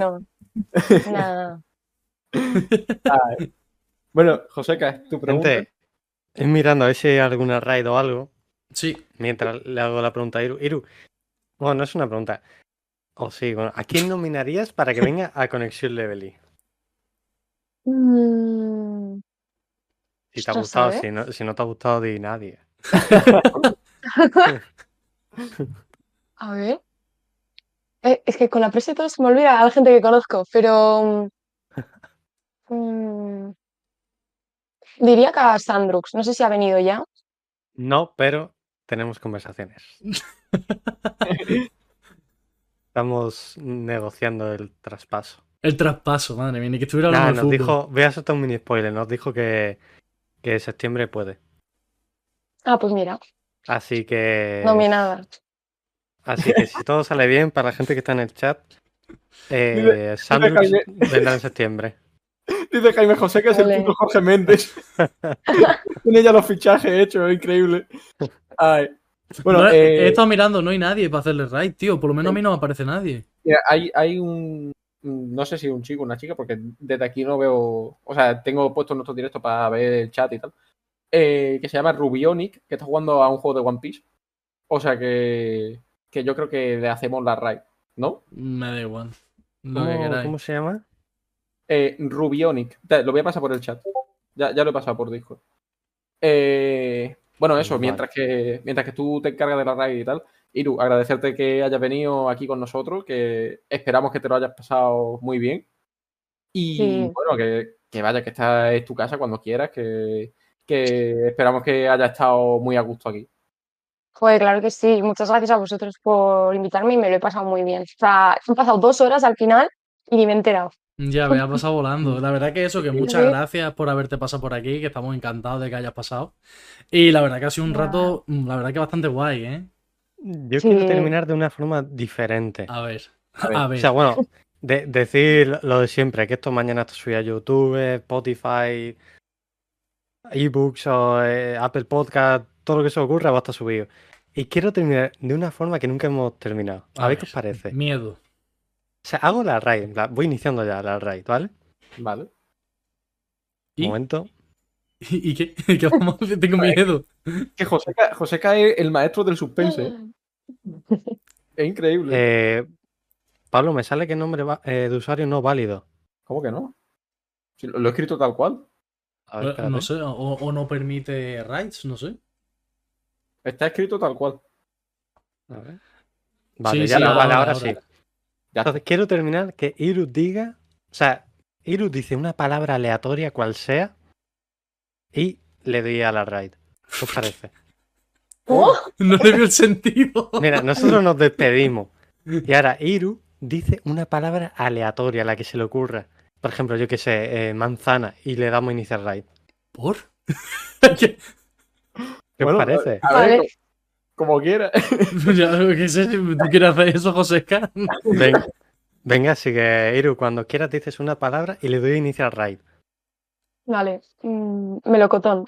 S2: cocino. Nada.
S1: Bueno, Joseca, es tu pregunta.
S4: Gente, es mirando a ver si hay alguna raid o algo.
S3: Sí.
S4: Mientras le hago la pregunta a Iru. Iru, bueno, no es una pregunta. O sí, bueno, ¿a quién nominarías para que venga a Conexión Levely?
S2: Mm,
S4: Si te ha
S2: Ostras,
S4: gustado,
S2: ¿sabes?
S4: si no, si no te ha gustado, de nadie.
S2: a ver. Eh, es que con la presa y todo se me olvida a la gente que conozco, pero. mm, mm, diría que a Sandrux. No sé si ha venido ya.
S4: No, pero tenemos conversaciones. Estamos negociando el traspaso.
S3: El traspaso, madre mía, ni que estuviera
S4: Nada,
S3: hablando
S4: nos
S3: de fútbol.
S4: dijo, voy a soltar un mini spoiler, nos dijo que, que septiembre puede.
S2: Ah, pues mira,
S4: Así que.
S2: nominada.
S4: Así que si todo sale bien, para la gente que está en el chat, eh, Sandrux
S1: Jaime.
S4: vendrá en septiembre.
S1: Dice Jaime José que es el
S2: Ole.
S1: puto Jorge Méndez. Tiene ya los fichajes hechos, es increíble. Ay. Bueno,
S3: No,
S1: eh,
S3: he estado mirando, no hay nadie para hacerle raid, tío. Por lo menos a mí no me aparece nadie.
S1: Mira, hay, hay un. No sé si un chico o una chica, porque desde aquí no veo. O sea, tengo puesto nuestro directo para ver el chat y tal. eh, que se llama Rubionic, que está jugando a un juego de One Piece. O sea que. Que yo creo que le hacemos la raid, ¿no?
S3: Me da igual. Lo que
S4: ¿Cómo,
S3: queráis.
S4: cómo se llama?
S1: Eh, Rubionic. Te- Lo voy a pasar por el chat. Ya, ya lo he pasado por Discord. Eh, bueno, eso,
S4: Vale.
S1: mientras que, mientras que tú te encargas de la raid y tal, Iru, agradecerte que hayas venido aquí con nosotros, que esperamos que te lo hayas pasado muy bien. Y
S2: Sí.
S1: bueno, que, que vaya, que esta es tu casa cuando quieras, que, que esperamos que hayas estado muy a gusto aquí.
S2: Joder, claro que sí. Muchas gracias a vosotros por invitarme y me lo he pasado muy bien. O sea, han pasado dos horas al final y ni me he enterado.
S3: Ya, me ha pasado volando. La verdad que eso, que muchas
S2: Sí.
S3: gracias por haberte pasado por aquí, que estamos encantados de que hayas pasado. Y la verdad que ha sido un
S2: Nada.
S3: rato, mm, la verdad que bastante guay, ¿eh?
S4: Yo
S2: Sí.
S4: quiero terminar de una forma diferente.
S3: A ver,
S1: A ver,
S3: a
S4: O
S3: ver.
S4: sea, bueno, de- decir lo de siempre, que esto mañana está subido a YouTube, Spotify, ebooks o eh, Apple Podcast, todo lo que se ocurra va a estar subido. Y quiero terminar de una forma que nunca hemos terminado. A,
S3: A
S4: ver
S3: ver.
S4: qué os parece. O
S3: Miedo.
S4: sea, hago la raid, en plan, voy iniciando ya la raid, ¿vale?
S1: vale.
S3: ¿Y?
S4: Un momento.
S3: ¿Y qué? ¿Qué vamos a hacer? Tengo miedo.
S1: Que Joseca, Joseca es el maestro del suspense, ¿eh? es increíble.
S4: Eh, Pablo, me sale que nombre va- eh, de usuario no válido.
S1: ¿Cómo que no? Si lo, lo he escrito tal cual.
S4: A ver,
S3: No
S4: espérate.
S3: sé, o, o no permite raids, no sé.
S1: Está escrito tal cual.
S4: A ver. Vale,
S3: Sí,
S4: ya
S3: sí,
S4: lo-
S3: ahora,
S4: vale, ahora
S3: ahora.
S4: sí.
S1: Ya está.
S4: Entonces, quiero terminar que Iru diga. O sea, Iru dice una palabra aleatoria, cual sea, y le doy a la raid. ¿Qué os parece?
S2: ¿Oh?
S3: No le veo el sentido.
S4: Mira, nosotros nos despedimos. Y ahora Iru dice una palabra aleatoria, la que se le ocurra. Por ejemplo, yo qué sé, eh, manzana, y le damos iniciar raid.
S3: ¿Por?
S4: ¿Qué
S1: Bueno,
S4: os parece?
S1: A ver,
S2: Vale.
S1: como, como quiera.
S3: Ya, ¿Qué sé? ¿Tú quieres hacer eso, José K?
S4: Ven- venga, así que Iru, cuando quieras dices una palabra y le doy a iniciar raid.
S2: Vale, mm, melocotón.